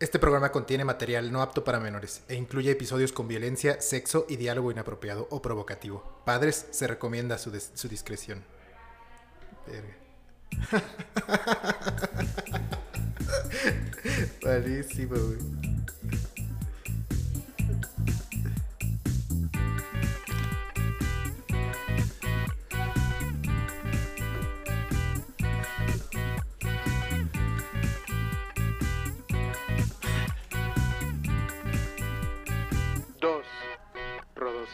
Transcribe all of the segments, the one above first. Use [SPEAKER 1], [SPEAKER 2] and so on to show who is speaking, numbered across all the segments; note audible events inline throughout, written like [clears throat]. [SPEAKER 1] Este programa contiene material no apto para menores e incluye episodios con violencia, sexo y diálogo inapropiado o provocativo. Padres, se recomienda su, des- su discreción. Verga. [laughs] Malísimo, güey.
[SPEAKER 2] Dos rodos.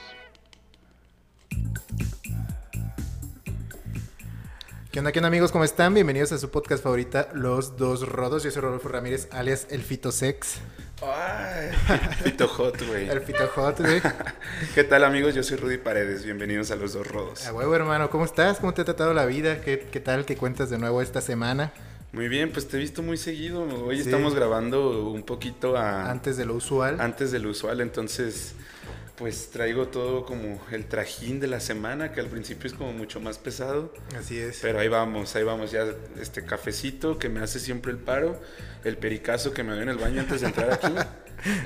[SPEAKER 1] ¿Qué onda, qué onda, amigos? ¿Cómo están? Bienvenidos a su podcast favorita, Los Dos Rodos. Yo soy Rodolfo Ramírez, alias El Fito Sex.
[SPEAKER 3] Ay, [laughs] Fito Hot, güey.
[SPEAKER 1] El Fito Hot, güey.
[SPEAKER 3] ¿Qué tal, amigos? Yo soy Rudy Paredes. Bienvenidos a Los Dos Rodos.
[SPEAKER 1] A huevo, hermano. ¿Cómo estás? ¿Cómo te ha tratado la vida? ¿Qué, qué tal? ¿Qué cuentas de nuevo esta semana?
[SPEAKER 3] Muy bien, pues te he visto muy seguido. Hoy
[SPEAKER 1] Sí.
[SPEAKER 3] estamos grabando un poquito a- antes.
[SPEAKER 1] Antes de lo usual.
[SPEAKER 3] del usual, entonces pues traigo todo como el trajín de la semana, que al principio es como mucho más pesado.
[SPEAKER 1] Así es.
[SPEAKER 3] Pero ahí vamos, ahí vamos ya este cafecito que me hace siempre el paro, el pericazo que me doy en el baño antes de
[SPEAKER 1] [laughs]
[SPEAKER 3] entrar aquí.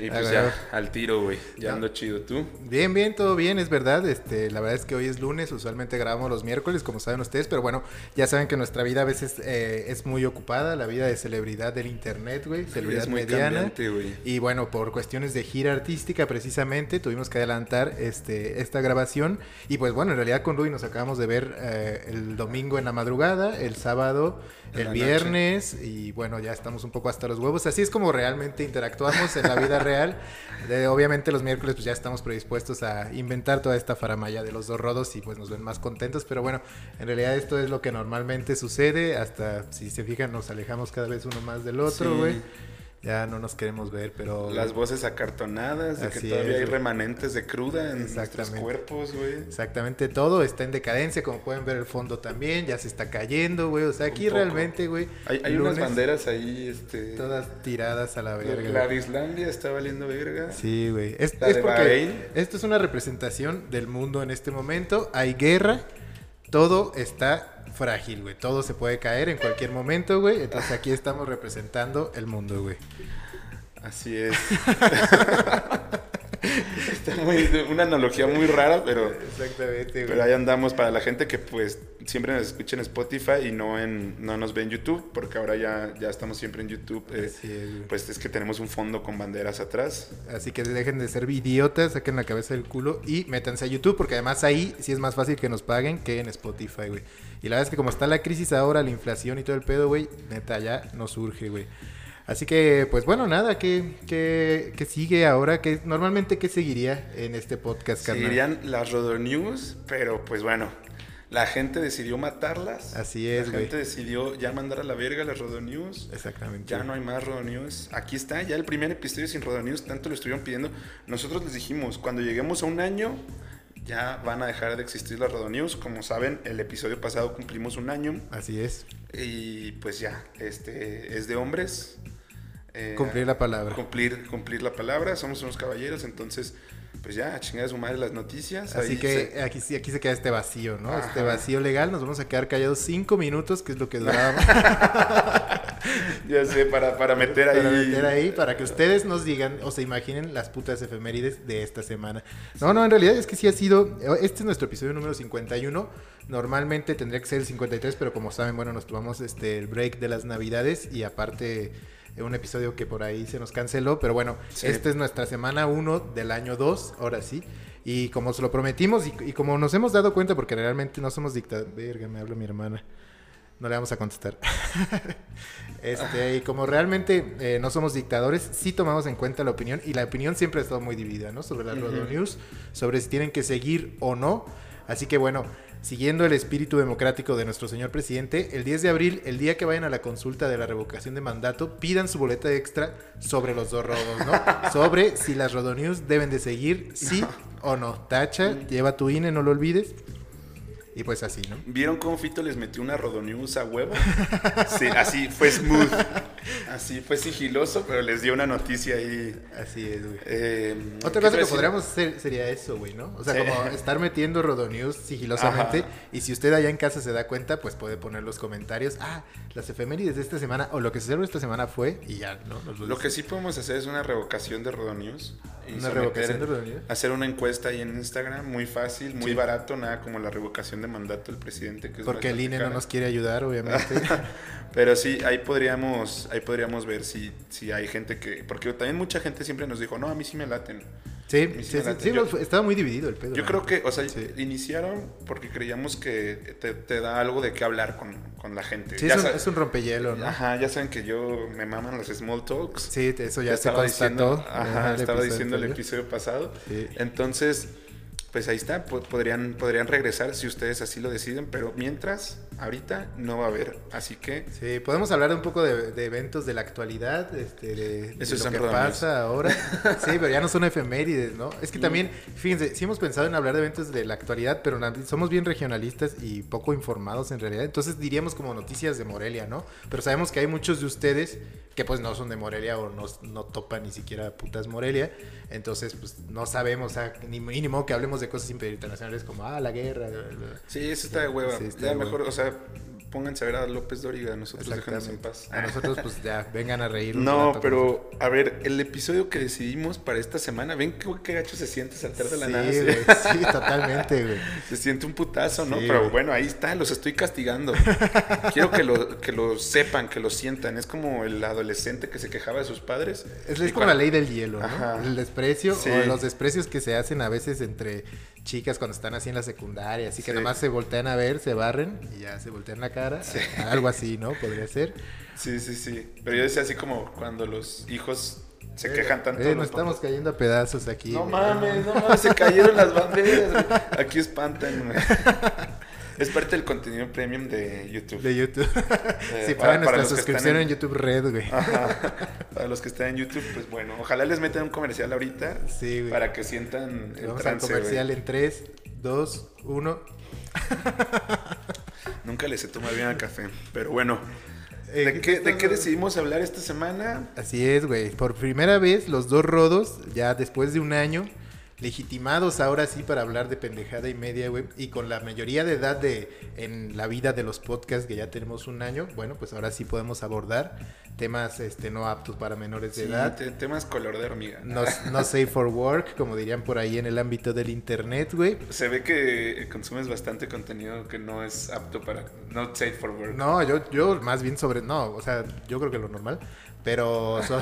[SPEAKER 3] Y
[SPEAKER 1] A
[SPEAKER 3] pues
[SPEAKER 1] ver.
[SPEAKER 3] ya, al tiro, güey. Ya
[SPEAKER 1] Ya.
[SPEAKER 3] ando chido tú.
[SPEAKER 1] Bien, bien, todo bien, es verdad. Este, la verdad es que hoy es lunes, usualmente grabamos los miércoles, como saben ustedes, pero bueno, ya saben que nuestra vida a veces eh, es muy ocupada, la vida de celebridad del internet, güey, celebridad
[SPEAKER 3] Es muy
[SPEAKER 1] mediana.
[SPEAKER 3] cambiante, güey.
[SPEAKER 1] Y bueno, por cuestiones de gira artística precisamente, tuvimos que adelantar este, esta grabación. Y pues bueno, en realidad con Rudy nos acabamos de ver eh, el domingo en la madrugada, el sábado,
[SPEAKER 3] En
[SPEAKER 1] el
[SPEAKER 3] la
[SPEAKER 1] viernes. Y bueno, ya estamos un poco hasta los huevos. Así es como realmente interactuamos en la
[SPEAKER 3] [laughs]
[SPEAKER 1] vida real. De- obviamente los miércoles pues ya estamos predispuestos a inventar toda esta faramaya de los dos rodos y pues nos ven más contentos. Pero bueno, en realidad esto es lo que normalmente sucede. Hasta si se fijan nos alejamos cada vez uno más del otro,
[SPEAKER 3] Sí.
[SPEAKER 1] güey. Ya no nos queremos ver, pero...
[SPEAKER 3] Las voces acartonadas, de
[SPEAKER 1] Así
[SPEAKER 3] que todavía
[SPEAKER 1] es,
[SPEAKER 3] hay
[SPEAKER 1] güey.
[SPEAKER 3] remanentes de cruda en nuestros
[SPEAKER 1] Exactamente.
[SPEAKER 3] cuerpos, güey.
[SPEAKER 1] Exactamente todo está en decadencia, como pueden ver el fondo también, ya se está cayendo, güey. O sea,
[SPEAKER 3] Un
[SPEAKER 1] aquí
[SPEAKER 3] poco.
[SPEAKER 1] realmente, güey,
[SPEAKER 3] Hay, hay
[SPEAKER 1] lunes,
[SPEAKER 3] unas banderas ahí, este.
[SPEAKER 1] todas tiradas a la verga.
[SPEAKER 3] La de
[SPEAKER 1] güey.
[SPEAKER 3] Islandia está valiendo verga.
[SPEAKER 1] Sí, güey. Es,
[SPEAKER 3] La
[SPEAKER 1] es
[SPEAKER 3] de Bahrein.
[SPEAKER 1] porque esto es una representación del mundo en este momento. Hay guerra, todo está frágil, güey. Todo se puede caer en cualquier momento, güey. Entonces aquí estamos representando el mundo, güey. [laughs]
[SPEAKER 3] Así es. está muy, una analogía muy rara, pero.
[SPEAKER 1] Exactamente,
[SPEAKER 3] Pero ahí andamos para la gente que pues siempre nos escucha en Spotify y no en no nos ve en YouTube, porque ahora ya, ya estamos siempre en YouTube. eh,
[SPEAKER 1] Así es, güey.
[SPEAKER 3] pues es que tenemos un fondo con banderas atrás.
[SPEAKER 1] Así que dejen de ser idiotas, saquen la cabeza del culo y métanse a YouTube, porque además ahí sí es más fácil que nos paguen que en Spotify, güey. Y la verdad es que como está la crisis ahora, la inflación y todo el pedo, güey, neta, ya no surge, güey. Así que, pues bueno, nada, ¿qué, qué, qué sigue ahora? ¿Qué, normalmente, ¿qué seguiría en este podcast, carnal?
[SPEAKER 3] Seguirían las Rodonews, pero pues bueno, la gente decidió matarlas.
[SPEAKER 1] Así es,
[SPEAKER 3] La
[SPEAKER 1] güey.
[SPEAKER 3] gente decidió ya mandar a la verga las Rodonews.
[SPEAKER 1] Exactamente.
[SPEAKER 3] Ya no hay más Rodonews. Aquí está, ya el primer episodio sin Rodonews, tanto lo estuvieron pidiendo. Nosotros les dijimos, cuando lleguemos a un año, ya van a dejar de existir las Rodonews. Como saben, el episodio pasado cumplimos un año
[SPEAKER 1] Así es.
[SPEAKER 3] y pues ya, este es de hombres. Eh,
[SPEAKER 1] Cumplir la palabra.
[SPEAKER 3] cumplir, cumplir la palabra, somos unos caballeros, entonces, pues ya, a chingar a su madre las noticias.
[SPEAKER 1] Así
[SPEAKER 3] ahí
[SPEAKER 1] que
[SPEAKER 3] se-
[SPEAKER 1] aquí, sí- aquí se queda este vacío, ¿no? Este
[SPEAKER 3] Ajá.
[SPEAKER 1] vacío legal. Nos vamos a quedar callados cinco minutos, que es
[SPEAKER 3] [laughs]
[SPEAKER 1] lo que durábamos.
[SPEAKER 3] [laughs] ya sé, para, para meter ahí.
[SPEAKER 1] para meter ahí, para que ustedes nos digan o se imaginen las putas efemérides de esta semana. No, no, en realidad es que sí ha sido. Este es nuestro episodio número 51. Normalmente tendría que ser el 53, pero como saben, bueno, nos tomamos este el break de las Navidades y aparte eh, un episodio que por ahí se nos canceló, pero bueno,
[SPEAKER 3] Sí.
[SPEAKER 1] esta es nuestra semana 1 del año 2, ahora sí. Y como se lo prometimos y, y como nos hemos dado cuenta, porque realmente no somos dictadores. Verga, me habla mi hermana. No le vamos a contestar. Este, y como realmente eh, no somos dictadores, sí tomamos en cuenta la opinión y la opinión siempre ha estado muy dividida, ¿no? Sobre la
[SPEAKER 3] Ujú.
[SPEAKER 1] Rodo News, sobre si tienen que seguir o no. Así que bueno, siguiendo el espíritu democrático de nuestro señor presidente, el 10 de abril, el día que vayan a la consulta de la revocación de mandato, pidan su boleta extra sobre los dos rodos, ¿no? sobre si las Rodo E, News deben de seguir, sí o no. Tacha, lleva tu INE, no lo olvides. Y pues así, ¿no?
[SPEAKER 3] ¿Vieron cómo Fito les metió una rodonews a huevo? Sí, así fue smooth. Así fue sigiloso, pero les dio una noticia ahí.
[SPEAKER 1] Así es, güey.
[SPEAKER 3] eh, ¿qué
[SPEAKER 1] Otra cosa
[SPEAKER 3] te iba a
[SPEAKER 1] que
[SPEAKER 3] decir?
[SPEAKER 1] podríamos hacer sería eso, güey, ¿no? O sea,
[SPEAKER 3] Sí.
[SPEAKER 1] como estar metiendo rodonews sigilosamente.
[SPEAKER 3] Ajá.
[SPEAKER 1] Y si usted allá en casa se da cuenta, pues puede poner los comentarios. Ah, las efemérides de esta semana o lo que se celebró esta semana fue. Y ya, ¿no? Nos
[SPEAKER 3] Lo que
[SPEAKER 1] dice.
[SPEAKER 3] sí podemos hacer es una revocación de Rodonews. y
[SPEAKER 1] Una
[SPEAKER 3] someter-
[SPEAKER 1] revocación de Rodonews.
[SPEAKER 3] Hacer una encuesta ahí en Instagram, muy fácil, muy
[SPEAKER 1] Sí.
[SPEAKER 3] barato, nada como la revocación de mandato del presidente. Que es
[SPEAKER 1] Porque el
[SPEAKER 3] bastante
[SPEAKER 1] INE no
[SPEAKER 3] cara.
[SPEAKER 1] nos quiere ayudar,
[SPEAKER 3] [laughs]
[SPEAKER 1] obviamente.
[SPEAKER 3] Pero sí, ahí podríamos, ahí podríamos ver si, si hay gente que... Porque también mucha gente siempre nos dijo, no, a mí sí me laten.
[SPEAKER 1] Sí,
[SPEAKER 3] mí sí
[SPEAKER 1] sí,
[SPEAKER 3] me
[SPEAKER 1] sí,
[SPEAKER 3] late.
[SPEAKER 1] sí,
[SPEAKER 3] Yo-
[SPEAKER 1] fue- estaba muy dividido el pedo.
[SPEAKER 3] Yo
[SPEAKER 1] ¿no?
[SPEAKER 3] creo que, o sea,
[SPEAKER 1] Sí.
[SPEAKER 3] iniciaron porque creíamos que te, te da algo de qué hablar con, con la gente.
[SPEAKER 1] Sí,
[SPEAKER 3] Ya
[SPEAKER 1] es un,
[SPEAKER 3] sa-
[SPEAKER 1] es un rompehielo, ¿no?
[SPEAKER 3] Ajá, ya saben que yo me maman los small talks.
[SPEAKER 1] Sí, te- eso ya se
[SPEAKER 3] estaba
[SPEAKER 1] constató.
[SPEAKER 3] diciendo, ajá,
[SPEAKER 1] en el
[SPEAKER 3] estaba
[SPEAKER 1] episodio
[SPEAKER 3] diciendo el
[SPEAKER 1] anterior.
[SPEAKER 3] episodio pasado.
[SPEAKER 1] Sí.
[SPEAKER 3] Entonces, pues ahí está, po- podrían, podrían regresar si ustedes así lo deciden, pero mientras, ahorita no va a haber. Así que
[SPEAKER 1] Sí, podemos hablar un poco de, de eventos de la actualidad, este, de, de
[SPEAKER 3] Esos
[SPEAKER 1] lo
[SPEAKER 3] son
[SPEAKER 1] que
[SPEAKER 3] rodoneos.
[SPEAKER 1] pasa
[SPEAKER 3] [laughs]
[SPEAKER 1] ahora. Sí, pero ya no son efemérides, ¿no? Es que también, fíjense, sí hemos pensado en hablar de eventos de la actualidad, pero na- somos bien regionalistas y poco informados en realidad. Entonces diríamos como noticias de Morelia, ¿no? Pero sabemos que hay muchos de ustedes que pues no son de Morelia o no, no topan ni siquiera putas Morelia. Entonces, pues no sabemos, ah, ni, ni modo que hablemos de cosas internacionales como, ah, la guerra. bla, bla, bla.
[SPEAKER 3] sí, eso está de hueva.
[SPEAKER 1] Sí, está
[SPEAKER 3] ya
[SPEAKER 1] de
[SPEAKER 3] mejor, o sea, pónganse a ver a López Dóriga, nosotros déjanos en
[SPEAKER 1] Exactamente.
[SPEAKER 3] paz.
[SPEAKER 1] A nosotros pues ya vengan a reír. un rato
[SPEAKER 3] No,
[SPEAKER 1] con
[SPEAKER 3] pero a ver, el episodio que decidimos para esta semana, ven qué, qué gacho se siente saltar de la
[SPEAKER 1] sí,
[SPEAKER 3] nada.
[SPEAKER 1] güey,
[SPEAKER 3] se-
[SPEAKER 1] sí,
[SPEAKER 3] [laughs]
[SPEAKER 1] totalmente, güey.
[SPEAKER 3] Se siente un putazo, ¿no?
[SPEAKER 1] Sí,
[SPEAKER 3] Pero
[SPEAKER 1] güey.
[SPEAKER 3] bueno, ahí está, los
[SPEAKER 1] [laughs]
[SPEAKER 3] estoy castigando. Quiero que lo, que lo sepan, que lo sientan. Es como el adolescente que se quejaba de sus padres.
[SPEAKER 1] Es,
[SPEAKER 3] Y
[SPEAKER 1] es como
[SPEAKER 3] cuando-
[SPEAKER 1] la ley del hielo, ¿no?
[SPEAKER 3] Ajá.
[SPEAKER 1] El desprecio
[SPEAKER 3] Sí.
[SPEAKER 1] o los desprecios que se hacen a veces entre chicas cuando están así en la secundaria, así que
[SPEAKER 3] Sí.
[SPEAKER 1] nomás se voltean a ver, se barren y ya se voltean la cara, algo así, ¿no? Podría ser.
[SPEAKER 3] Sí, sí, sí. Pero yo decía así como cuando los hijos se
[SPEAKER 1] Eh,
[SPEAKER 3] quejan tanto.
[SPEAKER 1] eh,
[SPEAKER 3] los
[SPEAKER 1] nos estamos
[SPEAKER 3] papás.
[SPEAKER 1] cayendo a pedazos aquí.
[SPEAKER 3] No
[SPEAKER 1] güey. [laughs]
[SPEAKER 3] mames, no mames, se cayeron las banderas. güey. Aquí espantan.
[SPEAKER 1] [laughs]
[SPEAKER 3] güey. Es parte del contenido premium de YouTube.
[SPEAKER 1] De YouTube. [laughs] sí,
[SPEAKER 3] Eh, para- para
[SPEAKER 1] para nuestra
[SPEAKER 3] los que
[SPEAKER 1] suscripción
[SPEAKER 3] están
[SPEAKER 1] en...
[SPEAKER 3] en- Ah,
[SPEAKER 1] YouTube Red, güey.
[SPEAKER 3] [laughs] Ajá. Para los que están en YouTube, pues bueno, ojalá les metan un comercial ahorita
[SPEAKER 1] Sí, güey.
[SPEAKER 3] para que sientan el
[SPEAKER 1] Vamos
[SPEAKER 3] trance,
[SPEAKER 1] al
[SPEAKER 3] güey.
[SPEAKER 1] comercial en 3, 2, 1.
[SPEAKER 3] Nunca les se toma bien al café. Pero bueno,
[SPEAKER 1] Eh,
[SPEAKER 3] ¿de qué, de qué decidimos hablar esta semana?
[SPEAKER 1] Así es, güey. Por primera vez, los dos rodos, ya después de un año, legitimados ahora sí para hablar de pendejada y media, güey. Y con la mayoría de edad de en la vida de los podcasts que ya tenemos un año, bueno, pues ahora sí podemos abordar temas este, no aptos para menores de
[SPEAKER 3] Sí,
[SPEAKER 1] edad.
[SPEAKER 3] te- temas color de hormiga.
[SPEAKER 1] No, no safe for work, como dirían por ahí en el ámbito del internet, güey.
[SPEAKER 3] Se ve que consumes bastante contenido que no es apto para. Not safe for work.
[SPEAKER 1] No, yo, yo más bien sobre. No, o sea, yo creo que lo normal. Pero so-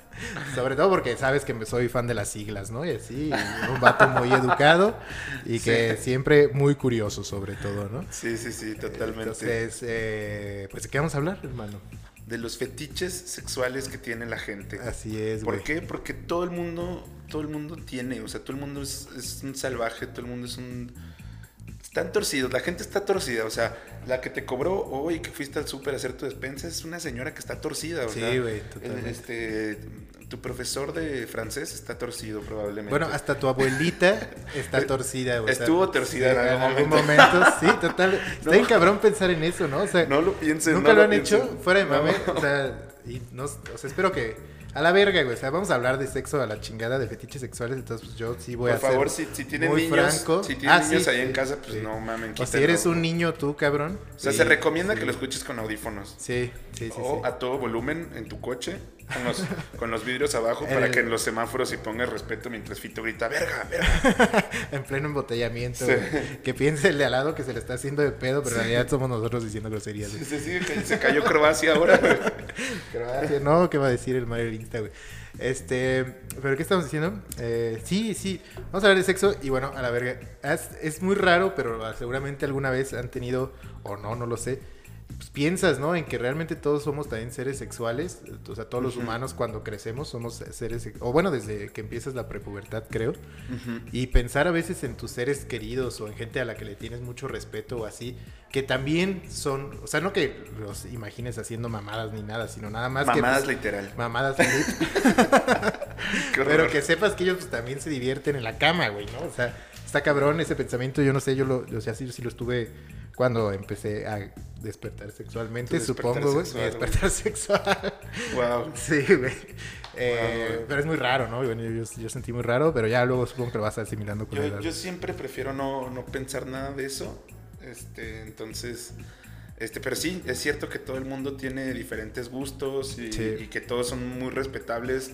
[SPEAKER 1] [laughs] sobre todo porque sabes que soy fan de las siglas, ¿no? Y así, un vato muy educado y que
[SPEAKER 3] Sí.
[SPEAKER 1] siempre muy curioso, sobre todo, ¿no?
[SPEAKER 3] Sí, sí, sí, totalmente.
[SPEAKER 1] Entonces, eh, pues, ¿de qué vamos a hablar, hermano?
[SPEAKER 3] de los fetiches sexuales que tiene la gente.
[SPEAKER 1] Así es,
[SPEAKER 3] ¿Por
[SPEAKER 1] güey.
[SPEAKER 3] qué? Porque todo el mundo, todo el mundo tiene, o sea, todo el mundo es, es un salvaje, todo el mundo es un... Están torcidos, la gente está torcida, o sea, la que te cobró hoy que fuiste al súper a hacer tu despensa es una señora que está torcida, o
[SPEAKER 1] Sí,
[SPEAKER 3] sea,
[SPEAKER 1] güey,
[SPEAKER 3] el-
[SPEAKER 1] totalmente.
[SPEAKER 3] Este, tu profesor de francés está torcido probablemente.
[SPEAKER 1] Bueno, hasta tu abuelita
[SPEAKER 3] [laughs]
[SPEAKER 1] está torcida, güey.
[SPEAKER 3] Estuvo torcida en
[SPEAKER 1] Sí,
[SPEAKER 3] algún
[SPEAKER 1] momento. Sí, total. Está bien
[SPEAKER 3] [laughs] No.
[SPEAKER 1] cabrón pensar en eso, ¿no? O sea,
[SPEAKER 3] no lo piensen.
[SPEAKER 1] ¿Nunca
[SPEAKER 3] no
[SPEAKER 1] lo han hecho?
[SPEAKER 3] piensen.
[SPEAKER 1] Fuera de
[SPEAKER 3] No.
[SPEAKER 1] mame. O sea, y no- o sea, espero que. A la verga, güey. O sea, vamos a hablar de sexo a la chingada, de fetiches sexuales. Entonces, pues yo sí voy
[SPEAKER 3] Por
[SPEAKER 1] a ser.
[SPEAKER 3] favor, si, si tienen
[SPEAKER 1] muy
[SPEAKER 3] niños,
[SPEAKER 1] franco.
[SPEAKER 3] si tienen
[SPEAKER 1] Ah, sí,
[SPEAKER 3] niños ahí en
[SPEAKER 1] sí,
[SPEAKER 3] casa, pues
[SPEAKER 1] sí.
[SPEAKER 3] no mamen.
[SPEAKER 1] O si
[SPEAKER 3] quítenlo.
[SPEAKER 1] eres un niño tú, cabrón.
[SPEAKER 3] O sea,
[SPEAKER 1] sí,
[SPEAKER 3] se recomienda
[SPEAKER 1] sí.
[SPEAKER 3] que lo escuches con audífonos.
[SPEAKER 1] Sí, sí, sí. sí.
[SPEAKER 3] O a todo volumen en tu coche, con los,
[SPEAKER 1] [laughs]
[SPEAKER 3] con los vidrios abajo, para
[SPEAKER 1] El-
[SPEAKER 3] que en los semáforos y pongas respeto mientras Fito grita, verga, verga.
[SPEAKER 1] [laughs] en pleno embotellamiento.
[SPEAKER 3] Sí.
[SPEAKER 1] güey. Que piense el de al lado que se le está haciendo de pedo, pero en realidad somos nosotros diciendo groserías. güey.
[SPEAKER 3] Se, sigue ca- [laughs] se cayó Croacia ahora. güey.
[SPEAKER 1] Croacia, no, ¿qué va a decir el Mario del Insta, güey? Este, ¿pero qué estamos diciendo? Eh, sí, sí, vamos a hablar de sexo y bueno, a la verga, es, es muy raro, pero ah, seguramente alguna vez han tenido, o no, no lo sé, pues piensas, ¿no? En que realmente todos somos también seres sexuales, o sea, todos los
[SPEAKER 3] Ujú.
[SPEAKER 1] humanos cuando crecemos somos seres, sex- o bueno, desde que empiezas la prepubertad, creo, y pensar a veces en tus seres queridos o en gente a la que le tienes mucho respeto o así, que también son, o sea, no que los imagines haciendo mamadas ni nada, sino nada más
[SPEAKER 3] Mamadas
[SPEAKER 1] que... pues,
[SPEAKER 3] literal.
[SPEAKER 1] Mamadas,
[SPEAKER 3] [laughs]
[SPEAKER 1] lit,
[SPEAKER 3] Qué horror.
[SPEAKER 1] pero que sepas que ellos pues, también se divierten en la cama, güey, ¿no? O sea, está cabrón ese pensamiento. Yo no sé, yo lo, yo sé, sí, sí lo estuve cuando empecé a despertar sexualmente,
[SPEAKER 3] Tu despertar
[SPEAKER 1] supongo, güey. Mi
[SPEAKER 3] sexual, güey.
[SPEAKER 1] despertar [laughs] sexual.
[SPEAKER 3] Wow.
[SPEAKER 1] Sí, güey. Eh,
[SPEAKER 3] güey.
[SPEAKER 1] pero es muy raro, ¿no? Y Bueno, yo, yo sentí muy raro, pero ya luego supongo que lo vas asimilando con la
[SPEAKER 3] Yo,
[SPEAKER 1] edad.
[SPEAKER 3] yo siempre prefiero no, no pensar nada de eso. Este, entonces, este, pero sí, es cierto que todo el mundo tiene diferentes gustos y,
[SPEAKER 1] Sí.
[SPEAKER 3] y que todos son muy respetables.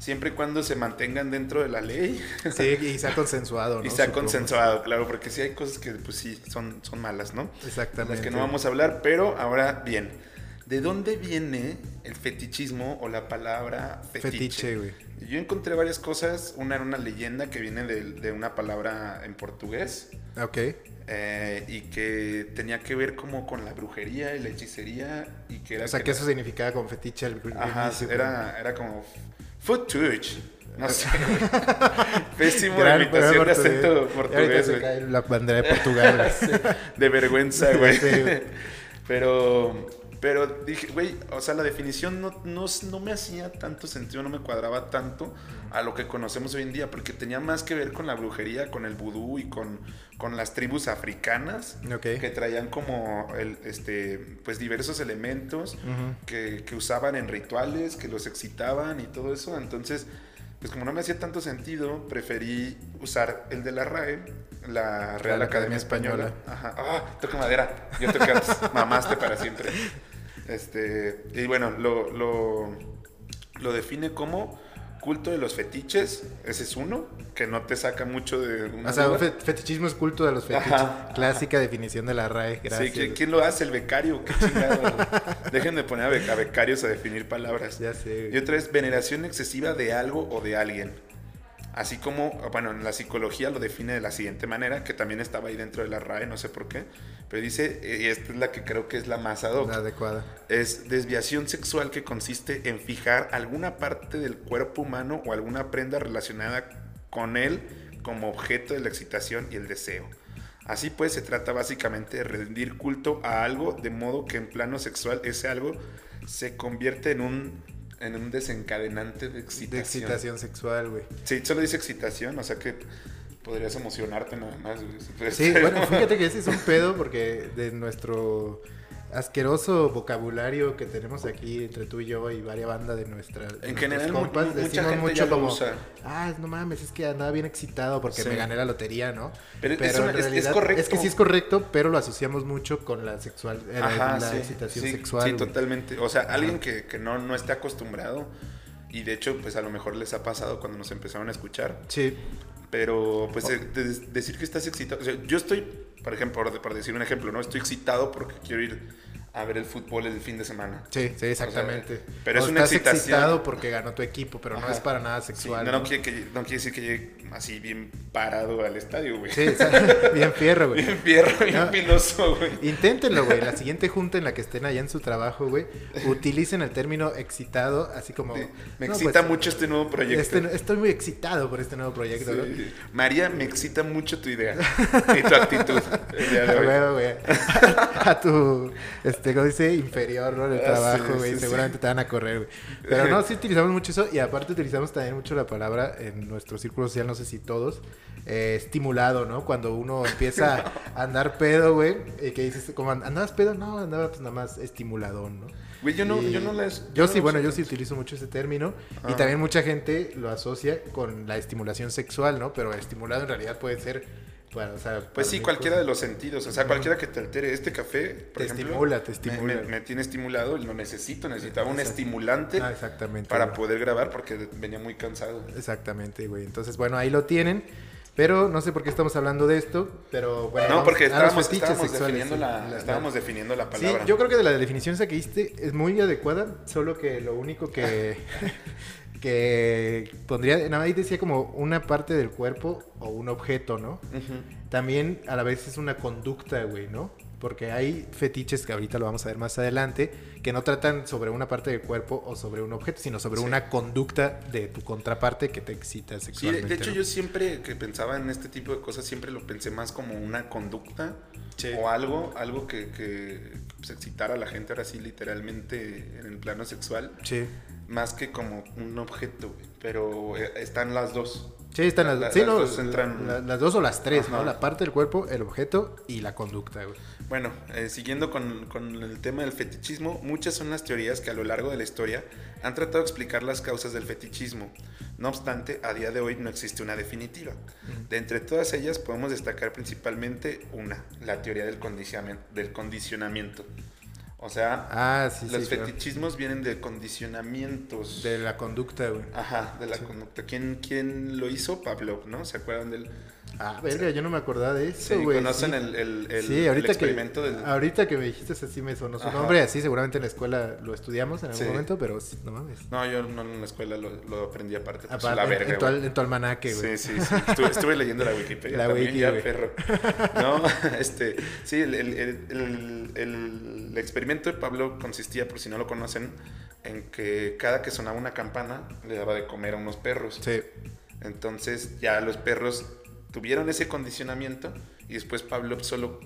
[SPEAKER 3] Siempre y cuando se mantengan dentro de la ley
[SPEAKER 1] Sí, y se ha consensuado, ¿no?
[SPEAKER 3] y sea
[SPEAKER 1] Supongo.
[SPEAKER 3] consensuado, claro, porque sí hay cosas que pues sí son, son malas, ¿no? De
[SPEAKER 1] Exactamente.
[SPEAKER 3] las que no vamos a hablar, pero ahora bien, ¿de dónde viene el fetichismo o la palabra
[SPEAKER 1] Fetiche,
[SPEAKER 3] fetiche
[SPEAKER 1] güey.
[SPEAKER 3] yo encontré varias cosas. Una era una leyenda que viene de, de una palabra en portugués
[SPEAKER 1] Ok.
[SPEAKER 3] eh, y que tenía que ver como con la brujería y la hechicería y que era...
[SPEAKER 1] O sea,
[SPEAKER 3] que
[SPEAKER 1] que
[SPEAKER 3] la-
[SPEAKER 1] eso significaba con fetiche al
[SPEAKER 3] Ajá,
[SPEAKER 1] inicio, güey.
[SPEAKER 3] era, era como... Footage. No
[SPEAKER 1] [laughs]
[SPEAKER 3] sé. güey. Pésimo
[SPEAKER 1] Gran-
[SPEAKER 3] imitación de
[SPEAKER 1] gran
[SPEAKER 3] acento
[SPEAKER 1] Y ahorita
[SPEAKER 3] portugués,
[SPEAKER 1] se
[SPEAKER 3] güey.
[SPEAKER 1] cae la bandera de Portugal,
[SPEAKER 3] [laughs]
[SPEAKER 1] güey.
[SPEAKER 3] De vergüenza, güey.
[SPEAKER 1] Sí, güey.
[SPEAKER 3] [laughs] Pero, pero dije, güey, o sea, la definición no, no, no me hacía tanto sentido, no me cuadraba tanto a lo que conocemos hoy en día, porque tenía más que ver con la brujería, con el vudú y con, con las tribus africanas
[SPEAKER 1] Ok.
[SPEAKER 3] que traían como el, este, pues diversos elementos
[SPEAKER 1] Ujú.
[SPEAKER 3] que, que usaban en rituales, que los excitaban y todo eso. Entonces, pues como no me hacía tanto sentido, preferí usar el de la RAE, la Real
[SPEAKER 1] Academia
[SPEAKER 3] Academia Española.
[SPEAKER 1] Española.
[SPEAKER 3] Ajá. ¡Ah! Toca madera. Yo toqué
[SPEAKER 1] [laughs]
[SPEAKER 3] antes. Mamaste para siempre. Este, y bueno, lo, lo, lo define como culto de los fetiches. Ese es uno, que no te saca mucho de una
[SPEAKER 1] O sea, un
[SPEAKER 3] duda.
[SPEAKER 1] fe- fetichismo es culto de los fetiches.
[SPEAKER 3] Ajá.
[SPEAKER 1] Clásica definición de la RAE.
[SPEAKER 3] Sí,
[SPEAKER 1] Gracias.
[SPEAKER 3] ¿qui- ¿quién lo hace? El becario. Qué
[SPEAKER 1] [laughs]
[SPEAKER 3] chingado. Dejen de poner a, bec- a becarios a definir palabras.
[SPEAKER 1] Ya sé.
[SPEAKER 3] Y
[SPEAKER 1] güey.
[SPEAKER 3] otra es veneración excesiva de algo o de alguien. Así como, bueno, en la psicología lo define de la siguiente manera, que también estaba ahí dentro de la RAE, no sé por qué, pero dice, eh, y esta es la que creo que es la más ad hoc,
[SPEAKER 1] La adecuada.
[SPEAKER 3] es desviación sexual que consiste en fijar alguna parte del cuerpo humano o alguna prenda relacionada con él como objeto de la excitación y el deseo. Así pues, se trata básicamente de rendir culto a algo de modo que en plano sexual ese algo se convierte en un, en un desencadenante de excitación.
[SPEAKER 1] De excitación sexual, güey.
[SPEAKER 3] Sí, solo dice excitación, o sea que podrías emocionarte nada más. güey.
[SPEAKER 1] Sí, bueno, fíjate que ese es un pedo porque de nuestro asqueroso vocabulario que tenemos aquí entre tú y yo y varias bandas de nuestra de
[SPEAKER 3] [laughs] En
[SPEAKER 1] nuestros
[SPEAKER 3] general, mu-
[SPEAKER 1] compas,
[SPEAKER 3] mucha
[SPEAKER 1] decimos
[SPEAKER 3] gente
[SPEAKER 1] mucho
[SPEAKER 3] ya lo
[SPEAKER 1] como,
[SPEAKER 3] usa.
[SPEAKER 1] ah, no mames, es que andaba bien excitado porque
[SPEAKER 3] Sí.
[SPEAKER 1] me gané la lotería, ¿no?
[SPEAKER 3] Pero es una- es- es correcto.
[SPEAKER 1] Es que sí es correcto, pero lo asociamos mucho con la sexual, eh, la-
[SPEAKER 3] Ajá,
[SPEAKER 1] la
[SPEAKER 3] sí,
[SPEAKER 1] excitación
[SPEAKER 3] sí,
[SPEAKER 1] sexual.
[SPEAKER 3] Sí,
[SPEAKER 1] güey.
[SPEAKER 3] totalmente. O sea, alguien que, que no, no esté acostumbrado. Y de hecho, pues a lo mejor les ha pasado cuando nos empezaron a escuchar.
[SPEAKER 1] Sí,
[SPEAKER 3] Pero,
[SPEAKER 1] Oh.
[SPEAKER 3] pues, eh, de- de- decir que estás excitado. o sea, yo estoy, por ejemplo, por, por decir un ejemplo, ¿no? Estoy excitado porque quiero ir a ver el fútbol el fin de semana.
[SPEAKER 1] sí, sí, exactamente.
[SPEAKER 3] pero es
[SPEAKER 1] O
[SPEAKER 3] una
[SPEAKER 1] estás
[SPEAKER 3] excitación.
[SPEAKER 1] excitado porque ganó tu equipo, pero no
[SPEAKER 3] Ajá.
[SPEAKER 1] es para nada
[SPEAKER 3] Sí,
[SPEAKER 1] sexual.
[SPEAKER 3] no, no quiere que, no quiere decir que llegue así bien parado al estadio, güey.
[SPEAKER 1] Sí, [laughs] exacto. bien fierro, güey. Ah.
[SPEAKER 3] [laughs] Bien fierro, bien
[SPEAKER 1] No.
[SPEAKER 3] piloso, güey.
[SPEAKER 1] Inténtenlo, güey. La siguiente junta en la que estén allá en su trabajo, güey, utilicen el término excitado, así como.
[SPEAKER 3] Sí, Me
[SPEAKER 1] "No,
[SPEAKER 3] excita
[SPEAKER 1] pues,
[SPEAKER 3] mucho este nuevo proyecto.
[SPEAKER 1] este- estoy muy excitado por este nuevo proyecto, ¿no?
[SPEAKER 3] Sí. María, me excita mucho tu idea y tu actitud. el día de
[SPEAKER 1] A
[SPEAKER 3] hoy.
[SPEAKER 1] huevo, güey. [laughs] A tu, este, ¿cómo dice? Inferior, ¿no? En el
[SPEAKER 3] Ah,
[SPEAKER 1] trabajo,
[SPEAKER 3] sí,
[SPEAKER 1] güey.
[SPEAKER 3] sí,
[SPEAKER 1] Seguramente
[SPEAKER 3] sí.
[SPEAKER 1] te van a correr, güey. Pero no, sí
[SPEAKER 3] [laughs]
[SPEAKER 1] utilizamos mucho eso. Y aparte utilizamos también mucho la palabra en nuestro círculo social, no sé si todos, eh, estimulado, ¿no? Cuando uno
[SPEAKER 3] [laughs]
[SPEAKER 1] empieza a andar pedo, güey. Y que dices, como, ¿andabas pedo? No, andaba pues nada más estimuladón, ¿no?
[SPEAKER 3] Güey, yo no,
[SPEAKER 1] Y
[SPEAKER 3] yo no las.
[SPEAKER 1] Yo
[SPEAKER 3] no
[SPEAKER 1] sí,
[SPEAKER 3] las-
[SPEAKER 1] bueno, yo sí utilizo mucho ese término. Y
[SPEAKER 3] Ah.
[SPEAKER 1] también mucha gente lo asocia con la estimulación sexual, ¿no? Pero estimulado en realidad puede ser. Bueno, o sea, para
[SPEAKER 3] Pues sí,
[SPEAKER 1] mil
[SPEAKER 3] cualquiera
[SPEAKER 1] cosas.
[SPEAKER 3] de los sentidos. O sea, cualquiera que te altere. Este café, por
[SPEAKER 1] Te
[SPEAKER 3] ejemplo,
[SPEAKER 1] estimula, te
[SPEAKER 3] me-
[SPEAKER 1] estimula.
[SPEAKER 3] Me, me tiene estimulado y lo necesito. Necesitaba un
[SPEAKER 1] Exacto.
[SPEAKER 3] estimulante
[SPEAKER 1] Ah, exactamente.
[SPEAKER 3] para
[SPEAKER 1] güey.
[SPEAKER 3] poder grabar porque venía muy cansado.
[SPEAKER 1] Exactamente, güey. Entonces, bueno, ahí lo tienen. Pero no sé por qué estamos hablando de esto, pero bueno.
[SPEAKER 3] no,
[SPEAKER 1] vamos
[SPEAKER 3] porque
[SPEAKER 1] a los
[SPEAKER 3] estábamos,
[SPEAKER 1] fetiches
[SPEAKER 3] estábamos
[SPEAKER 1] sexuales,
[SPEAKER 3] definiendo
[SPEAKER 1] sí,
[SPEAKER 3] la, estábamos definiendo la
[SPEAKER 1] Sí,
[SPEAKER 3] palabra.
[SPEAKER 1] yo creo que de la definición esa que diste es muy adecuada, solo que lo único
[SPEAKER 3] [laughs]
[SPEAKER 1] que, que pondría, nada más ahí decía como una parte del cuerpo o un objeto, ¿no?
[SPEAKER 3] Ujú.
[SPEAKER 1] También a la vez es una conducta, güey, ¿no? Porque hay fetiches que ahorita lo vamos a ver más adelante, que no tratan sobre una parte del cuerpo o sobre un objeto, sino sobre
[SPEAKER 3] Sí.
[SPEAKER 1] una conducta de tu contraparte que te excita
[SPEAKER 3] Sí, de,
[SPEAKER 1] sexualmente.
[SPEAKER 3] de hecho
[SPEAKER 1] ¿no?
[SPEAKER 3] yo siempre que pensaba en este tipo de cosas, siempre lo pensé más como una conducta
[SPEAKER 1] Sí.
[SPEAKER 3] o algo, algo que, que pues, excitara a la gente ahora sí literalmente en el plano sexual,
[SPEAKER 1] Sí,
[SPEAKER 3] más que como un objeto, güey. pero eh, están las dos.
[SPEAKER 1] Sí, están las,
[SPEAKER 3] La-
[SPEAKER 1] sí,
[SPEAKER 3] las
[SPEAKER 1] no,
[SPEAKER 3] dos entran-
[SPEAKER 1] la- las dos o las tres, ¿no?
[SPEAKER 3] Ajá.
[SPEAKER 1] La parte del cuerpo, el objeto y la conducta, güey.
[SPEAKER 3] Bueno, eh, siguiendo con, con el tema del fetichismo, muchas son las teorías que a lo largo de la historia han tratado de explicar las causas del fetichismo. No obstante, a día de hoy no existe una definitiva. De entre todas ellas podemos destacar principalmente una, la teoría del, condiciamen- del condicionamiento. O sea,
[SPEAKER 1] Ah, sí,
[SPEAKER 3] los
[SPEAKER 1] sí. claro.
[SPEAKER 3] fetichismos vienen de condicionamientos.
[SPEAKER 1] De la conducta, güey.
[SPEAKER 3] Ajá, de la
[SPEAKER 1] Sí.
[SPEAKER 3] conducta. ¿Quién, ¿Quién lo hizo? Pavlov, ¿no? ¿Se acuerdan del...?
[SPEAKER 1] Ah, verga, yo no me acordaba de
[SPEAKER 3] Sí,
[SPEAKER 1] eso, güey.
[SPEAKER 3] ¿Conocen
[SPEAKER 1] sí.
[SPEAKER 3] el, el- el-
[SPEAKER 1] Sí, ahorita
[SPEAKER 3] el experimento
[SPEAKER 1] que,
[SPEAKER 3] del...?
[SPEAKER 1] ahorita que me dijiste así me sonó su
[SPEAKER 3] Ajá.
[SPEAKER 1] nombre, así seguramente en la escuela lo estudiamos en algún
[SPEAKER 3] Sí.
[SPEAKER 1] momento, pero sí, no mames.
[SPEAKER 3] No, yo no en la escuela lo, lo aprendí aparte. Pues,
[SPEAKER 1] Aparte,
[SPEAKER 3] la
[SPEAKER 1] en-
[SPEAKER 3] verga,
[SPEAKER 1] en, tu,
[SPEAKER 3] güey.
[SPEAKER 1] al- en tu almanaque, güey.
[SPEAKER 3] Sí, sí, sí. Estuve, estuve leyendo la
[SPEAKER 1] [laughs]
[SPEAKER 3] Wikipedia.
[SPEAKER 1] La
[SPEAKER 3] La también,
[SPEAKER 1] wiki,
[SPEAKER 3] ya,
[SPEAKER 1] güey.
[SPEAKER 3] perro. No, [laughs] este, sí, el, el- el- el- el- el experimento de Pablo consistía, por si no lo conocen, en que cada que sonaba una campana le daba de comer a unos perros.
[SPEAKER 1] Sí.
[SPEAKER 3] Entonces ya los perros tuvieron ese condicionamiento y después Pablo solo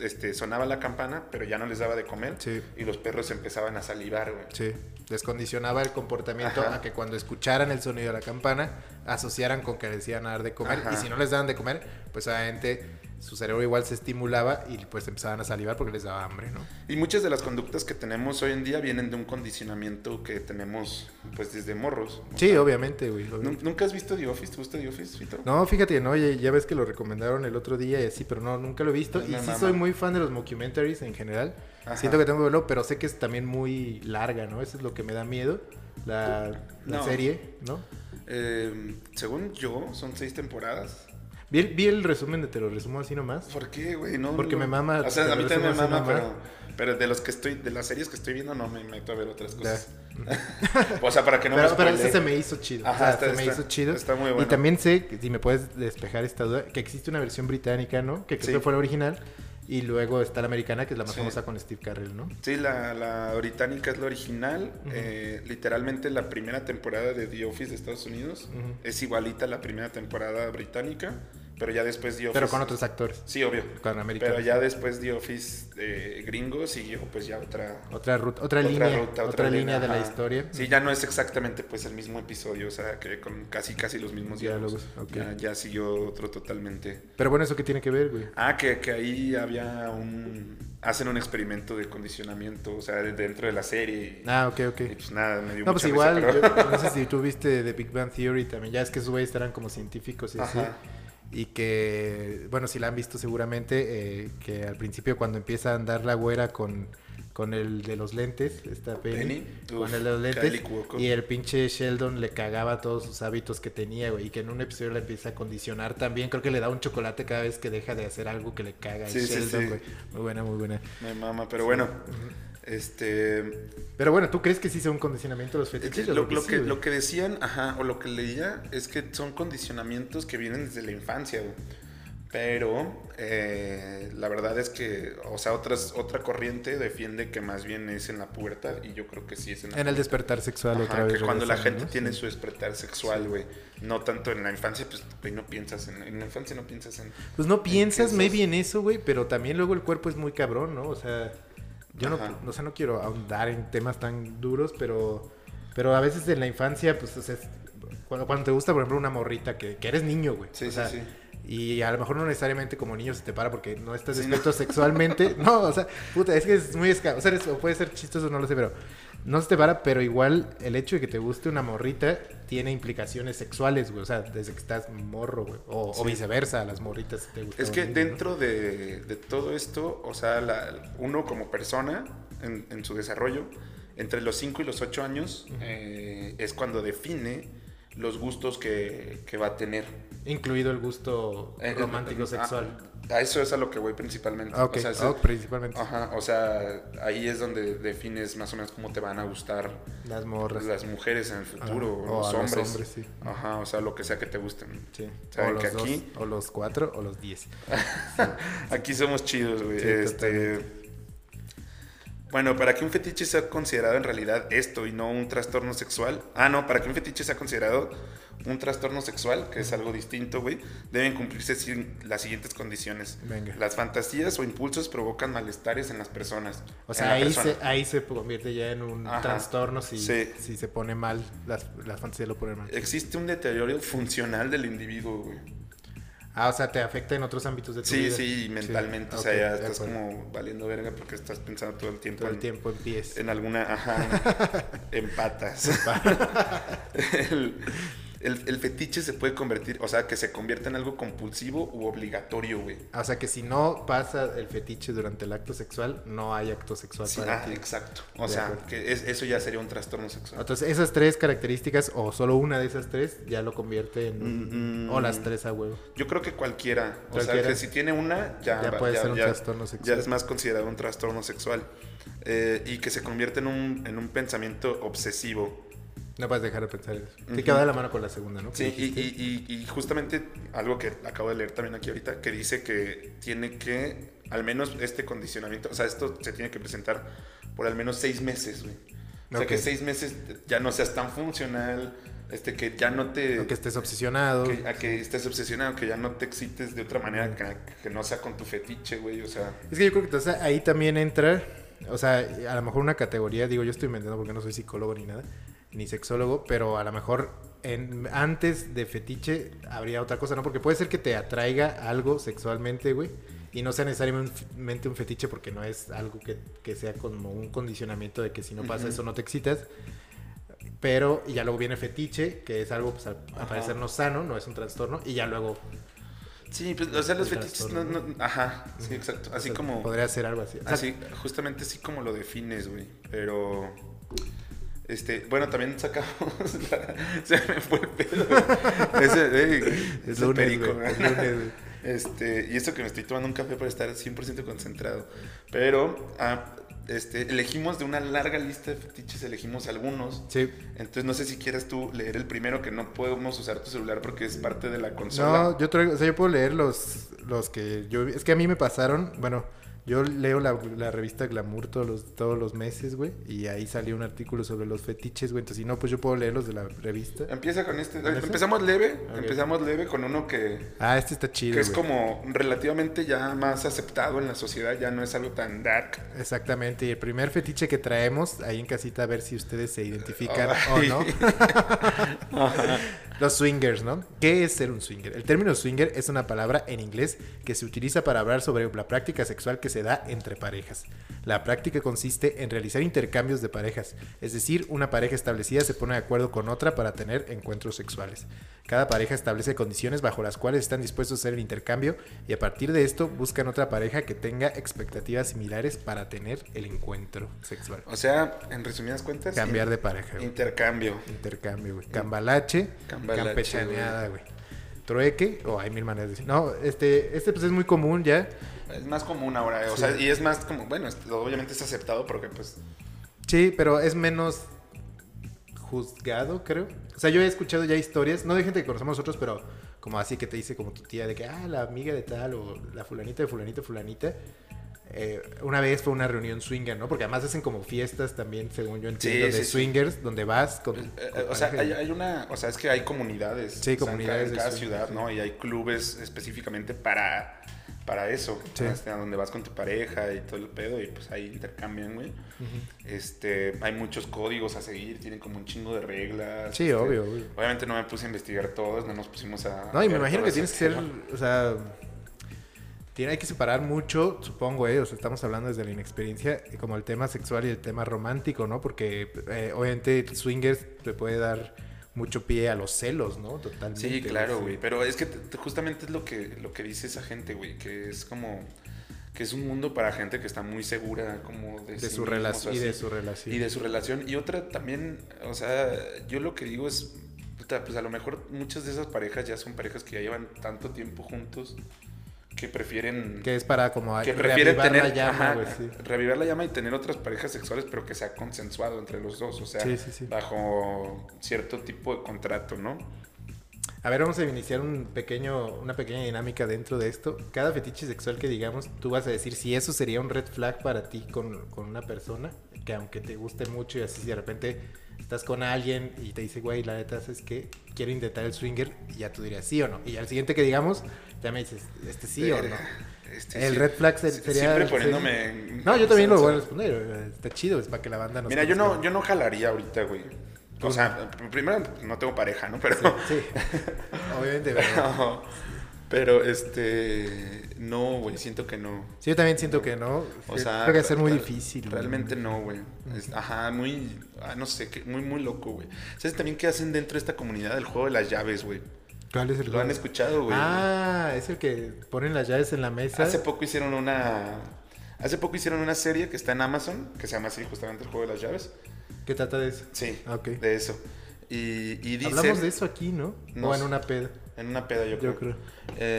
[SPEAKER 3] este, sonaba la campana, pero ya no les daba de comer
[SPEAKER 1] Sí.
[SPEAKER 3] y los perros empezaban a salivar, güey.
[SPEAKER 1] Sí. Les condicionaba el comportamiento
[SPEAKER 3] Ajá.
[SPEAKER 1] a que cuando escucharan el sonido de la campana, asociaran con que les iban a dar de comer.
[SPEAKER 3] Ajá.
[SPEAKER 1] Y si no les daban de comer, pues obviamente su cerebro igual se estimulaba y pues empezaban a salivar porque les daba hambre, ¿no?
[SPEAKER 3] Y muchas de las conductas que tenemos hoy en día vienen de un condicionamiento que tenemos pues desde morros. O
[SPEAKER 1] Sí,
[SPEAKER 3] sea,
[SPEAKER 1] obviamente, güey.
[SPEAKER 3] ¿nun- ¿Nunca has visto The Office? ¿Te gusta The Office, Fito?
[SPEAKER 1] No, fíjate, que no, ya, ya ves que lo recomendaron el otro día y así, pero no, nunca lo he visto.
[SPEAKER 3] Me
[SPEAKER 1] y sí
[SPEAKER 3] mama.
[SPEAKER 1] soy muy fan de los mockumentaries en general.
[SPEAKER 3] Ajá.
[SPEAKER 1] Siento que tengo que verlo, pero sé que es también muy larga, ¿no? Eso es lo que me da miedo. La, la
[SPEAKER 3] No.
[SPEAKER 1] serie, ¿no?
[SPEAKER 3] Eh, según yo, son seis temporadas.
[SPEAKER 1] Vi el, vi el resumen de Te lo resumo así nomás.
[SPEAKER 3] ¿Por qué, güey? No,
[SPEAKER 1] Porque
[SPEAKER 3] no.
[SPEAKER 1] me mama,
[SPEAKER 3] O sea, a mí
[SPEAKER 1] pero
[SPEAKER 3] también me
[SPEAKER 1] eso no
[SPEAKER 3] mama,
[SPEAKER 1] se
[SPEAKER 3] pero,
[SPEAKER 1] mama.
[SPEAKER 3] pero de los que estoy, de las series que estoy viendo, no me meto a ver otras cosas.
[SPEAKER 1] [laughs]
[SPEAKER 3] o sea, para que no
[SPEAKER 1] pero
[SPEAKER 3] me
[SPEAKER 1] pero
[SPEAKER 3] spoile.
[SPEAKER 1] ese se me hizo chido.
[SPEAKER 3] Ajá,
[SPEAKER 1] o sea,
[SPEAKER 3] está-
[SPEAKER 1] se me
[SPEAKER 3] está-
[SPEAKER 1] hizo chido.
[SPEAKER 3] está muy bueno.
[SPEAKER 1] Y también sé, que- si me puedes despejar esta duda, que existe una versión británica, ¿no? Que creo
[SPEAKER 3] Sí.
[SPEAKER 1] que fue la original. Y luego está la americana, que es la más
[SPEAKER 3] Sí.
[SPEAKER 1] famosa con Steve Carrell, ¿no?
[SPEAKER 3] Sí, la, la británica es la original. Eh, literalmente la primera temporada de The Office de Estados Unidos
[SPEAKER 1] Ujú.
[SPEAKER 3] es igualita a la primera temporada británica, pero ya después The Office...
[SPEAKER 1] Pero con otros actores.
[SPEAKER 3] Sí, obvio.
[SPEAKER 1] Con americanos.
[SPEAKER 3] pues Pero ya después The Office eh, gringo siguió pues ya otra...
[SPEAKER 1] Otra ruta, otra,
[SPEAKER 3] otra
[SPEAKER 1] línea,
[SPEAKER 3] ruta,
[SPEAKER 1] otra, línea de la
[SPEAKER 3] ajá.
[SPEAKER 1] historia.
[SPEAKER 3] Sí, ya no es exactamente pues el mismo episodio, o sea, que con casi casi los mismos diálogos.
[SPEAKER 1] Diálogos, ok.
[SPEAKER 3] Ya, ya siguió otro totalmente.
[SPEAKER 1] Pero bueno, ¿eso qué tiene que ver, güey?
[SPEAKER 3] Ah, que, que ahí había un... Hacen un experimento de condicionamiento, o sea, de- dentro de la serie.
[SPEAKER 1] Ah, ok, ok.
[SPEAKER 3] Y pues nada, me dio
[SPEAKER 1] No, pues
[SPEAKER 3] mucha
[SPEAKER 1] igual,
[SPEAKER 3] risa, pero-
[SPEAKER 1] yo- no
[SPEAKER 3] [laughs]
[SPEAKER 1] sé si tú viste The Big Bang Theory también. Ya es que esos güeyes eran como científicos y así.
[SPEAKER 3] Ajá.
[SPEAKER 1] Y que, bueno, si la han visto seguramente, eh, que al principio cuando empieza a andar la güera con, con el de los lentes, esta Penny,
[SPEAKER 3] Penny,
[SPEAKER 1] con
[SPEAKER 3] uf,
[SPEAKER 1] el de los lentes,
[SPEAKER 3] Kylie Cuoco.
[SPEAKER 1] y el pinche Sheldon le cagaba todos sus hábitos que tenía, güey, y que en un episodio la empieza a condicionar también. Creo que le da un chocolate cada vez que deja de hacer algo que le caga a
[SPEAKER 3] Sí, sí,
[SPEAKER 1] Sheldon,
[SPEAKER 3] sí.
[SPEAKER 1] güey. Muy buena, muy buena.
[SPEAKER 3] Me mama, pero bueno. Este.
[SPEAKER 1] Pero bueno, ¿tú crees que sí sea un condicionamiento de los
[SPEAKER 3] es
[SPEAKER 1] fetiches?
[SPEAKER 3] que Lo,
[SPEAKER 1] Yo creo
[SPEAKER 3] lo
[SPEAKER 1] sí,
[SPEAKER 3] que,
[SPEAKER 1] güey.
[SPEAKER 3] lo que decían, ajá, o lo que leía, es que son condicionamientos que vienen desde la infancia, güey. Pero eh, la verdad es que, o sea, otras, otra corriente defiende que más bien es en la pubertad, y yo creo que sí es en la
[SPEAKER 1] En el despertar sexual
[SPEAKER 3] Ajá,
[SPEAKER 1] otra vez.
[SPEAKER 3] que cuando la
[SPEAKER 1] regresando,
[SPEAKER 3] gente
[SPEAKER 1] ¿no?
[SPEAKER 3] tiene
[SPEAKER 1] Sí.
[SPEAKER 3] su despertar sexual, güey. No tanto en la infancia, pues, güey, no piensas en... En la infancia no piensas en...
[SPEAKER 1] Pues no piensas
[SPEAKER 3] esos-
[SPEAKER 1] maybe en eso, güey, pero también luego el cuerpo es muy cabrón, ¿no? O sea, yo no,
[SPEAKER 3] Ajá.
[SPEAKER 1] o sea, no quiero ahondar en temas tan duros, pero, pero a veces en la infancia, pues, o sea, es- cuando, cuando te gusta, por ejemplo, una morrita que, que eres niño, güey.
[SPEAKER 3] Sí,
[SPEAKER 1] o
[SPEAKER 3] sí,
[SPEAKER 1] sea,
[SPEAKER 3] sí.
[SPEAKER 1] Y a lo mejor no necesariamente como niño se te para porque no estás
[SPEAKER 3] Sí,
[SPEAKER 1] despierto
[SPEAKER 3] [laughs]
[SPEAKER 1] sexualmente. No, o sea, puta, es que es muy escabroso. O sea, es- o puede ser chistoso, no lo sé, pero no se te para, pero igual el hecho de que te guste una morrita tiene implicaciones sexuales, güey. O sea, desde que estás morro, güey. O, o
[SPEAKER 3] Sí.
[SPEAKER 1] viceversa, a las morritas te gusta.
[SPEAKER 3] Es
[SPEAKER 1] un
[SPEAKER 3] que
[SPEAKER 1] niño, ¿no?
[SPEAKER 3] dentro de, de todo esto, o sea, la- uno como persona en, en su desarrollo, entre los 5 y los 8 años, eh, es cuando define los gustos que, que va a tener.
[SPEAKER 1] Incluido el gusto
[SPEAKER 3] Eh,
[SPEAKER 1] Eh, romántico
[SPEAKER 3] eh,
[SPEAKER 1] sexual.
[SPEAKER 3] A, a eso es a lo que voy principalmente.
[SPEAKER 1] Ah, ok,
[SPEAKER 3] O sea, es-
[SPEAKER 1] Ah, principalmente.
[SPEAKER 3] ajá, o sea, ahí es donde defines más o menos cómo te van a gustar
[SPEAKER 1] Las morras.
[SPEAKER 3] las mujeres en el futuro,
[SPEAKER 1] Ah,
[SPEAKER 3] o
[SPEAKER 1] o
[SPEAKER 3] los
[SPEAKER 1] a los
[SPEAKER 3] hombres.
[SPEAKER 1] hombres, sí.
[SPEAKER 3] Ajá, o sea, lo que sea que te gusten.
[SPEAKER 1] Sí. O
[SPEAKER 3] Saben
[SPEAKER 1] los
[SPEAKER 3] que
[SPEAKER 1] dos,
[SPEAKER 3] aquí-
[SPEAKER 1] o los cuatro, o los diez.
[SPEAKER 3] Aquí somos chidos, güey.
[SPEAKER 1] Sí,
[SPEAKER 3] este. Bueno, para que un fetiche sea considerado en realidad esto y no un trastorno sexual. Ah, no, para que un fetiche sea considerado un trastorno sexual, que es algo distinto, güey, deben cumplirse sin- las siguientes condiciones.
[SPEAKER 1] Venga.
[SPEAKER 3] Las fantasías o impulsos provocan malestares en las personas.
[SPEAKER 1] O
[SPEAKER 3] en
[SPEAKER 1] sea,
[SPEAKER 3] la
[SPEAKER 1] ahí
[SPEAKER 3] persona.
[SPEAKER 1] se, ahí se convierte ya en un
[SPEAKER 3] Ajá.
[SPEAKER 1] trastorno si,
[SPEAKER 3] Sí.
[SPEAKER 1] si se pone mal, las, las fantasías lo ponen mal.
[SPEAKER 3] Existe un deterioro funcional del individuo, güey.
[SPEAKER 1] Ah, o sea, te afecta en otros ámbitos de tu
[SPEAKER 3] Sí,
[SPEAKER 1] vida.
[SPEAKER 3] sí, mentalmente. o
[SPEAKER 1] ok,
[SPEAKER 3] sea, ya
[SPEAKER 1] de
[SPEAKER 3] estás
[SPEAKER 1] acuerdo.
[SPEAKER 3] como valiendo verga porque estás pensando todo el tiempo,
[SPEAKER 1] Todo el
[SPEAKER 3] en-
[SPEAKER 1] tiempo en pies.
[SPEAKER 3] En alguna, ajá,
[SPEAKER 1] [laughs]
[SPEAKER 3] en patas. [laughs] el, el- el fetiche se puede convertir, o sea, que se convierta en algo compulsivo u obligatorio, güey.
[SPEAKER 1] Ah, O sea, que si no pasa el fetiche durante el acto sexual, no hay acto sexual
[SPEAKER 3] Sí,
[SPEAKER 1] para
[SPEAKER 3] ah,
[SPEAKER 1] ti.
[SPEAKER 3] exacto. O
[SPEAKER 1] De
[SPEAKER 3] sea,
[SPEAKER 1] acuerdo.
[SPEAKER 3] que es- eso ya sería un trastorno sexual.
[SPEAKER 1] Entonces, esas tres características, o solo una de esas tres, ya lo convierte en... un-
[SPEAKER 3] Mm, mm.
[SPEAKER 1] o las tres a huevo.
[SPEAKER 3] Yo creo que cualquiera, o
[SPEAKER 1] Cualquiera.
[SPEAKER 3] sea, que si tiene una, ya,
[SPEAKER 1] Ya
[SPEAKER 3] va-
[SPEAKER 1] puede ser un trastorno sexual.
[SPEAKER 3] Ya es más considerado un trastorno sexual. Eh, y que se convierte en un, en un pensamiento obsesivo.
[SPEAKER 1] No puedes dejar de pensar en eso. Te
[SPEAKER 3] Ujú.
[SPEAKER 1] queda de la mano con la segunda, ¿no?
[SPEAKER 3] Sí, y,
[SPEAKER 1] Dijiste.
[SPEAKER 3] y- y- y justamente algo que acabo de leer también aquí ahorita, que dice que tiene que, al menos este condicionamiento, o sea, esto se tiene que presentar por al menos seis meses, güey. O sea,
[SPEAKER 1] Ok.
[SPEAKER 3] que seis meses ya no seas tan funcional, este, que ya no te...
[SPEAKER 1] O que estés obsesionado.
[SPEAKER 3] que- a que estés obsesionado, que ya no te excites de otra manera, que, que no sea con tu fetiche, güey, o sea...
[SPEAKER 1] Es que yo creo que entonces ahí también entra, o sea, a lo mejor una categoría, digo, yo estoy inventando porque no soy psicólogo ni nada, ni sexólogo, pero a lo mejor en, antes de fetiche habría otra cosa, ¿no? Porque puede ser que te atraiga algo sexualmente, güey, y no sea necesariamente un fetiche porque no es algo que, que sea como un condicionamiento de que si no pasa
[SPEAKER 3] Ujú.
[SPEAKER 1] eso no te excitas. Pero y ya luego viene fetiche, que es algo pues, al al
[SPEAKER 3] Ajá.
[SPEAKER 1] parecer no sano, no es un trastorno, y ya luego
[SPEAKER 3] Sí, pues, o sea, los
[SPEAKER 1] El
[SPEAKER 3] fetiches no,
[SPEAKER 1] trastorno,
[SPEAKER 3] no- Ajá, sí, exacto. Así
[SPEAKER 1] o sea,
[SPEAKER 3] como...
[SPEAKER 1] pues, podría ser algo así. O sea,
[SPEAKER 3] Así, justamente así como lo defines, güey. Pero. Este, bueno, también sacamos. [laughs] la- se me fue el pedo. güey. Ese, ey,
[SPEAKER 1] [laughs] es
[SPEAKER 3] ese
[SPEAKER 1] lunes,
[SPEAKER 3] perico,
[SPEAKER 1] güey, es
[SPEAKER 3] ¿no?
[SPEAKER 1] lunes, güey.
[SPEAKER 3] [laughs] Este, y eso que me estoy tomando un café para estar 100% concentrado. Pero, ah, este, elegimos de una larga lista de fetiches, elegimos algunos.
[SPEAKER 1] Sí.
[SPEAKER 3] Entonces, no sé si quieras tú leer el primero, que no podemos usar tu celular porque es parte de la consola.
[SPEAKER 1] No, yo traigo, o sea, yo puedo leer los, los que yo, es que a mí me pasaron, bueno, yo leo la, la revista Glamour todos los, todos los meses, güey, y ahí salió un artículo sobre los fetiches, güey, entonces si no, pues yo puedo leer los de la revista.
[SPEAKER 3] Empieza con este.
[SPEAKER 1] ¿Con ese?
[SPEAKER 3] Empezamos leve.
[SPEAKER 1] Ok.
[SPEAKER 3] Empezamos leve con uno que.
[SPEAKER 1] Ah, este está chido,
[SPEAKER 3] que es
[SPEAKER 1] güey.
[SPEAKER 3] como relativamente ya más aceptado en la sociedad, ya no es algo tan dark.
[SPEAKER 1] Exactamente, y el primer fetiche que traemos ahí en casita a ver si ustedes se identifican o
[SPEAKER 3] Ay. [laughs]
[SPEAKER 1] no. Los swingers, ¿no? ¿Qué es ser un swinger? El término swinger es una palabra en inglés que se utiliza para hablar sobre la práctica sexual que se da entre parejas. La práctica consiste en realizar intercambios de parejas, es decir, una pareja establecida se pone de acuerdo con otra para tener encuentros sexuales. Cada pareja establece condiciones bajo las cuales están dispuestos a hacer el intercambio y a partir de esto buscan otra pareja que tenga expectativas similares para tener el encuentro sexual.
[SPEAKER 3] O sea, en resumidas cuentas,
[SPEAKER 1] Cambiar
[SPEAKER 3] in-
[SPEAKER 1] de pareja. güey.
[SPEAKER 3] intercambio.
[SPEAKER 1] Intercambio, güey. Cambalache,
[SPEAKER 3] Cambalache,
[SPEAKER 1] campechaneada, güey. Trueque, o hay mil maneras de decir. No, este, este pues es muy común ya.
[SPEAKER 3] Es más común ahora, eh, o
[SPEAKER 1] Sí.
[SPEAKER 3] sea, y es más como, bueno, es- obviamente es aceptado porque pues
[SPEAKER 1] Sí, pero es menos juzgado, creo. O sea, yo he escuchado ya historias, no de gente que conocemos nosotros, pero como así que te dice como tu tía de que, ah, la amiga de tal o la fulanita de fulanita, fulanita. Eh, una vez fue una reunión swinger, ¿no? Porque además hacen como fiestas también, según yo entiendo,
[SPEAKER 3] sí,
[SPEAKER 1] de
[SPEAKER 3] sí.
[SPEAKER 1] swingers, donde vas con...
[SPEAKER 3] Eh, eh,
[SPEAKER 1] con
[SPEAKER 3] o sea,
[SPEAKER 1] pareja.
[SPEAKER 3] hay, hay una, o sea, es que hay comunidades.
[SPEAKER 1] Sí,
[SPEAKER 3] o sea, en
[SPEAKER 1] comunidades de
[SPEAKER 3] cada- en cada
[SPEAKER 1] swing,
[SPEAKER 3] ciudad,
[SPEAKER 1] sí.
[SPEAKER 3] ¿no? Y hay clubes específicamente para, para eso.
[SPEAKER 1] Sí.
[SPEAKER 3] hasta donde vas con tu pareja y todo el pedo y pues ahí intercambian, güey. Este, hay muchos códigos a seguir, tienen como un chingo de reglas.
[SPEAKER 1] Sí,
[SPEAKER 3] este,
[SPEAKER 1] obvio, obvio.
[SPEAKER 3] Obviamente no me puse a investigar todos, no nos pusimos a...
[SPEAKER 1] No, y me
[SPEAKER 3] ver
[SPEAKER 1] imagino
[SPEAKER 3] todo
[SPEAKER 1] que
[SPEAKER 3] ese
[SPEAKER 1] tienes que ser,
[SPEAKER 3] tema.
[SPEAKER 1] o sea, tiene, hay que separar mucho, supongo, eh, o sea, estamos hablando desde la inexperiencia, eh, como el tema sexual y el tema romántico, ¿no? Porque eh, obviamente el swingers te puede dar mucho pie a los celos, ¿no? Totalmente.
[SPEAKER 3] Sí, claro,
[SPEAKER 1] sí.
[SPEAKER 3] güey. Pero es que t- t- justamente es lo que, lo que dice esa gente, güey. Que es como. Que es un mundo para gente que está muy segura, como de,
[SPEAKER 1] De
[SPEAKER 3] sí
[SPEAKER 1] su
[SPEAKER 3] mismos,
[SPEAKER 1] relación. Y de
[SPEAKER 3] así,
[SPEAKER 1] su relación.
[SPEAKER 3] y de su relación. Y otra también, o sea, yo lo que digo es. puta, pues a lo mejor muchas de esas parejas ya son parejas que ya llevan tanto tiempo juntos que prefieren.
[SPEAKER 1] Que es para como
[SPEAKER 3] que prefieren
[SPEAKER 1] reavivar
[SPEAKER 3] tener.
[SPEAKER 1] la llama,
[SPEAKER 3] ajá,
[SPEAKER 1] güey, sí.
[SPEAKER 3] Revivar la llama y tener otras parejas sexuales, pero que sea consensuado entre los dos. O sea,
[SPEAKER 1] Sí, sí, sí.
[SPEAKER 3] bajo cierto tipo de contrato, ¿no?
[SPEAKER 1] A ver, vamos a iniciar un pequeño, una pequeña dinámica dentro de esto. Cada fetiche sexual que digamos, tú vas a decir si eso sería un red flag para ti con, con una persona, que aunque te guste mucho y así, si de repente estás con alguien y te dice, güey, la neta es que quiero intentar el swinger, y ya tú dirías sí o no. Y al siguiente que digamos, ya me dices, este sí o no.
[SPEAKER 3] Verga, este
[SPEAKER 1] el
[SPEAKER 3] sí.
[SPEAKER 1] red flag se-
[SPEAKER 3] Sie-
[SPEAKER 1] sería.
[SPEAKER 3] Siempre
[SPEAKER 1] el
[SPEAKER 3] poniéndome.
[SPEAKER 1] swinger.
[SPEAKER 3] en-
[SPEAKER 1] No, yo también lo voy a
[SPEAKER 3] en-
[SPEAKER 1] responder. eh, Está chido, es para que la banda nos.
[SPEAKER 3] Mira, yo
[SPEAKER 1] conozca.
[SPEAKER 3] no, yo no jalaría ahorita, güey. O sea, primero no tengo pareja, ¿no? Pero. [laughs]
[SPEAKER 1] Sí, obviamente, pero-
[SPEAKER 3] Pero, [laughs] pero, este. No, güey, siento que no.
[SPEAKER 1] Sí, yo también siento que no.
[SPEAKER 3] O sea.
[SPEAKER 1] creo que va a ser muy
[SPEAKER 3] real-
[SPEAKER 1] difícil. güey.
[SPEAKER 3] Realmente no, güey. Es- Ajá, muy. ah, no sé, que- muy, muy loco, güey. ¿Sabes también qué hacen dentro de esta comunidad? El juego de las llaves, güey.
[SPEAKER 1] ¿Cuál es el
[SPEAKER 3] Lo han
[SPEAKER 1] juego?
[SPEAKER 3] escuchado, güey.
[SPEAKER 1] Ah, es el que ponen las llaves en la mesa.
[SPEAKER 3] Hace poco hicieron una. Hace poco hicieron una serie que está en Amazon, que se llama así justamente el juego de las llaves.
[SPEAKER 1] ¿Qué trata de eso?
[SPEAKER 3] Sí,
[SPEAKER 1] Ah, ok.
[SPEAKER 3] de eso. Y, y dicen.
[SPEAKER 1] Hablamos de eso aquí, ¿no?
[SPEAKER 3] No
[SPEAKER 1] o en
[SPEAKER 3] sé.
[SPEAKER 1] una peda.
[SPEAKER 3] En una peda, yo creo.
[SPEAKER 1] Yo creo.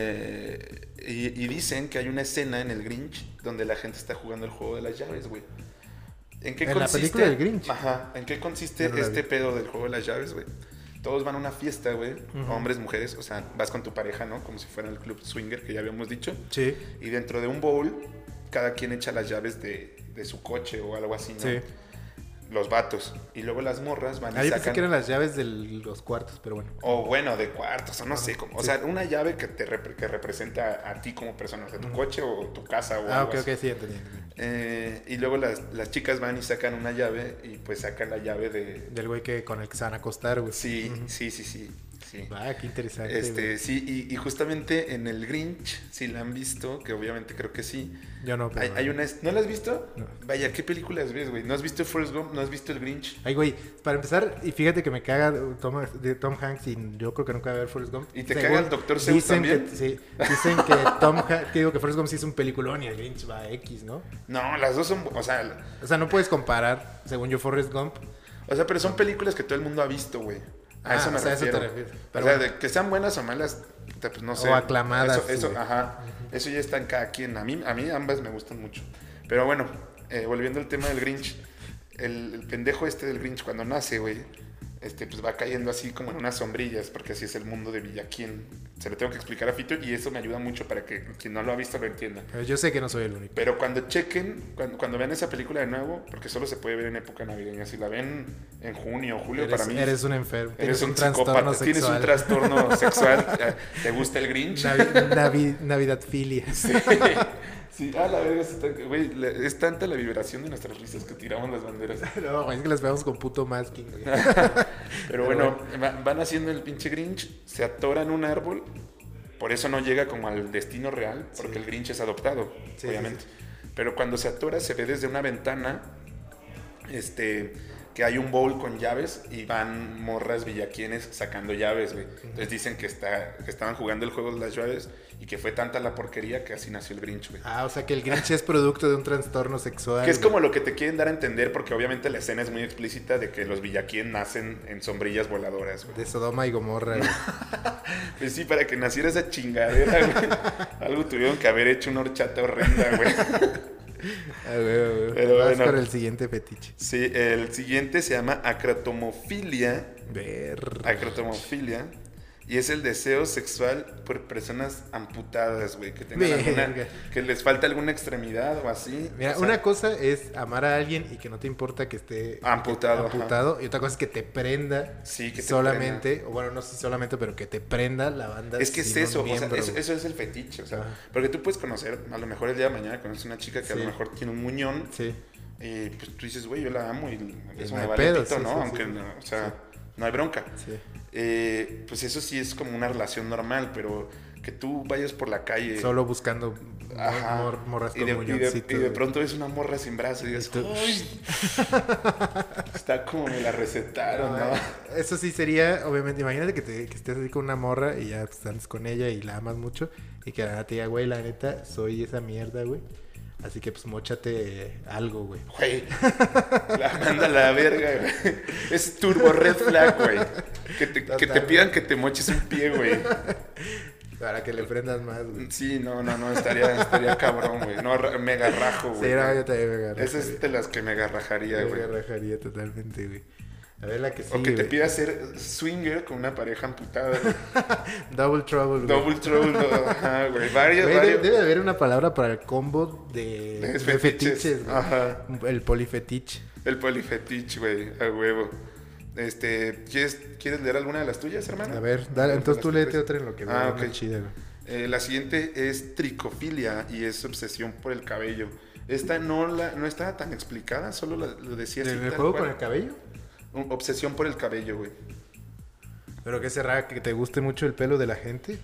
[SPEAKER 3] Eh, y, y dicen que hay una escena en el Grinch donde la gente está jugando el juego de las llaves, güey. ¿En qué
[SPEAKER 1] En la película del Grinch.
[SPEAKER 3] Ajá. ¿En qué consiste
[SPEAKER 1] Yo no la
[SPEAKER 3] este
[SPEAKER 1] vi.
[SPEAKER 3] pedo del juego de las llaves, güey? Todos van a una fiesta, güey.
[SPEAKER 1] Ujú.
[SPEAKER 3] Hombres, mujeres. O sea, vas con tu pareja, ¿no? Como si fuera el club swinger que ya habíamos dicho.
[SPEAKER 1] Sí.
[SPEAKER 3] Y dentro de un bowl, cada quien echa las llaves de, de su coche o algo así, ¿no?
[SPEAKER 1] Sí.
[SPEAKER 3] Los vatos. Y luego las morras van y
[SPEAKER 1] Ah, yo pensé
[SPEAKER 3] sacan...
[SPEAKER 1] que eran las llaves de los cuartos, pero bueno.
[SPEAKER 3] O bueno, de cuartos, o no sé cómo. O
[SPEAKER 1] sí.
[SPEAKER 3] sea, una llave que te repre- que representa a ti como persona, o sea, tu coche o tu casa o
[SPEAKER 1] Ah,
[SPEAKER 3] algo
[SPEAKER 1] ok, ok,
[SPEAKER 3] así.
[SPEAKER 1] sí, entendí. entendí.
[SPEAKER 3] Eh, y luego las, las chicas van y sacan una llave y pues sacan la llave de...
[SPEAKER 1] Del güey que con el que se van a acostar, güey.
[SPEAKER 3] Sí, sí, sí, sí. sí.
[SPEAKER 1] Ah, qué interesante.
[SPEAKER 3] Este,
[SPEAKER 1] güey.
[SPEAKER 3] sí, y, y justamente en el Grinch, si la han visto, que obviamente creo que sí,
[SPEAKER 1] Yo no, pero.
[SPEAKER 3] hay, hay una... ¿No la has visto?
[SPEAKER 1] No.
[SPEAKER 3] Vaya, ¿qué películas ves, güey? ¿No has visto Forrest Gump? ¿No has visto el Grinch?
[SPEAKER 1] Ay, güey, para empezar, y fíjate que me caga Tom, de Tom Hanks y yo creo que nunca voy a ver Forrest Gump.
[SPEAKER 3] ¿Y te
[SPEAKER 1] Según
[SPEAKER 3] caga el Dr. Seuss
[SPEAKER 1] dicen
[SPEAKER 3] también?
[SPEAKER 1] Que, sí, dicen que Tom [laughs] Hanks, que digo que Forrest Gump sí es un peliculón y el Grinch va a X, ¿no?
[SPEAKER 3] No, las dos son... O sea,
[SPEAKER 1] O sea, no puedes comparar, según yo, Forrest Gump.
[SPEAKER 3] O sea, pero son películas que todo el mundo ha visto, güey. A
[SPEAKER 1] Ah,
[SPEAKER 3] eso me
[SPEAKER 1] o sea, a eso
[SPEAKER 3] refiero.
[SPEAKER 1] te refieres. Pero
[SPEAKER 3] o sea,
[SPEAKER 1] bueno.
[SPEAKER 3] de que sean buenas o malas, puta, pues no sé.
[SPEAKER 1] O aclamadas,
[SPEAKER 3] Eso, eso,
[SPEAKER 1] güey.
[SPEAKER 3] ajá. Eso ya está en cada quien. A mí, a mí ambas me gustan mucho. Pero bueno, eh, volviendo al tema del Grinch. El, el pendejo este del Grinch cuando nace, güey, este, pues va cayendo así como en unas sombrillas, porque así es el mundo de Villaquín. Se lo tengo que explicar a Fito y eso me ayuda mucho para que quien no lo ha visto lo entienda.
[SPEAKER 1] Pero yo sé que no soy el único.
[SPEAKER 3] Pero cuando chequen, cuando, cuando vean esa película de nuevo, porque solo se puede ver en época navideña, si la ven en junio o julio,
[SPEAKER 1] Eres,
[SPEAKER 3] para mí
[SPEAKER 1] eres un enfermo,
[SPEAKER 3] eres
[SPEAKER 1] tienes un, trastorno sexual.
[SPEAKER 3] tienes
[SPEAKER 1] [laughs]
[SPEAKER 3] un trastorno sexual, eh, te gusta el Grinch.
[SPEAKER 1] Navi- navi- Navidad filia.
[SPEAKER 3] Sí. Sí, ah, la verga, sí está- güey, le- es tanta la vibración de nuestras risas que tiramos las banderas.
[SPEAKER 1] [laughs] No, güey, es que las veamos con puto masking. güey.
[SPEAKER 3] Pero bueno, va- van haciendo el pinche Grinch, se atora en un árbol, por eso no llega como al destino real, porque el Grinch es adoptado,
[SPEAKER 1] Sí,
[SPEAKER 3] obviamente. Pero cuando se atora se ve desde una ventana este que hay un bowl con llaves y van morras villaquienes sacando llaves, güey. Entonces dicen que, está, que estaban jugando el juego de las llaves y que fue tanta la porquería que así nació el Grinch, güey.
[SPEAKER 1] Ah, o sea que el Grinch es producto de un trastorno sexual.
[SPEAKER 3] Que es
[SPEAKER 1] güey.
[SPEAKER 3] como lo que te quieren dar a entender, porque obviamente la escena es muy explícita de que los villaquien nacen en sombrillas voladoras, güey.
[SPEAKER 1] De Sodoma y Gomorra.
[SPEAKER 3] [laughs]
[SPEAKER 1] güey.
[SPEAKER 3] Pues sí, para que naciera esa chingadera,
[SPEAKER 1] [laughs]
[SPEAKER 3] güey. Algo tuvieron que haber hecho una horchata horrenda, güey.
[SPEAKER 1] Ah, güey, güey.
[SPEAKER 3] Pero
[SPEAKER 1] Vas
[SPEAKER 3] bueno.
[SPEAKER 1] con el siguiente fetiche.
[SPEAKER 3] Sí, el siguiente se llama acrotomofilia.
[SPEAKER 1] Ver.
[SPEAKER 3] Acrotomofilia. Y es el deseo sexual por personas amputadas, güey. Que tengan
[SPEAKER 1] Verga.
[SPEAKER 3] alguna... Que les falta alguna extremidad o así.
[SPEAKER 1] Mira,
[SPEAKER 3] O sea,
[SPEAKER 1] una cosa es amar a alguien y que no te importa que esté
[SPEAKER 3] Amputado, ajá.
[SPEAKER 1] amputado, y otra cosa es que te prenda
[SPEAKER 3] Sí, que te
[SPEAKER 1] solamente, o bueno, no sé si solamente, pero que te prenda la banda.
[SPEAKER 3] Es que es
[SPEAKER 1] sin un
[SPEAKER 3] eso, o sea,
[SPEAKER 1] miembro,
[SPEAKER 3] eso,
[SPEAKER 1] güey.
[SPEAKER 3] eso es el fetiche, o sea,
[SPEAKER 1] Ajá.
[SPEAKER 3] porque tú puedes conocer, a lo mejor el día de mañana conoces una chica que a lo
[SPEAKER 1] Sí.
[SPEAKER 3] mejor tiene un muñón
[SPEAKER 1] Sí.
[SPEAKER 3] Y pues tú dices, güey, yo la amo y eso
[SPEAKER 1] no
[SPEAKER 3] me
[SPEAKER 1] hay
[SPEAKER 3] vale
[SPEAKER 1] pedo,
[SPEAKER 3] pito,
[SPEAKER 1] sí,
[SPEAKER 3] ¿no?
[SPEAKER 1] sí, sí.
[SPEAKER 3] Aunque, no, o sea, no hay bronca.
[SPEAKER 1] Sí.
[SPEAKER 3] Eh, pues eso sí es como una relación normal, pero que tú vayas por la calle.
[SPEAKER 1] Solo buscando
[SPEAKER 3] Ajá.
[SPEAKER 1] mor- morras
[SPEAKER 3] y
[SPEAKER 1] con
[SPEAKER 3] de, y, de,
[SPEAKER 1] muñoncito.
[SPEAKER 3] y de
[SPEAKER 1] güey.
[SPEAKER 3] pronto ves una morra sin brazo y dices,
[SPEAKER 1] tú-
[SPEAKER 3] "Uy,
[SPEAKER 1] [laughs]
[SPEAKER 3] está como me la recetaron, ¿no?
[SPEAKER 1] No, Eso sí sería, obviamente, imagínate que, te, que estés así con una morra y ya pues, andas con ella y la amas mucho y que la neta te diga, güey, la neta, soy esa mierda, güey. Así que pues mochate algo, güey.
[SPEAKER 3] Güey, la manda a la verga, güey. Es turbo red flag, güey. Que te, que te
[SPEAKER 1] Totalmente.
[SPEAKER 3] pidan que te moches un pie, güey.
[SPEAKER 1] Para que le prendas más, güey.
[SPEAKER 3] Sí, no, no, no, estaría, estaría cabrón, güey. No, ra- mega rajo, güey.
[SPEAKER 1] Sí, no, yo también me agarraría.
[SPEAKER 3] Esa es de las que me agarrajaría,
[SPEAKER 1] me
[SPEAKER 3] güey.
[SPEAKER 1] agarraría totalmente, güey. A ver la que sí.
[SPEAKER 3] o que te
[SPEAKER 1] güey.
[SPEAKER 3] pida ser swinger con una pareja amputada.
[SPEAKER 1] [laughs]
[SPEAKER 3] güey.
[SPEAKER 1] Double Trouble, güey.
[SPEAKER 3] Double trouble. no, Ajá, güey. Varios,
[SPEAKER 1] Güey, debe,
[SPEAKER 3] varios.
[SPEAKER 1] debe haber una palabra para el combo de,
[SPEAKER 3] De
[SPEAKER 1] de
[SPEAKER 3] fetiches.
[SPEAKER 1] fetiches, güey.
[SPEAKER 3] Ajá.
[SPEAKER 1] El polifetiche.
[SPEAKER 3] El polifetich, güey. A huevo. Este, ¿quieres, ¿quieres leer alguna de las tuyas, hermano?
[SPEAKER 1] A ver, dale, entonces tú léete otra en lo que veo.
[SPEAKER 3] Ah,
[SPEAKER 1] una
[SPEAKER 3] ok.
[SPEAKER 1] chida, güey.
[SPEAKER 3] Eh, la siguiente es tricofilia y es obsesión por el cabello. Esta no, la, no estaba tan explicada, solo la- lo decía así.
[SPEAKER 1] ¿El
[SPEAKER 3] tal
[SPEAKER 1] juego
[SPEAKER 3] cual.
[SPEAKER 1] con el cabello?
[SPEAKER 3] Un- Obsesión por el cabello, güey.
[SPEAKER 1] Pero qué será que te guste mucho el pelo de la gente.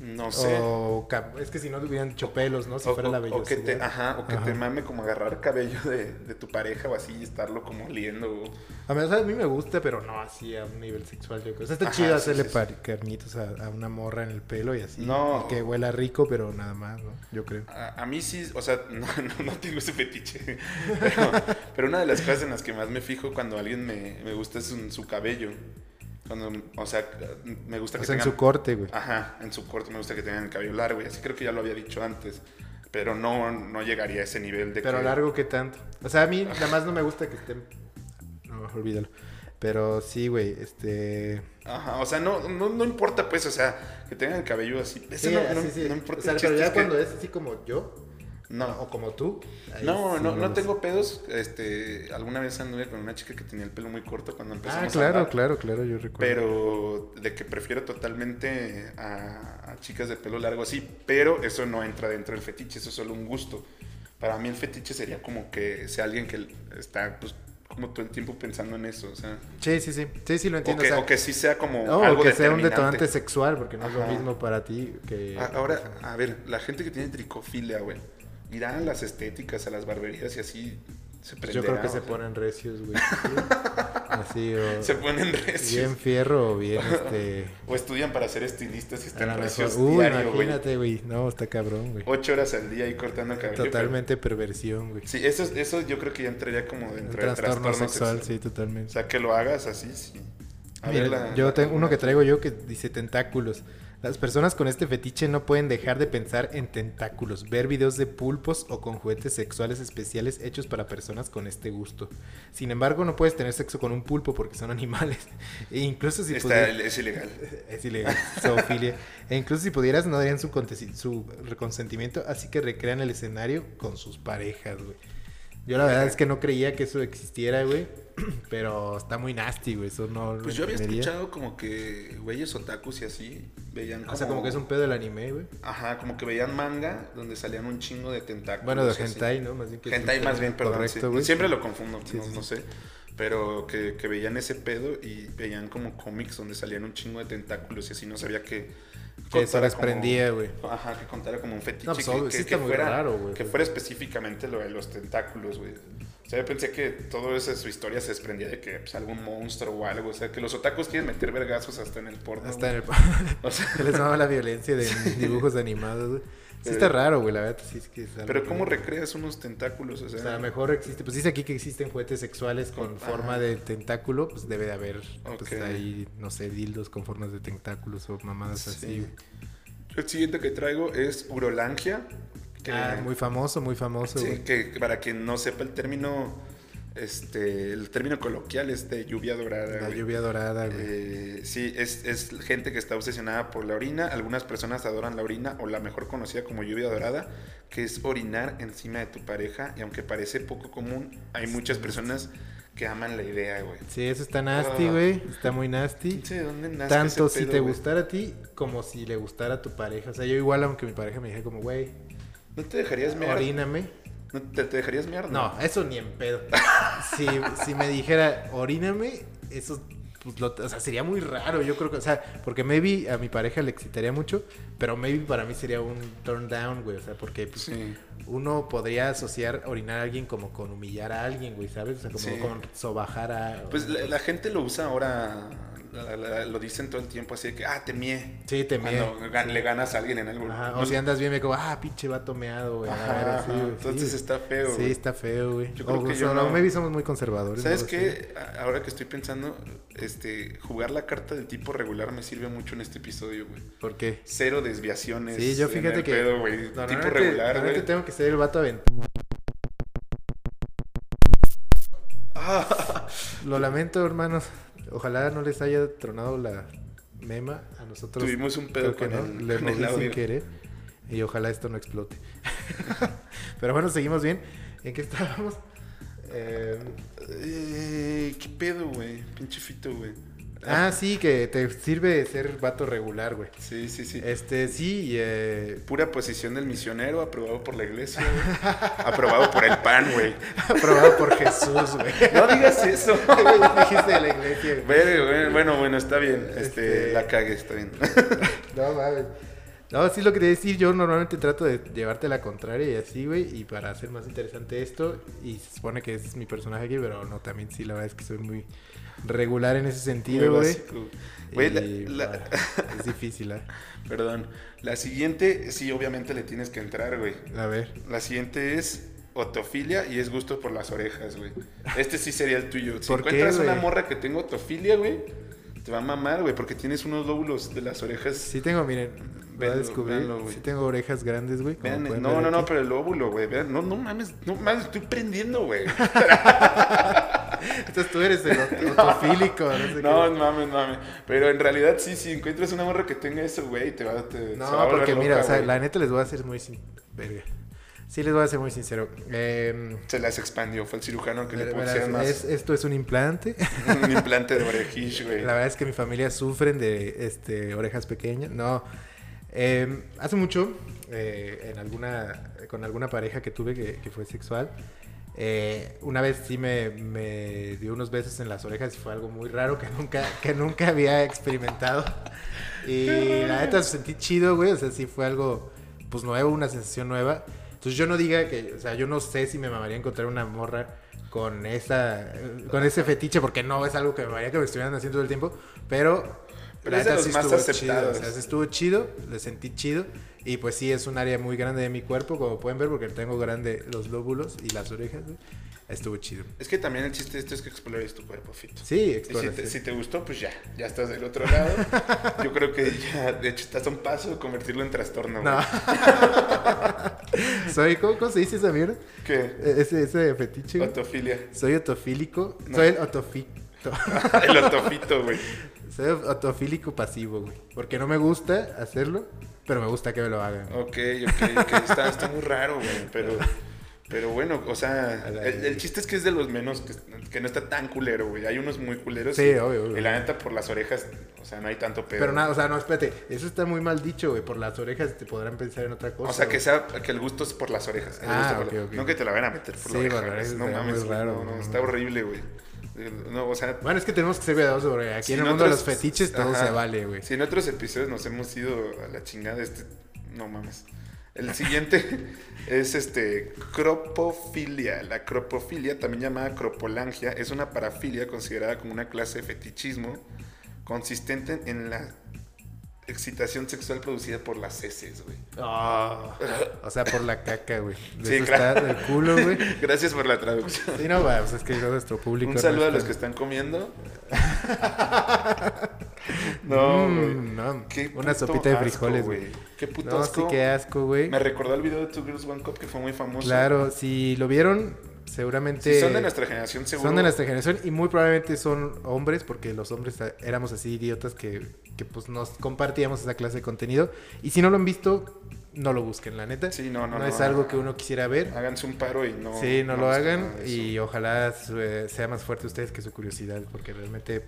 [SPEAKER 3] No sé.
[SPEAKER 1] O cab- es que si no hubieran dicho pelos, ¿no? Si
[SPEAKER 3] O-
[SPEAKER 1] fuera
[SPEAKER 3] o-
[SPEAKER 1] la
[SPEAKER 3] o que te,
[SPEAKER 1] vellosidad.
[SPEAKER 3] ajá, o que
[SPEAKER 1] Ajá.
[SPEAKER 3] te mame como agarrar cabello de, de tu pareja o así y estarlo como oliendo. güey.
[SPEAKER 1] A mí, o sea, a mí me gusta, pero no así a un nivel sexual, yo creo. O sea, está
[SPEAKER 3] Ajá,
[SPEAKER 1] chido
[SPEAKER 3] sí,
[SPEAKER 1] hacerle
[SPEAKER 3] sí, sí.
[SPEAKER 1] par- carnitos a, a una morra en el pelo y así.
[SPEAKER 3] No.
[SPEAKER 1] y que huela rico, pero nada más, ¿no? Yo creo.
[SPEAKER 3] A, a mí sí, o sea, [laughs] no, no, no tengo ese fetiche. Pero, pero una de las cosas en las que más me fijo cuando alguien me, me gusta es en su cabello. Cuando, o sea, me gusta
[SPEAKER 1] O
[SPEAKER 3] que
[SPEAKER 1] sea, en
[SPEAKER 3] tengan- Ah,
[SPEAKER 1] su corte, güey.
[SPEAKER 3] Ajá, en su corte me gusta que tengan el cabello largo y así creo que ya lo había dicho antes. Pero no, no llegaría a ese nivel de
[SPEAKER 1] Pero
[SPEAKER 3] que-
[SPEAKER 1] largo, ¿qué tanto? O sea, a mí nada más no me gusta que estén... No, mejor olvídalo. Pero sí, güey, este...
[SPEAKER 3] Ajá, o sea, no, no, no importa pues, o sea, que tengan el cabello así. Eso
[SPEAKER 1] sí,
[SPEAKER 3] no,
[SPEAKER 1] así,
[SPEAKER 3] no-
[SPEAKER 1] sí.
[SPEAKER 3] no importa.
[SPEAKER 1] O sea,
[SPEAKER 3] el
[SPEAKER 1] pero
[SPEAKER 3] chiste
[SPEAKER 1] ya
[SPEAKER 3] es que-
[SPEAKER 1] cuando es así como yo,
[SPEAKER 3] No,
[SPEAKER 1] o como tú... ahí
[SPEAKER 3] no,
[SPEAKER 1] sí
[SPEAKER 3] no, no
[SPEAKER 1] me
[SPEAKER 3] tengo pedos. Este, alguna vez anduve con una chica que tenía el pelo muy corto cuando
[SPEAKER 1] gusta. Ah,
[SPEAKER 3] empezamos a
[SPEAKER 1] claro,
[SPEAKER 3] andar,
[SPEAKER 1] claro, claro, yo recuerdo.
[SPEAKER 3] Pero de que prefiero totalmente a, a chicas de pelo largo así, pero eso no entra dentro del fetiche, eso es solo un gusto. Para mí el fetiche sería como que sea alguien que está pues, como todo el tiempo pensando en eso, o sea,
[SPEAKER 1] Sí, sí, sí. Sí, sí, lo
[SPEAKER 3] o
[SPEAKER 1] entiendo.
[SPEAKER 3] que,
[SPEAKER 1] o sea,
[SPEAKER 3] o que sí sea como
[SPEAKER 1] No,
[SPEAKER 3] algo
[SPEAKER 1] o que sea un
[SPEAKER 3] determinante.
[SPEAKER 1] detonante sexual, porque no es lo
[SPEAKER 3] Ajá.
[SPEAKER 1] mismo para ti que...
[SPEAKER 3] A- Ah, Ahora, a ver, la gente que tiene tricofilia, güey, irá a las estéticas, a las barberías y así se
[SPEAKER 1] Pues
[SPEAKER 3] prenderá.
[SPEAKER 1] yo creo que
[SPEAKER 3] o
[SPEAKER 1] se
[SPEAKER 3] sea,
[SPEAKER 1] ponen recios,
[SPEAKER 3] [laughs]
[SPEAKER 1] güey. Sí. Así, o
[SPEAKER 3] Se ponen [laughs] recios.
[SPEAKER 1] bien fierro o bien este...
[SPEAKER 3] O estudian para ser estilistas
[SPEAKER 1] A
[SPEAKER 3] y
[SPEAKER 1] lo
[SPEAKER 3] están
[SPEAKER 1] mejor...
[SPEAKER 3] recios
[SPEAKER 1] Uy,
[SPEAKER 3] diario, güey.
[SPEAKER 1] imagínate, güey. No, está cabrón, güey.
[SPEAKER 3] Ocho horas al día ahí cortando cabello. pero-
[SPEAKER 1] Totalmente perversión, güey.
[SPEAKER 3] Sí, eso, eso yo creo que ya entraría como
[SPEAKER 1] Un
[SPEAKER 3] dentro del
[SPEAKER 1] trastorno, sexual, sí,
[SPEAKER 3] O
[SPEAKER 1] totalmente.
[SPEAKER 3] sea, que lo hagas así, sí. A
[SPEAKER 1] Mira,
[SPEAKER 3] ver, la-
[SPEAKER 1] yo
[SPEAKER 3] la-
[SPEAKER 1] tengo uno que traigo yo que dice tentáculos. Las personas con este fetiche no pueden dejar de pensar en tentáculos, ver videos de pulpos o con juguetes sexuales especiales hechos para personas con este gusto. Sin embargo, no puedes tener sexo con un pulpo porque son [laughs] animales. E incluso si
[SPEAKER 3] Está-
[SPEAKER 1] pudieras-
[SPEAKER 3] es ilegal.
[SPEAKER 1] [laughs] Es ilegal, zoofilia. E incluso si pudieras, no darían su, contesi- su consentimiento, así que recrean el escenario con sus parejas, güey. Yo la verdad es que no creía que eso existiera, güey. [clears throat] Pero está muy nasty, güey. Eso no lo
[SPEAKER 3] Pues yo había
[SPEAKER 1] entendería.
[SPEAKER 3] escuchado como que güeyes otakus y así veían como...
[SPEAKER 1] O sea, como que es un pedo del anime, güey.
[SPEAKER 3] Ajá, como que veían manga donde salían un chingo de tentáculos.
[SPEAKER 1] Bueno, de
[SPEAKER 3] y así.
[SPEAKER 1] hentai, ¿no? Más bien que es un
[SPEAKER 3] Hentai
[SPEAKER 1] pedo
[SPEAKER 3] más bien, perdón. sí.
[SPEAKER 1] Correcto, güey.
[SPEAKER 3] Siempre lo confundo,
[SPEAKER 1] Sí,
[SPEAKER 3] no,
[SPEAKER 1] sí, sí.
[SPEAKER 3] no sé. Pero que, que veían ese pedo y veían como cómics donde salían un chingo de tentáculos y así no sabía que...
[SPEAKER 1] Que eso
[SPEAKER 3] contara
[SPEAKER 1] las
[SPEAKER 3] como-
[SPEAKER 1] prendía, güey.
[SPEAKER 3] Ajá, que contara como un fetiche.
[SPEAKER 1] No, pues,
[SPEAKER 3] que,
[SPEAKER 1] obvio,
[SPEAKER 3] que-
[SPEAKER 1] sí
[SPEAKER 3] que
[SPEAKER 1] está muy
[SPEAKER 3] fuera,
[SPEAKER 1] raro, güey. pues.
[SPEAKER 3] Que fuera específicamente lo de los tentáculos, güey. O sea, yo pensé que todo eso, su historia se desprendía de que pues, algún monstruo o algo. O sea, que los otakus quieren meter vergazos hasta en el porno.
[SPEAKER 1] Hasta en
[SPEAKER 3] güey.
[SPEAKER 1] el... [laughs]
[SPEAKER 3] O sea,
[SPEAKER 1] Se les mama la violencia de dibujos animados, güey. Sí está raro, güey, la verdad. Sí, es que es algo
[SPEAKER 3] pero ¿cómo
[SPEAKER 1] raro.
[SPEAKER 3] recreas unos tentáculos? O sea,
[SPEAKER 1] O sea, a lo mejor existe, pues dice aquí que existen juguetes sexuales con
[SPEAKER 3] Ah.
[SPEAKER 1] forma de tentáculo, pues debe de haber, pues
[SPEAKER 3] Ok.
[SPEAKER 1] ahí, no sé, dildos con formas de tentáculos o mamadas así.
[SPEAKER 3] Sí.
[SPEAKER 1] güey.
[SPEAKER 3] El siguiente que traigo es urolangia. Que,
[SPEAKER 1] Ah, muy famoso, muy famoso,
[SPEAKER 3] sí,
[SPEAKER 1] güey.
[SPEAKER 3] que para quien no sepa el término, este, el término coloquial es de lluvia dorada.
[SPEAKER 1] La
[SPEAKER 3] güey.
[SPEAKER 1] lluvia dorada, güey.
[SPEAKER 3] Eh, sí, es, es gente que está obsesionada por la orina. Algunas personas adoran la orina o la mejor conocida como lluvia dorada, que es orinar encima de tu pareja. Y aunque parece poco común, hay muchas personas que aman la idea, güey.
[SPEAKER 1] Sí, eso está nasty,
[SPEAKER 3] Ah.
[SPEAKER 1] güey. Está muy nasty.
[SPEAKER 3] Sí, ¿de dónde nace
[SPEAKER 1] Tanto
[SPEAKER 3] ese
[SPEAKER 1] si
[SPEAKER 3] pedo,
[SPEAKER 1] te
[SPEAKER 3] güey?
[SPEAKER 1] gustara a ti como si le gustara a tu pareja. O sea, yo igual, aunque mi pareja me dijera como, güey,
[SPEAKER 3] ¿No te dejarías mear?
[SPEAKER 1] oríname.
[SPEAKER 3] ¿No te, te dejarías mear?
[SPEAKER 1] No, eso ni en pedo. [laughs] si, si me dijera, oríname, eso pues, lo- o sea, sería muy raro, yo creo que, o sea, porque maybe a mi pareja le excitaría mucho, pero maybe para mí sería un turn down, güey, o sea, porque pues,
[SPEAKER 3] Sí.
[SPEAKER 1] uno podría asociar orinar a alguien como con humillar a alguien, güey, ¿sabes? O sea, como
[SPEAKER 3] Sí.
[SPEAKER 1] con sobajar a...
[SPEAKER 3] Pues la, la gente lo usa ahora, la- la- lo dicen todo el tiempo así de que, ah, te mié.
[SPEAKER 1] Sí, te mié.
[SPEAKER 3] Cuando gan- le ganas a alguien en algo.
[SPEAKER 1] Ajá,
[SPEAKER 3] No-
[SPEAKER 1] o si
[SPEAKER 3] [laughs]
[SPEAKER 1] andas bien, me como, ah, pinche vato meado, güey. a
[SPEAKER 3] Ajá,
[SPEAKER 1] ver, así,
[SPEAKER 3] ajá.
[SPEAKER 1] güey, sí,
[SPEAKER 3] Entonces
[SPEAKER 1] güey.
[SPEAKER 3] está feo,
[SPEAKER 1] Sí,
[SPEAKER 3] güey.
[SPEAKER 1] está feo, güey.
[SPEAKER 3] Yo
[SPEAKER 1] Yo
[SPEAKER 3] creo que yo no-
[SPEAKER 1] Maybe somos muy conservadores.
[SPEAKER 3] ¿Sabes
[SPEAKER 1] no lo sé.
[SPEAKER 3] qué? A- Ahora que estoy pensando, este, jugar la carta del tipo regular me sirve mucho en este episodio, güey.
[SPEAKER 1] ¿Por qué?
[SPEAKER 3] Cero desviaciones.
[SPEAKER 1] Sí, yo
[SPEAKER 3] Este, en
[SPEAKER 1] fíjate
[SPEAKER 3] el
[SPEAKER 1] que
[SPEAKER 3] pedo, güey.
[SPEAKER 1] Normalmente-
[SPEAKER 3] tipo regular,
[SPEAKER 1] normalmente
[SPEAKER 3] güey.
[SPEAKER 1] tengo que
[SPEAKER 3] [laughs]
[SPEAKER 1] ser el vato aventado.
[SPEAKER 3] Ah,
[SPEAKER 1] Lo lamento, hermanos. Ojalá no les haya tronado la mema a nosotros.
[SPEAKER 3] Tuvimos un pedo
[SPEAKER 1] creo que
[SPEAKER 3] con el-
[SPEAKER 1] Le
[SPEAKER 3] con el
[SPEAKER 1] moví sin
[SPEAKER 3] audio.
[SPEAKER 1] querer. Y ojalá esto no explote. [laughs] Pero bueno, seguimos bien. ¿En qué estábamos? Eh,
[SPEAKER 3] Eh, ¿Qué pedo, güey? Pinche fito, güey.
[SPEAKER 1] ah, sí, que te sirve de ser vato regular, güey.
[SPEAKER 3] Sí, sí, sí.
[SPEAKER 1] Este, sí, y, eh, [laughs]
[SPEAKER 3] Pura posición del misionero, aprobado por la iglesia, güey. aprobado por el pan, güey.
[SPEAKER 1] aprobado por Jesús, güey.
[SPEAKER 3] No digas
[SPEAKER 1] [laughs]
[SPEAKER 3] eso.
[SPEAKER 1] Dijiste de la iglesia, güey.
[SPEAKER 3] Ver, güey, bueno, bueno, está bien. Este,
[SPEAKER 1] Este-
[SPEAKER 3] la cagué, está bien.
[SPEAKER 1] [laughs] No mames. No, sí, lo que te decir, yo normalmente trato de llevarte la contraria y así, güey. Y para hacer más interesante esto, y se supone que ese es mi personaje aquí, pero no, también sí, la verdad es que soy muy regular en ese
[SPEAKER 3] [laughs] Muy
[SPEAKER 1] sentido, güey.
[SPEAKER 3] básico. Güey, la-
[SPEAKER 1] Y,
[SPEAKER 3] la-
[SPEAKER 1] [laughs] bah, es difícil, ¿eh?
[SPEAKER 3] Perdón. La siguiente, sí, obviamente le tienes que entrar, güey.
[SPEAKER 1] A ver.
[SPEAKER 3] La siguiente es otofilia y es gusto por las orejas, güey. Este sí sería el tuyo. Si
[SPEAKER 1] ¿Por qué,
[SPEAKER 3] encuentras una
[SPEAKER 1] güey?
[SPEAKER 3] morra que tenga otofilia, güey, te va a mamar, güey, porque tienes unos lóbulos de las orejas.
[SPEAKER 1] Sí tengo, miren, voy a
[SPEAKER 3] Véanlo,
[SPEAKER 1] descubrir.
[SPEAKER 3] véanlo, güey.
[SPEAKER 1] sí tengo orejas grandes, güey. como
[SPEAKER 3] Vean,
[SPEAKER 1] pueden
[SPEAKER 3] no,
[SPEAKER 1] ver
[SPEAKER 3] no, no,
[SPEAKER 1] aquí.
[SPEAKER 3] pero el óvulo, güey. Vean, no, no mames, no mames, estoy prendiendo,
[SPEAKER 1] [laughs]
[SPEAKER 3] güey.
[SPEAKER 1] Entonces tú eres el ot- otofílico, [laughs] no sé
[SPEAKER 3] No,
[SPEAKER 1] qué.
[SPEAKER 3] mames, mames. Pero en realidad sí, si encuentras una morra que tenga eso, güey, te va, te,
[SPEAKER 1] No,
[SPEAKER 3] se va a volver
[SPEAKER 1] porque mira,
[SPEAKER 3] loca,
[SPEAKER 1] o sea,
[SPEAKER 3] güey.
[SPEAKER 1] la neta les voy a ser muy sin... Verga. Sí les voy a ser muy sincero. Eh,
[SPEAKER 3] Se las expandió, fue el cirujano que le
[SPEAKER 1] Verás,
[SPEAKER 3] pusieron más
[SPEAKER 1] es- esto es un implante.
[SPEAKER 3] un implante de orejish, güey.
[SPEAKER 1] [laughs] La verdad es que mi familia sufren de este, orejas pequeñas. No. Eh, hace mucho, eh, en alguna, con alguna pareja que tuve que, que fue sexual, eh, una vez sí me, me dio unos besos en las orejas y fue algo muy raro que nunca, que nunca había experimentado. Y la neta lo sentí chido, güey. O sea, sí fue algo pues nuevo, una sensación nueva. Entonces yo no diga que, o sea, yo no sé si me mamaría encontrar una morra con esa, eh, con ese fetiche, porque no es algo que me mamaría que me estuvieran haciendo todo el tiempo, pero,
[SPEAKER 3] Pero es de los más
[SPEAKER 1] chido, o
[SPEAKER 3] aceptados.
[SPEAKER 1] sea, sí estuvo chido, lo sentí chido, y pues sí, es un área muy grande de mi cuerpo, como pueden ver, porque tengo grande los lóbulos y las orejas, güey. estuvo chido.
[SPEAKER 3] Es que también el chiste de esto es que explores tu cuerpo, Fito.
[SPEAKER 1] Sí,
[SPEAKER 3] Y si
[SPEAKER 1] explora,
[SPEAKER 3] te,
[SPEAKER 1] sí.
[SPEAKER 3] si te gustó, pues ya, ya estás del otro lado. Yo creo que ya, de hecho, estás a un paso de convertirlo en trastorno, güey.
[SPEAKER 1] No. [laughs] Soy, ¿cómo, cómo se dice esa mierda?
[SPEAKER 3] ¿Qué?
[SPEAKER 1] E- Ese, ese fetiche, güey.
[SPEAKER 3] Otofilia.
[SPEAKER 1] Soy otofílico.
[SPEAKER 3] No.
[SPEAKER 1] Soy el otofito.
[SPEAKER 3] El otofito, güey.
[SPEAKER 1] [laughs] Soy otofílico pasivo, güey. Porque no me gusta hacerlo, pero me gusta que me lo hagan. güey.
[SPEAKER 3] Ok, ok, ok. Está, está muy raro, güey. Pero, pero bueno, o sea,
[SPEAKER 1] A la
[SPEAKER 3] el,
[SPEAKER 1] de-
[SPEAKER 3] el chiste es que es de los menos que, que no está tan culero, güey. Hay unos muy culeros.
[SPEAKER 1] Sí,
[SPEAKER 3] y-
[SPEAKER 1] obvio, obvio.
[SPEAKER 3] Y la neta, por las orejas, o sea, no hay tanto pedo.
[SPEAKER 1] Pero nada, o sea, no, espérate. Eso está muy mal dicho, güey. Por las orejas te podrán pensar en otra cosa.
[SPEAKER 3] O sea, que
[SPEAKER 1] güey.
[SPEAKER 3] sea que el gusto es por las orejas. el
[SPEAKER 1] Ah,
[SPEAKER 3] gusto por
[SPEAKER 1] ok,
[SPEAKER 3] la-
[SPEAKER 1] ok.
[SPEAKER 3] No que te la van a meter por
[SPEAKER 1] Sí,
[SPEAKER 3] la oreja.
[SPEAKER 1] bueno,
[SPEAKER 3] güey.
[SPEAKER 1] eso
[SPEAKER 3] no
[SPEAKER 1] está
[SPEAKER 3] mames,
[SPEAKER 1] muy
[SPEAKER 3] güey,
[SPEAKER 1] raro,
[SPEAKER 3] no, no,
[SPEAKER 1] güey.
[SPEAKER 3] está horrible, güey. No, o sea,
[SPEAKER 1] Bueno, es que tenemos que ser cuidadosos, porque aquí
[SPEAKER 3] si
[SPEAKER 1] en el mundo de los
[SPEAKER 3] otros-
[SPEAKER 1] fetiches todo
[SPEAKER 3] ajá.
[SPEAKER 1] se vale, güey.
[SPEAKER 3] Si en otros episodios nos hemos ido a la chingada, este no mames. El siguiente [laughs] es este cropofilia. La cropofilia, también llamada cropolangia, es una parafilia considerada como una clase de fetichismo consistente en la excitación sexual producida por las heces, güey.
[SPEAKER 1] Ah, O sea, por la caca,
[SPEAKER 3] [laughs]
[SPEAKER 1] güey. De
[SPEAKER 3] Sí,
[SPEAKER 1] eso
[SPEAKER 3] claro.
[SPEAKER 1] está del culo, güey.
[SPEAKER 3] [laughs] Gracias por la traducción.
[SPEAKER 1] Sí, no, va, pues es que nuestro público.
[SPEAKER 3] Un
[SPEAKER 1] no
[SPEAKER 3] saludo a
[SPEAKER 1] está-
[SPEAKER 3] los que
[SPEAKER 1] [laughs]
[SPEAKER 3] están comiendo. no, güey.
[SPEAKER 1] Mm, no.
[SPEAKER 3] Qué
[SPEAKER 1] Una
[SPEAKER 3] puto
[SPEAKER 1] sopita de
[SPEAKER 3] asco,
[SPEAKER 1] frijoles, güey.
[SPEAKER 3] Qué puto
[SPEAKER 1] No, sí,
[SPEAKER 3] asco.
[SPEAKER 1] qué asco, güey.
[SPEAKER 3] Me recordó el video de Two Girls One Cup que fue muy famoso.
[SPEAKER 1] Claro, si lo vieron, seguramente.
[SPEAKER 3] Si son de nuestra generación, seguro.
[SPEAKER 1] Son de nuestra generación y muy probablemente son hombres, porque los hombres a- éramos así idiotas que, que, pues nos compartíamos esa clase de contenido. Y si no lo han visto, no lo busquen, la neta.
[SPEAKER 3] Sí, no, no, no.
[SPEAKER 1] es algo que uno quisiera ver.
[SPEAKER 3] Háganse un paro y no.
[SPEAKER 1] sí, no, lo
[SPEAKER 3] busquen
[SPEAKER 1] hagan
[SPEAKER 3] nada de
[SPEAKER 1] y
[SPEAKER 3] eso.
[SPEAKER 1] ojalá su- eh, sea más fuerte ustedes que su curiosidad, porque realmente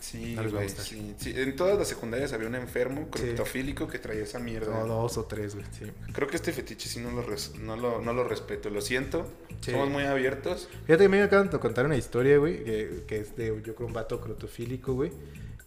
[SPEAKER 3] Sí,
[SPEAKER 1] no les va a
[SPEAKER 3] güey,
[SPEAKER 1] gustar.
[SPEAKER 3] sí, sí. En todas las secundarias había un enfermo
[SPEAKER 1] Sí.
[SPEAKER 3] criptofílico que traía esa mierda.
[SPEAKER 1] no, dos o tres, güey. sí.
[SPEAKER 3] Creo que este fetiche sí no lo, res- no lo, no lo respeto. Lo siento.
[SPEAKER 1] Sí.
[SPEAKER 3] Somos muy abiertos.
[SPEAKER 1] Fíjate que a mí me acaban de contar una historia, güey, que, que es de, yo creo, un vato crotofílico, güey.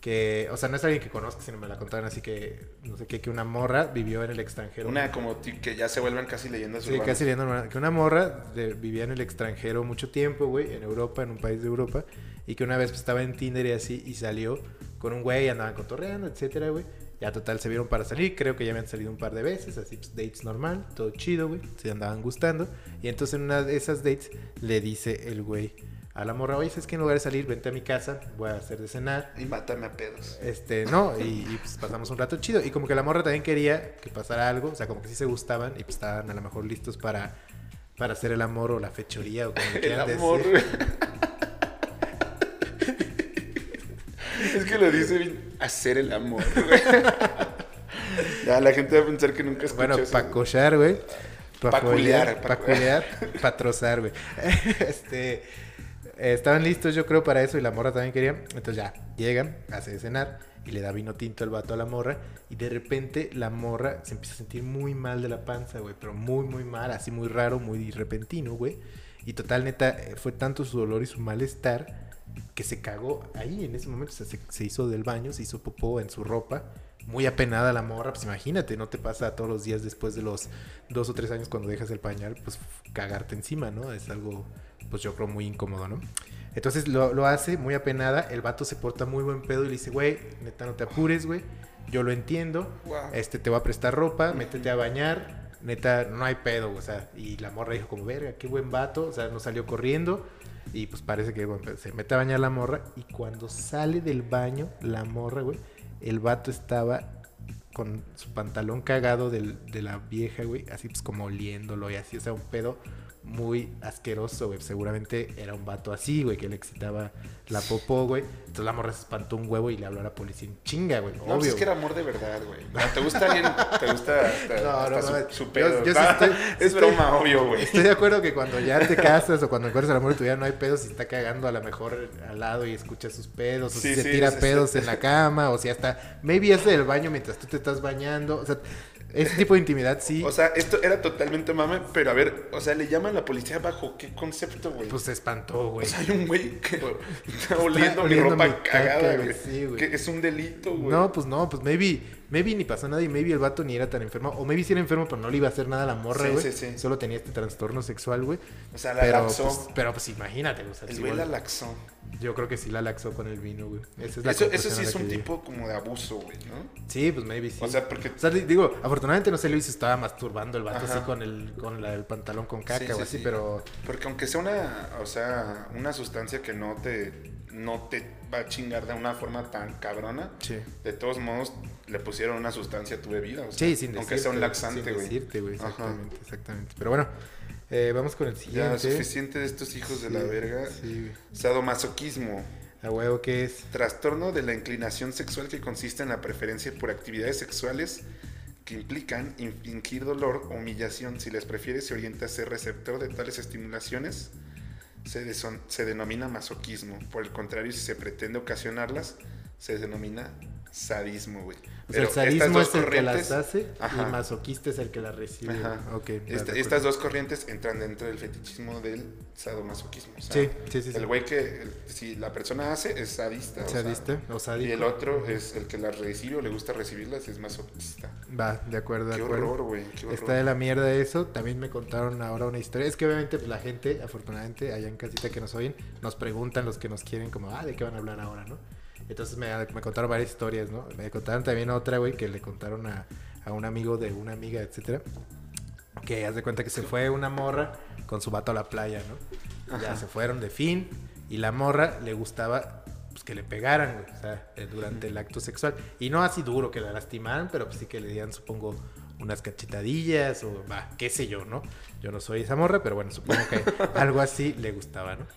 [SPEAKER 1] Que, o sea, no es alguien que conozca, sino me la contaron así que, no sé qué, que una morra vivió en el extranjero.
[SPEAKER 3] Una como ti- que ya se vuelven casi leyendas
[SPEAKER 1] Sí,
[SPEAKER 3] urbanas.
[SPEAKER 1] casi leyendo urbana. Que una morra de- vivía en el extranjero mucho tiempo, güey, en Europa, en un país de Europa, y que una vez pues, estaba en Tinder y así, y salió con un güey, andaban cotorreando, etcétera, güey. Ya total se vieron para salir, creo que ya habían salido un par de veces, así pues dates normal, todo chido, güey, se andaban gustando. Y entonces en una de esas dates le dice el güey a la morra, oye, ¿sabes que en lugar de salir, vente a mi casa, voy a hacer de cenar,
[SPEAKER 3] Y mátame a pedos.
[SPEAKER 1] este, no, y, y, pues pasamos un rato chido. Y como que la morra también quería que pasara algo, o sea, como que sí se gustaban y pues estaban a lo mejor listos para, [laughs] para hacer el amor o la fechoría o como le
[SPEAKER 3] El
[SPEAKER 1] quieran
[SPEAKER 3] amor,
[SPEAKER 1] decir.
[SPEAKER 3] güey. que lo dice bien, hacer el amor. güey. ya, la gente va a pensar que nunca escuchó
[SPEAKER 1] Bueno,
[SPEAKER 3] eso.
[SPEAKER 1] para cochar, güey. Para
[SPEAKER 3] Pa' culear, pa'
[SPEAKER 1] Para culear. [laughs] Para trozar, güey. este, eh, estaban listos, yo creo, para eso. Y la morra también quería. Entonces ya, llegan, hace de cenar. Y le da vino tinto al vato a la morra. Y de repente la morra se empieza a sentir muy mal de la panza, güey. Pero muy, muy mal. Así muy raro, muy repentino, güey. Y total, neta, eh, fue tanto su dolor y su malestar que se cagó ahí en ese momento. O sea, se, se hizo del baño, se hizo popó en su ropa. Muy apenada la morra, pues imagínate, no te pasa todos los días después de los dos o tres años cuando dejas el pañal, pues f- cagarte encima, ¿no? Es algo, pues yo creo, muy incómodo, ¿no? Entonces lo, lo hace muy apenada, el vato se porta muy buen pedo y le dice, güey, neta, no te apures, güey, yo lo entiendo,
[SPEAKER 3] Wow.
[SPEAKER 1] este, te voy a prestar ropa, métete a bañar, neta, no hay pedo, o sea, y la morra dijo como, verga, qué buen vato, o sea, no salió corriendo, y pues parece que bueno, pues, se mete a bañar la morra, y cuando sale del baño, la morra, güey, el vato estaba con su pantalón cagado del- de la vieja, güey, así pues como oliéndolo y así, o sea, un pedo muy asqueroso, güey. Seguramente era un vato así, güey, que le excitaba la popó, güey. Entonces la morra se espantó un huevo y le habló a la policía en chinga, güey.
[SPEAKER 3] No,
[SPEAKER 1] Obvio.
[SPEAKER 3] pues es que era amor de verdad, güey. No, te gusta bien, te gusta hasta,
[SPEAKER 1] No,
[SPEAKER 3] hasta
[SPEAKER 1] no,
[SPEAKER 3] su,
[SPEAKER 1] no,
[SPEAKER 3] su
[SPEAKER 1] yo-
[SPEAKER 3] pedo.
[SPEAKER 1] yo sí
[SPEAKER 3] Va,
[SPEAKER 1] estoy- sí
[SPEAKER 3] es
[SPEAKER 1] estoy-
[SPEAKER 3] broma, obvio, güey.
[SPEAKER 1] Estoy de acuerdo que cuando ya te casas o cuando encuentras el amor de tu vida no hay pedos si está cagando a lo mejor al lado y escucha sus pedos o
[SPEAKER 3] Sí,
[SPEAKER 1] si se
[SPEAKER 3] sí,
[SPEAKER 1] tira
[SPEAKER 3] sí, sí.
[SPEAKER 1] pedos en la cama o si hasta maybe hace del baño mientras tú te estás bañando. O sea, ese tipo de intimidad sí,
[SPEAKER 3] O sea, esto era totalmente mame, pero a ver, o sea, le llaman a la policía bajo qué concepto, güey.
[SPEAKER 1] pues se espantó, güey.
[SPEAKER 3] O sea, hay un güey que está oliendo mi
[SPEAKER 1] oliendo
[SPEAKER 3] ropa
[SPEAKER 1] mi caca,
[SPEAKER 3] cagada,
[SPEAKER 1] güey,
[SPEAKER 3] güey.
[SPEAKER 1] sí, güey.
[SPEAKER 3] que es un delito, güey.
[SPEAKER 1] No, pues no, pues maybe, maybe ni pasó nada y maybe el vato ni era tan enfermo. O maybe sí era enfermo, pero no le iba a hacer nada a la morra,
[SPEAKER 3] Sí,
[SPEAKER 1] güey.
[SPEAKER 3] sí, sí.
[SPEAKER 1] Solo tenía este trastorno sexual, güey.
[SPEAKER 3] o sea, la
[SPEAKER 1] Pero,
[SPEAKER 3] laxó.
[SPEAKER 1] pues, pero pues imagínate, o sea,
[SPEAKER 3] el
[SPEAKER 1] sí,
[SPEAKER 3] güey la
[SPEAKER 1] güey,
[SPEAKER 3] laxó.
[SPEAKER 1] yo creo que sí la laxó con el vino, güey. Esa es la
[SPEAKER 3] Eso, eso
[SPEAKER 1] conclusión
[SPEAKER 3] sí
[SPEAKER 1] a la
[SPEAKER 3] es
[SPEAKER 1] que
[SPEAKER 3] un
[SPEAKER 1] llegué.
[SPEAKER 3] tipo como de abuso, güey, ¿no?
[SPEAKER 1] Sí, pues maybe sí.
[SPEAKER 3] O sea, porque
[SPEAKER 1] O sea, di- digo, afortunadamente no sé, Luis estaba masturbando el vato
[SPEAKER 3] Ajá.
[SPEAKER 1] así con el, con la- el pantalón con caca
[SPEAKER 3] Sí,
[SPEAKER 1] o
[SPEAKER 3] sí,
[SPEAKER 1] así,
[SPEAKER 3] sí.
[SPEAKER 1] pero
[SPEAKER 3] Porque aunque sea una, o sea, una sustancia que no te, no te va a chingar de una forma tan cabrona,
[SPEAKER 1] Sí.
[SPEAKER 3] de todos modos le pusieron una sustancia a tu bebida. o sea,
[SPEAKER 1] sí, sin decirte.
[SPEAKER 3] Aunque sea un
[SPEAKER 1] güey,
[SPEAKER 3] laxante,
[SPEAKER 1] sin
[SPEAKER 3] güey.
[SPEAKER 1] decirte, güey,
[SPEAKER 3] Ajá.
[SPEAKER 1] exactamente, exactamente. Pero bueno, eh, vamos con el siguiente.
[SPEAKER 3] Ya, suficiente de estos hijos de la
[SPEAKER 1] Sí,
[SPEAKER 3] verga.
[SPEAKER 1] Sí, güey.
[SPEAKER 3] Sadomasoquismo.
[SPEAKER 1] A huevo que es.
[SPEAKER 3] Trastorno de la inclinación sexual que consiste en la preferencia por actividades sexuales que implican infligir dolor o humillación. Si les prefiere, se orienta a ser receptor de tales estimulaciones. Se, deson- se denomina masoquismo. Por el contrario, si se pretende ocasionarlas, se denomina sadismo, güey.
[SPEAKER 1] O sea,
[SPEAKER 3] Pero
[SPEAKER 1] el
[SPEAKER 3] estas
[SPEAKER 1] sadismo
[SPEAKER 3] dos
[SPEAKER 1] es el que las
[SPEAKER 3] corrientes-
[SPEAKER 1] hace y
[SPEAKER 3] Ajá.
[SPEAKER 1] el masoquista es el que las recibe.
[SPEAKER 3] Ajá.
[SPEAKER 1] güey. Ok. va, de
[SPEAKER 3] Esta-
[SPEAKER 1] acuerdo.
[SPEAKER 3] este, estas dos corrientes entran dentro del fetichismo del sadomasoquismo. O sea,
[SPEAKER 1] Sí, sí, sí, sí.
[SPEAKER 3] El güey que, el- si la persona hace, es sadista. o sea,
[SPEAKER 1] Sadista o sádico.
[SPEAKER 3] y el otro es el que las recibe o le gusta recibirlas, es masoquista.
[SPEAKER 1] Va, de acuerdo, de
[SPEAKER 3] Qué
[SPEAKER 1] acuerdo.
[SPEAKER 3] horror, güey. Qué horror.
[SPEAKER 1] Está de la mierda eso. También me contaron ahora una historia. Es que obviamente pues, la gente, afortunadamente, allá en casita que nos oyen, nos preguntan los que nos quieren como, ah, ¿de qué van a hablar ahora, no? Entonces me, me contaron varias historias, ¿no? Me contaron también otra, güey, que le contaron a, a un amigo de una amiga, etcétera. Que haz de cuenta que se fue una morra con su vato a la playa, ¿no? Ya
[SPEAKER 3] Ajá.
[SPEAKER 1] se fueron de fin y la morra le gustaba pues, que le pegaran, güey, o sea, eh, durante el acto sexual. Y no así duro que la lastimaran, pero pues sí que le dieran, supongo, unas cachetadillas o va, qué sé yo, ¿no? Yo no soy esa morra, pero bueno, supongo
[SPEAKER 3] [laughs]
[SPEAKER 1] que algo así le gustaba, ¿no?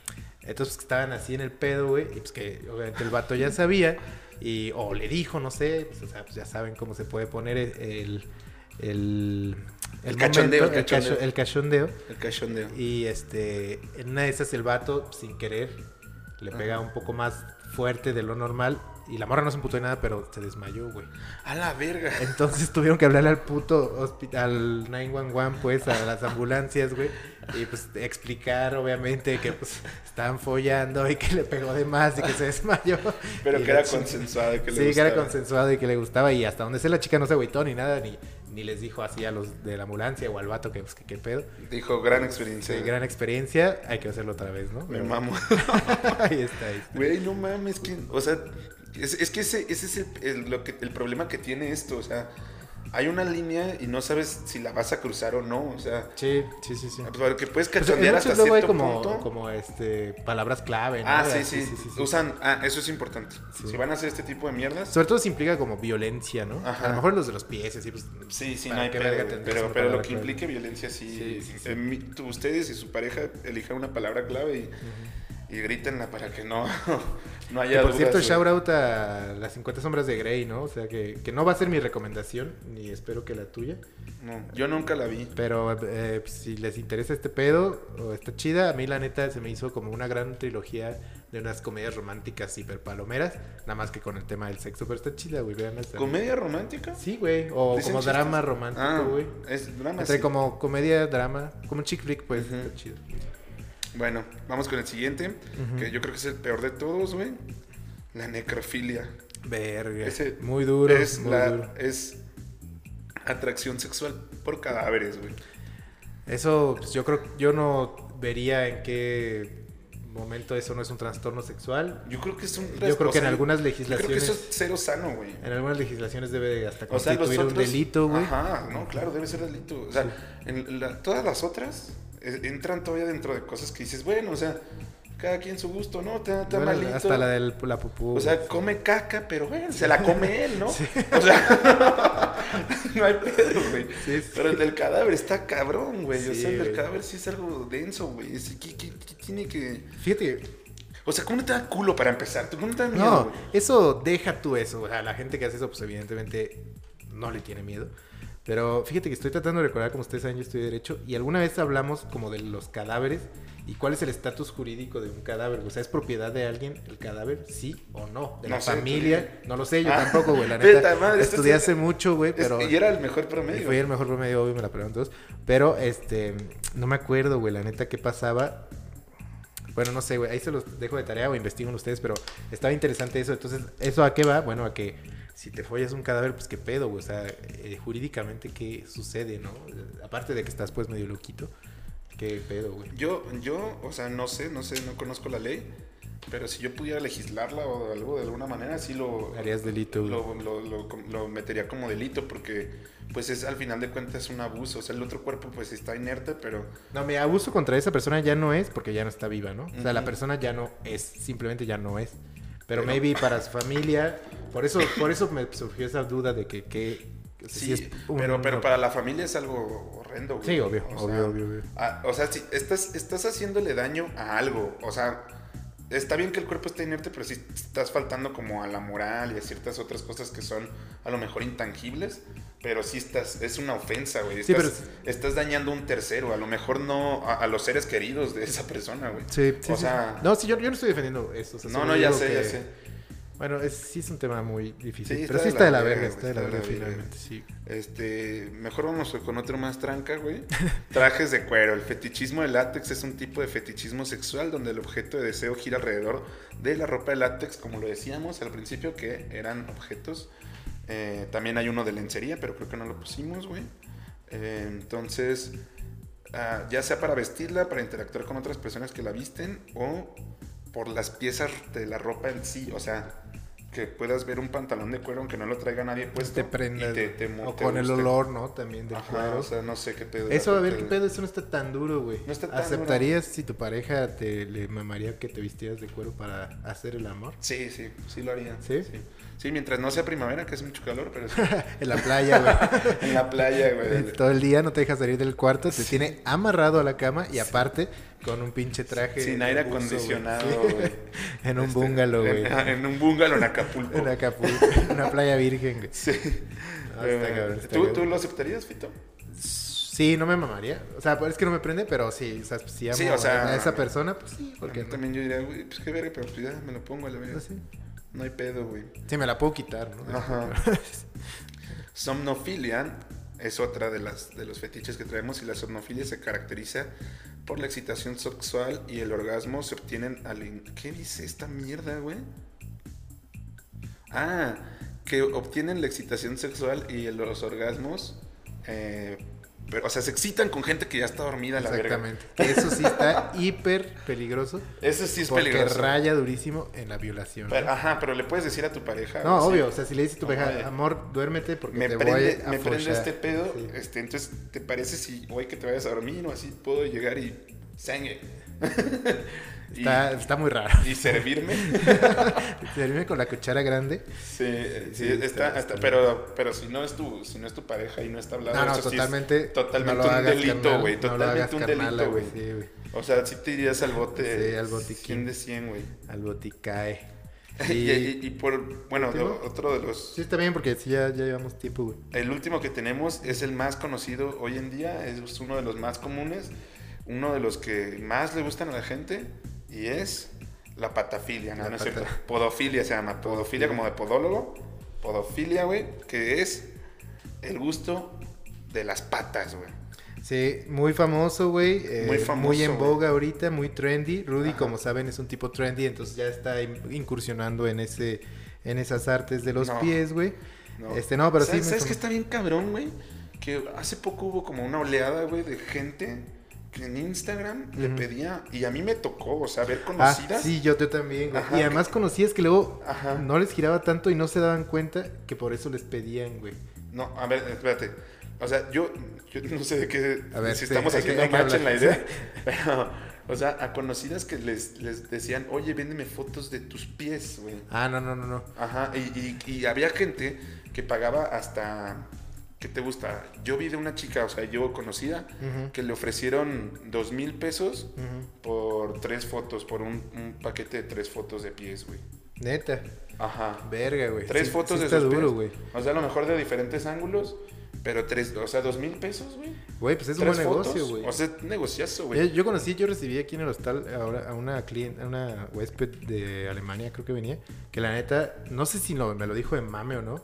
[SPEAKER 1] Entonces pues, estaban así en el pedo, güey, y pues que obviamente el vato ya sabía, y, o le dijo, no sé, pues, o sea, pues, ya saben cómo se puede poner el... el el,
[SPEAKER 3] El cachondeo,
[SPEAKER 1] momento,
[SPEAKER 3] el cachondeo.
[SPEAKER 1] cacho- el cachondeo.
[SPEAKER 3] El cachondeo.
[SPEAKER 1] Y este, en una de esas el vato, sin querer, le pega un poco más fuerte de lo normal. Y la morra no se emputó ni nada, pero se desmayó, güey.
[SPEAKER 3] A la verga.
[SPEAKER 1] Entonces [laughs] tuvieron que hablarle al puto hospital, al 911, pues, a las ambulancias, güey. Y pues explicar, obviamente, que pues estaban follando y que le pegó de más y que se desmayó.
[SPEAKER 3] [laughs] Pero
[SPEAKER 1] Y
[SPEAKER 3] que
[SPEAKER 1] la
[SPEAKER 3] era
[SPEAKER 1] chingada.
[SPEAKER 3] consensuado. Que le
[SPEAKER 1] Sí, que era
[SPEAKER 3] gustaba.
[SPEAKER 1] consensuado y que le gustaba. Y hasta donde sé, la chica no se agüitó ni nada, ni, ni les dijo así a los de la ambulancia o al vato que, pues, que qué pedo.
[SPEAKER 3] Dijo, gran experiencia.
[SPEAKER 1] Sí, gran experiencia, hay que hacerlo otra vez, ¿no?
[SPEAKER 3] Me
[SPEAKER 1] Pero-
[SPEAKER 3] mamo.
[SPEAKER 1] [laughs] ahí está, ahí está.
[SPEAKER 3] [laughs] Güey, no mames, que, o sea, es, es que ese, ese es el, el- lo que, el problema que tiene esto, o sea, hay una línea y no sabes si la vas a cruzar o no, o sea,
[SPEAKER 1] Sí, sí, sí, sí.
[SPEAKER 3] porque puedes
[SPEAKER 1] Pues, en
[SPEAKER 3] cachondear hasta
[SPEAKER 1] muchos luego hay
[SPEAKER 3] cierto
[SPEAKER 1] como,
[SPEAKER 3] punto.
[SPEAKER 1] como este, palabras clave, ¿no?
[SPEAKER 3] ah, sí
[SPEAKER 1] Así,
[SPEAKER 3] sí, usan, ah, eso es importante,
[SPEAKER 1] Sí.
[SPEAKER 3] si van a hacer este tipo de mierdas,
[SPEAKER 1] Sobre todo si implica como violencia, ¿no?
[SPEAKER 3] Ajá.
[SPEAKER 1] A lo mejor los de los pies, así, pues.
[SPEAKER 3] sí, sí,
[SPEAKER 1] ¿para
[SPEAKER 3] no hay
[SPEAKER 1] qué
[SPEAKER 3] pedo,
[SPEAKER 1] verga
[SPEAKER 3] güey,
[SPEAKER 1] tendrías
[SPEAKER 3] pero,
[SPEAKER 1] una
[SPEAKER 3] pero lo
[SPEAKER 1] palabra
[SPEAKER 3] que
[SPEAKER 1] clave?
[SPEAKER 3] implique violencia, sí,
[SPEAKER 1] Sí, sí, sí.
[SPEAKER 3] eh, mi- tú- ustedes y su pareja elijan una palabra clave y... y grítenla para que no, [laughs] No haya
[SPEAKER 1] Que, por
[SPEAKER 3] dudas,
[SPEAKER 1] cierto,
[SPEAKER 3] güey.
[SPEAKER 1] shout out a las 50 sombras de Grey, ¿no? O sea, que, que no va a ser mi recomendación, ni espero que la tuya.
[SPEAKER 3] No, yo nunca la vi.
[SPEAKER 1] Pero eh, si les interesa este pedo, o está chida. A mí, la neta, se me hizo como una gran trilogía de unas comedias románticas hiper palomeras. Nada más que con el tema del sexo, pero está chida, güey. Vean esta.
[SPEAKER 3] ¿Comedia romántica?
[SPEAKER 1] Sí, güey. O
[SPEAKER 3] ¿Dicen
[SPEAKER 1] como
[SPEAKER 3] chistes?
[SPEAKER 1] drama romántico,
[SPEAKER 3] Ah,
[SPEAKER 1] güey.
[SPEAKER 3] es drama.
[SPEAKER 1] Entre
[SPEAKER 3] sí.
[SPEAKER 1] como comedia, drama, como un chick flick, pues.
[SPEAKER 3] Ujú.
[SPEAKER 1] Está chido.
[SPEAKER 3] Bueno, vamos con el siguiente,
[SPEAKER 1] Ujú.
[SPEAKER 3] que yo creo que es el peor de todos, güey. La necrofilia.
[SPEAKER 1] Verga.
[SPEAKER 3] Ese
[SPEAKER 1] muy duro.
[SPEAKER 3] es
[SPEAKER 1] muy
[SPEAKER 3] la-
[SPEAKER 1] duro.
[SPEAKER 3] Es atracción sexual por cadáveres, güey.
[SPEAKER 1] Eso, pues, yo creo yo no vería en qué momento eso no es un trastorno sexual.
[SPEAKER 3] Yo creo que es un...
[SPEAKER 1] Yo creo que en
[SPEAKER 3] o sea,
[SPEAKER 1] algunas
[SPEAKER 3] Yo creo que
[SPEAKER 1] legislaciones,
[SPEAKER 3] eso es cero sano, güey.
[SPEAKER 1] en algunas legislaciones debe de hasta
[SPEAKER 3] O sea,
[SPEAKER 1] constituir
[SPEAKER 3] los otros...
[SPEAKER 1] un delito, güey.
[SPEAKER 3] Ajá, no, claro, debe ser delito. O sea, en la- todas las otras eh, entran todavía dentro de cosas que dices, bueno, o sea, cada quien su gusto, ¿no? Está, está
[SPEAKER 1] Bueno,
[SPEAKER 3] malito.
[SPEAKER 1] hasta la del la pupú.
[SPEAKER 3] O sea,
[SPEAKER 1] güey.
[SPEAKER 3] come caca, pero bueno, se la
[SPEAKER 1] [laughs]
[SPEAKER 3] come él, ¿no? O sea, [laughs] no hay pedo, güey.
[SPEAKER 1] Sí, sí.
[SPEAKER 3] Pero el del cadáver está cabrón, güey. o
[SPEAKER 1] Sí,
[SPEAKER 3] sea, el del
[SPEAKER 1] güey.
[SPEAKER 3] cadáver sí es algo denso, güey. Es- ¿Qué, qué- qué tiene que...?
[SPEAKER 1] fíjate, que-
[SPEAKER 3] O sea, ¿cómo no te da culo para empezar? ¿Cómo no te da miedo,
[SPEAKER 1] No,
[SPEAKER 3] güey?
[SPEAKER 1] eso deja tú eso. O sea, la gente que hace eso, pues evidentemente no le tiene miedo. Pero fíjate que estoy tratando de recordar, como ustedes saben, yo estoy de derecho. Y alguna vez hablamos como de los cadáveres y cuál es el estatus jurídico de un cadáver. O sea, ¿es propiedad de alguien el cadáver? Sí o no. De
[SPEAKER 3] No
[SPEAKER 1] la
[SPEAKER 3] sé, tú
[SPEAKER 1] familia. No lo sé, yo
[SPEAKER 3] Ah,
[SPEAKER 1] tampoco,
[SPEAKER 3] [laughs]
[SPEAKER 1] güey. La
[SPEAKER 3] puta
[SPEAKER 1] neta.
[SPEAKER 3] madre, esto
[SPEAKER 1] estudié
[SPEAKER 3] sí-
[SPEAKER 1] hace mucho, güey,
[SPEAKER 3] Es-
[SPEAKER 1] pero.
[SPEAKER 3] y era el mejor
[SPEAKER 1] Y
[SPEAKER 3] promedio.
[SPEAKER 1] fue el mejor promedio, obvio, me la preguntan todos. Pero, este, no me acuerdo, güey, la neta, qué pasaba. Bueno, no sé, güey, ahí se los dejo de tarea o investiguen ustedes, pero estaba interesante eso. Entonces, ¿eso a qué va? Bueno, a que si te follas un cadáver, pues qué pedo, güey. O sea, eh, jurídicamente, ¿qué sucede, no? Eh, Aparte de que estás, pues, medio loquito. ¿Qué pedo, güey?
[SPEAKER 3] Yo, yo, o sea, no sé, no sé, no conozco la ley. Pero si yo pudiera legislarla o algo de alguna manera, sí lo,
[SPEAKER 1] Harías delito, güey.
[SPEAKER 3] lo, lo- lo- lo metería como delito porque pues es al final de cuentas un abuso. O sea, el otro cuerpo pues está inerte, pero
[SPEAKER 1] No, mi abuso contra esa persona ya no es porque ya no está viva, ¿no? O sea, la
[SPEAKER 3] Ujú.
[SPEAKER 1] persona ya no es, simplemente ya no es. Pero,
[SPEAKER 3] Pero-
[SPEAKER 1] maybe para su familia, por eso, por eso me surgió esa duda de que, que que si
[SPEAKER 3] sí,
[SPEAKER 1] es un-
[SPEAKER 3] pero, pero para la familia es algo horrendo. güey.
[SPEAKER 1] Sí, obvio,
[SPEAKER 3] O
[SPEAKER 1] obvio,
[SPEAKER 3] sea,
[SPEAKER 1] obvio, obvio.
[SPEAKER 3] ah, o sea, sí, estás, estás haciéndole daño a algo. O sea, está bien que el cuerpo esté inerte, pero si estás faltando como a la moral y a ciertas otras cosas que son a lo mejor intangibles. Pero sí estás, es una ofensa, güey.
[SPEAKER 1] Sí, pero
[SPEAKER 3] Estás, estás dañando a un tercero, a lo mejor no a, a los seres queridos de esa persona, güey.
[SPEAKER 1] Sí, sí,
[SPEAKER 3] o
[SPEAKER 1] sí.
[SPEAKER 3] sea-
[SPEAKER 1] no, sí, yo, yo no estoy defendiendo eso. o sea,
[SPEAKER 3] No,
[SPEAKER 1] solo
[SPEAKER 3] no, ya
[SPEAKER 1] digo
[SPEAKER 3] sé, ya
[SPEAKER 1] que-
[SPEAKER 3] sé.
[SPEAKER 1] Bueno, es, sí es un tema muy difícil.
[SPEAKER 3] Sí,
[SPEAKER 1] pero
[SPEAKER 3] está
[SPEAKER 1] sí
[SPEAKER 3] de
[SPEAKER 1] está
[SPEAKER 3] la
[SPEAKER 1] de la
[SPEAKER 3] verga,
[SPEAKER 1] verga,
[SPEAKER 3] güey,
[SPEAKER 1] está de la
[SPEAKER 3] está de
[SPEAKER 1] verga
[SPEAKER 3] la verga.
[SPEAKER 1] finalmente, sí.
[SPEAKER 3] Este, mejor vamos con otro más tranca, güey. Trajes de cuero. El fetichismo de látex es un tipo de fetichismo sexual donde el objeto de deseo gira alrededor de la ropa de látex, como lo decíamos al principio, que eran objetos. Eh, también hay uno de lencería, pero creo que no lo pusimos, güey. Eh, entonces, ah, ya sea para vestirla, para interactuar con otras personas que la visten o por las piezas de la ropa en sí, o sea, que puedas ver un pantalón de cuero aunque Pues no lo traiga nadie puesto
[SPEAKER 1] Te prendas.
[SPEAKER 3] y te, te mu-
[SPEAKER 1] o
[SPEAKER 3] te
[SPEAKER 1] con el
[SPEAKER 3] guste.
[SPEAKER 1] olor, ¿no? También del
[SPEAKER 3] Ajá,
[SPEAKER 1] cuero.
[SPEAKER 3] o sea, no sé qué pedo.
[SPEAKER 1] Eso, a ver,
[SPEAKER 3] Te-
[SPEAKER 1] qué pedo, eso no está tan duro, güey.
[SPEAKER 3] No está tan
[SPEAKER 1] ¿Aceptarías si tu pareja te le mamaría que te vistieras de cuero para hacer el amor?
[SPEAKER 3] Sí, sí, sí lo haría.
[SPEAKER 1] ¿Sí?
[SPEAKER 3] Sí, Sí, mientras no sea primavera, que es mucho calor,
[SPEAKER 1] [laughs]
[SPEAKER 3] pero sí.
[SPEAKER 1] en la playa,
[SPEAKER 3] [laughs] en la playa,
[SPEAKER 1] güey.
[SPEAKER 3] güey.
[SPEAKER 1] Todo el día no te deja salir del cuarto, te tiene amarrado a la cama y aparte con un pinche traje.
[SPEAKER 3] Sin aire
[SPEAKER 1] ruso, güey.
[SPEAKER 3] acondicionado,
[SPEAKER 1] Sí.
[SPEAKER 3] güey.
[SPEAKER 1] [laughs] en un
[SPEAKER 3] Este,
[SPEAKER 1] bungalow, güey.
[SPEAKER 3] En, en un bungalow en Acapulco.
[SPEAKER 1] [laughs] En Acapulco, en una playa virgen, güey. [laughs]
[SPEAKER 3] Sí.
[SPEAKER 1] No, Ah, está
[SPEAKER 3] Eh,
[SPEAKER 1] cabrón, está
[SPEAKER 3] ¿Tú,
[SPEAKER 1] cabrón.
[SPEAKER 3] ¿Tú lo aceptarías, Fito?
[SPEAKER 1] Sí, no me mamaría. O sea, pues, es que no me prende, pero sí, o sea, si amo
[SPEAKER 3] Sí, o sea,
[SPEAKER 1] a esa persona, pues sí, porque
[SPEAKER 3] Porque también yo diría, güey, pues qué verga, pero pues ya me lo pongo a la verga.
[SPEAKER 1] no sé.
[SPEAKER 3] No hay pedo, güey.
[SPEAKER 1] Sí, me la puedo quitar, ¿no?
[SPEAKER 3] Ajá.
[SPEAKER 1] [laughs]
[SPEAKER 3] Somnofilia es otra de, las, de los fetiches que traemos y la somnofilia se caracteriza por la excitación sexual y el orgasmo se obtienen al... in- ¿Qué dice esta mierda, güey? Ah, que obtienen la excitación sexual y el- los orgasmos... eh, pero, o sea, se excitan con gente que ya está dormida, la verga.
[SPEAKER 1] Exactamente. Que eso sí
[SPEAKER 3] [laughs]
[SPEAKER 1] está hiper peligroso.
[SPEAKER 3] Eso sí es
[SPEAKER 1] porque
[SPEAKER 3] peligroso.
[SPEAKER 1] raya durísimo en la violación.
[SPEAKER 3] Pero, ah, ajá, pero le puedes decir a tu pareja.
[SPEAKER 1] no,
[SPEAKER 3] o sea,
[SPEAKER 1] obvio. O sea, si le dices a tu
[SPEAKER 3] Oye.
[SPEAKER 1] pareja, amor, duérmete porque
[SPEAKER 3] eh, me
[SPEAKER 1] te
[SPEAKER 3] prende,
[SPEAKER 1] voy a
[SPEAKER 3] me prende
[SPEAKER 1] follar".
[SPEAKER 3] este pedo.
[SPEAKER 1] Sí.
[SPEAKER 3] Este, entonces, ¿te parece si hoy que te vayas a dormir o así puedo llegar y sangre? [laughs] y,
[SPEAKER 1] Está, está muy
[SPEAKER 3] [laughs]
[SPEAKER 1] raro. [laughs]
[SPEAKER 3] y servirme.
[SPEAKER 1] Servirme con la cuchara grande.
[SPEAKER 3] sí, sí,
[SPEAKER 1] Sí,
[SPEAKER 3] está,
[SPEAKER 1] está-
[SPEAKER 3] hasta-
[SPEAKER 1] está
[SPEAKER 3] pero, pero si no es tu, si no es tu pareja y no está hablado,
[SPEAKER 1] No, no,
[SPEAKER 3] eso sí es
[SPEAKER 1] totalmente.
[SPEAKER 3] totalmente
[SPEAKER 1] no lo
[SPEAKER 3] un
[SPEAKER 1] hagas,
[SPEAKER 3] delito,
[SPEAKER 1] carnal,
[SPEAKER 3] güey.
[SPEAKER 1] No lo hagas,
[SPEAKER 3] totalmente un
[SPEAKER 1] carnala,
[SPEAKER 3] delito, güey.
[SPEAKER 1] Sí, güey.
[SPEAKER 3] O sea, sí te irías al bote.
[SPEAKER 1] Sí, al botiquín.
[SPEAKER 3] 100 de 100, güey.
[SPEAKER 1] Al boticae.
[SPEAKER 3] [laughs] Y, y- y por, bueno,
[SPEAKER 1] ¿Último?
[SPEAKER 3] lo- otro de los...
[SPEAKER 1] Sí, está bien porque sí, ya, ya llevamos tiempo, güey.
[SPEAKER 3] El último que tenemos es el más conocido hoy en día, es uno de los más comunes, uno de los que más le gustan a la gente y es la patafilia, no,
[SPEAKER 1] La
[SPEAKER 3] no es
[SPEAKER 1] pata-
[SPEAKER 3] cierto, podofilia se llama, podofilia como de podólogo, podofilia, güey, que es el gusto de las patas, güey.
[SPEAKER 1] Sí, muy famoso, güey. eh,
[SPEAKER 3] Muy famoso,
[SPEAKER 1] Muy en
[SPEAKER 3] güey.
[SPEAKER 1] boga ahorita, muy trendy. Rudy,
[SPEAKER 3] Ajá.
[SPEAKER 1] como saben, es un tipo trendy, entonces ya está in- incursionando en ese en esas artes de los
[SPEAKER 3] No.
[SPEAKER 1] pies, güey. Este, no, pero sí
[SPEAKER 3] ¿Sabes,
[SPEAKER 1] me
[SPEAKER 3] ¿sabes
[SPEAKER 1] fam-
[SPEAKER 3] qué está bien cabrón, güey? Que hace poco hubo como una oleada, güey, de gente que en Instagram le
[SPEAKER 1] Ujú.
[SPEAKER 3] pedía, y a mí me tocó, o sea, ver
[SPEAKER 1] Ah,
[SPEAKER 3] conocidas.
[SPEAKER 1] sí, yo, yo también, güey.
[SPEAKER 3] Ajá.
[SPEAKER 1] Y además conocías que luego
[SPEAKER 3] Ajá.
[SPEAKER 1] no les giraba tanto y no se daban cuenta que por eso les pedían, güey.
[SPEAKER 3] No, a ver, espérate. O sea, yo, yo no sé de qué.
[SPEAKER 1] A ver,
[SPEAKER 3] si
[SPEAKER 1] sí,
[SPEAKER 3] estamos
[SPEAKER 1] hay que-
[SPEAKER 3] haciendo
[SPEAKER 1] hay que
[SPEAKER 3] match en la
[SPEAKER 1] hablar. [laughs]
[SPEAKER 3] idea. Pero, o sea, a conocidas que les, les decían, oye, véndeme fotos de tus pies, güey.
[SPEAKER 1] Ah, no, no, no, no.
[SPEAKER 3] Ajá, y, y- y había gente que pagaba hasta. ¿Qué te gusta? Yo vi de una chica, o sea, yo conocida,
[SPEAKER 1] Ujú.
[SPEAKER 3] que le ofrecieron dos mil pesos
[SPEAKER 1] Ujú.
[SPEAKER 3] por tres fotos, por un, un paquete de tres fotos de pies, güey.
[SPEAKER 1] Neta.
[SPEAKER 3] Ajá.
[SPEAKER 1] Verga, güey.
[SPEAKER 3] Tres
[SPEAKER 1] Sí-
[SPEAKER 3] fotos
[SPEAKER 1] sí
[SPEAKER 3] de
[SPEAKER 1] está
[SPEAKER 3] sus
[SPEAKER 1] duro,
[SPEAKER 3] pies.
[SPEAKER 1] güey.
[SPEAKER 3] O sea, a lo mejor de diferentes ángulos, pero tres, o sea, dos mil pesos, güey.
[SPEAKER 1] Güey, pues es un
[SPEAKER 3] Tres
[SPEAKER 1] buen negocio,
[SPEAKER 3] fotos,
[SPEAKER 1] güey.
[SPEAKER 3] O sea, negociazo,
[SPEAKER 1] Yo,
[SPEAKER 3] güey.
[SPEAKER 1] Eh, yo conocí, yo recibí aquí en el hostal ahora a una cliente, a una huésped de Alemania, creo que venía, que la neta, no sé si lo- me lo dijo de mame o no,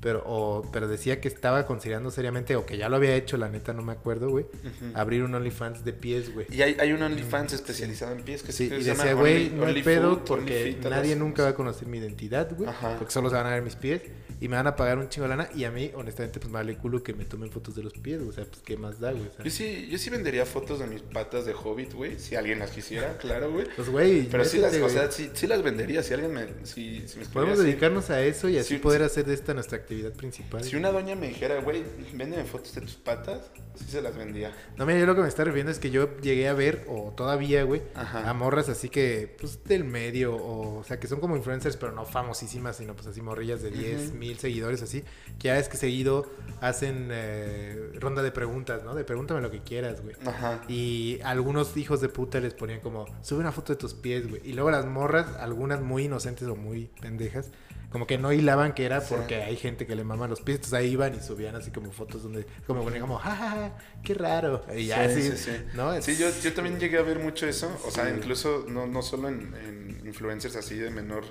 [SPEAKER 1] pero, o- pero decía que estaba considerando seriamente, o que ya lo había hecho, la neta no me acuerdo, güey,
[SPEAKER 3] Ujú.
[SPEAKER 1] abrir un OnlyFans de pies, güey.
[SPEAKER 3] Y hay, hay un OnlyFans especializado en pies que
[SPEAKER 1] mm, Sí,
[SPEAKER 3] se
[SPEAKER 1] y
[SPEAKER 3] se llama
[SPEAKER 1] decía, güey,
[SPEAKER 3] Only-
[SPEAKER 1] no hay
[SPEAKER 3] Only
[SPEAKER 1] pedo
[SPEAKER 3] Food, Only
[SPEAKER 1] porque
[SPEAKER 3] Fit, algo
[SPEAKER 1] nadie
[SPEAKER 3] así.
[SPEAKER 1] nunca va a conocer mi identidad, güey,
[SPEAKER 3] Ajá.
[SPEAKER 1] porque solo se van a ver mis pies y me van a pagar un chingo de lana y a mí, honestamente, pues me vale culo que me tomen fotos de los pies, o sea, pues qué más da, güey. O sea.
[SPEAKER 3] Yo sí, yo sí vendería fotos de mis patas de hobbit, güey. Si alguien
[SPEAKER 1] [laughs]
[SPEAKER 3] las quisiera, claro, güey.
[SPEAKER 1] Pues, güey,
[SPEAKER 3] Pero sí las,
[SPEAKER 1] métete,
[SPEAKER 3] o
[SPEAKER 1] güey.
[SPEAKER 3] sea, sí, sí las vendería. Si alguien me. Si, si me escribiera
[SPEAKER 1] Podemos
[SPEAKER 3] así.
[SPEAKER 1] dedicarnos a eso y así
[SPEAKER 3] Sí,
[SPEAKER 1] poder
[SPEAKER 3] sí.
[SPEAKER 1] hacer de esta nuestra actividad principal.
[SPEAKER 3] Si una doña me dijera, güey, véndeme fotos de tus patas, sí se las vendía.
[SPEAKER 1] No, mira, yo lo que me está refiriendo es que yo llegué a ver, o todavía, güey,
[SPEAKER 3] Ajá.
[SPEAKER 1] a morras así que, pues, del medio, o, o sea, que son como influencers, pero no famosísimas, sino pues así morrillas de 10
[SPEAKER 3] Ujú.
[SPEAKER 1] mil seguidores, así, que ya es que seguido hacen eh, ronda de preguntas, ¿no? De pregúntame lo que quieras, güey.
[SPEAKER 3] Ajá.
[SPEAKER 1] Y algunos hijos de puta les ponían como, sube una foto de tus pies, güey. Y luego las morras, algunas muy inocentes o muy pendejas, como que no hilaban que era
[SPEAKER 3] Sí.
[SPEAKER 1] porque hay gente que le mama los pies. Entonces ahí iban y subían así como fotos donde, como ponían como, ja, ja, ja, qué raro. Y ya
[SPEAKER 3] sí,
[SPEAKER 1] así,
[SPEAKER 3] sí, sí.
[SPEAKER 1] ¿no? Es- eh,
[SPEAKER 3] Sí, yo, yo también llegué a ver mucho eso. O sea,
[SPEAKER 1] Sí.
[SPEAKER 3] incluso no, no solo en, en influencers así de menor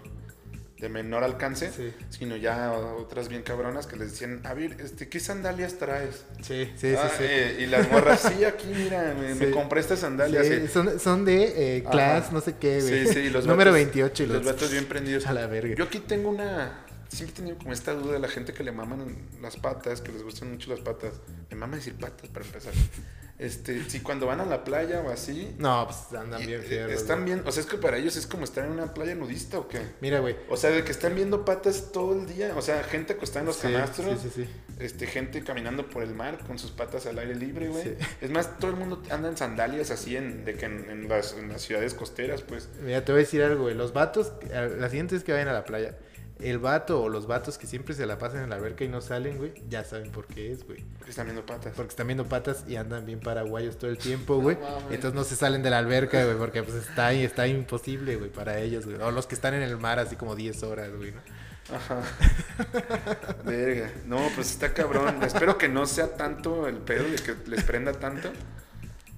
[SPEAKER 3] de menor alcance,
[SPEAKER 1] Sí.
[SPEAKER 3] sino ya otras bien cabronas que les decían, a ver, este, ¿qué sandalias traes?
[SPEAKER 1] Sí, sí, sí.
[SPEAKER 3] Ah,
[SPEAKER 1] sí.
[SPEAKER 3] eh, y las morras, sí, aquí, mira, me, me
[SPEAKER 1] Sí.
[SPEAKER 3] compré estas
[SPEAKER 1] Sí,
[SPEAKER 3] sandalias. Sí,
[SPEAKER 1] son, son de eh,
[SPEAKER 3] Ajá.
[SPEAKER 1] class, no sé qué,
[SPEAKER 3] sí,
[SPEAKER 1] güey.
[SPEAKER 3] sí, y
[SPEAKER 1] [laughs]
[SPEAKER 3] los
[SPEAKER 1] Número
[SPEAKER 3] vatos-
[SPEAKER 1] 28 y
[SPEAKER 3] los
[SPEAKER 1] los,
[SPEAKER 3] vatos bien
[SPEAKER 1] [laughs]
[SPEAKER 3] prendidos.
[SPEAKER 1] A la verga.
[SPEAKER 3] Yo aquí tengo una. Siempre he tenido como esta duda de la gente que le maman las patas, que les gustan mucho las patas. Me mama decir patas para empezar. Este, si cuando van a la playa o así.
[SPEAKER 1] No, pues andan
[SPEAKER 3] y-
[SPEAKER 1] bien
[SPEAKER 3] eh,
[SPEAKER 1] fieros.
[SPEAKER 3] Están
[SPEAKER 1] güey.
[SPEAKER 3] bien. O sea, es que para ellos es como estar en una playa nudista o qué.
[SPEAKER 1] Mira, güey.
[SPEAKER 3] O sea, de que están viendo patas todo el día. O sea, gente acostada en los
[SPEAKER 1] Sí,
[SPEAKER 3] canastros.
[SPEAKER 1] sí, sí, sí.
[SPEAKER 3] Este, gente caminando por el mar con sus patas al aire libre, güey.
[SPEAKER 1] Sí.
[SPEAKER 3] Es más, todo el mundo anda en sandalias así en, de que en, en las, en las ciudades costeras, pues.
[SPEAKER 1] Mira, te voy a decir algo, güey. Los vatos, a- la siguiente vez que vayan a la playa, el vato o los vatos que siempre se la pasan en la alberca y no salen, güey, ya saben por qué es, güey.
[SPEAKER 3] Porque están viendo patas.
[SPEAKER 1] Porque están viendo patas y andan bien paraguayos todo el tiempo, güey.
[SPEAKER 3] mames.
[SPEAKER 1] Entonces no se salen de la alberca, güey, porque pues está, está imposible, güey, para ellos, güey. O los que están en el mar así como 10 horas, güey, ¿no?
[SPEAKER 3] Ajá. [laughs] Verga. No, pues está cabrón. Espero que no sea tanto el pedo de que les prenda tanto.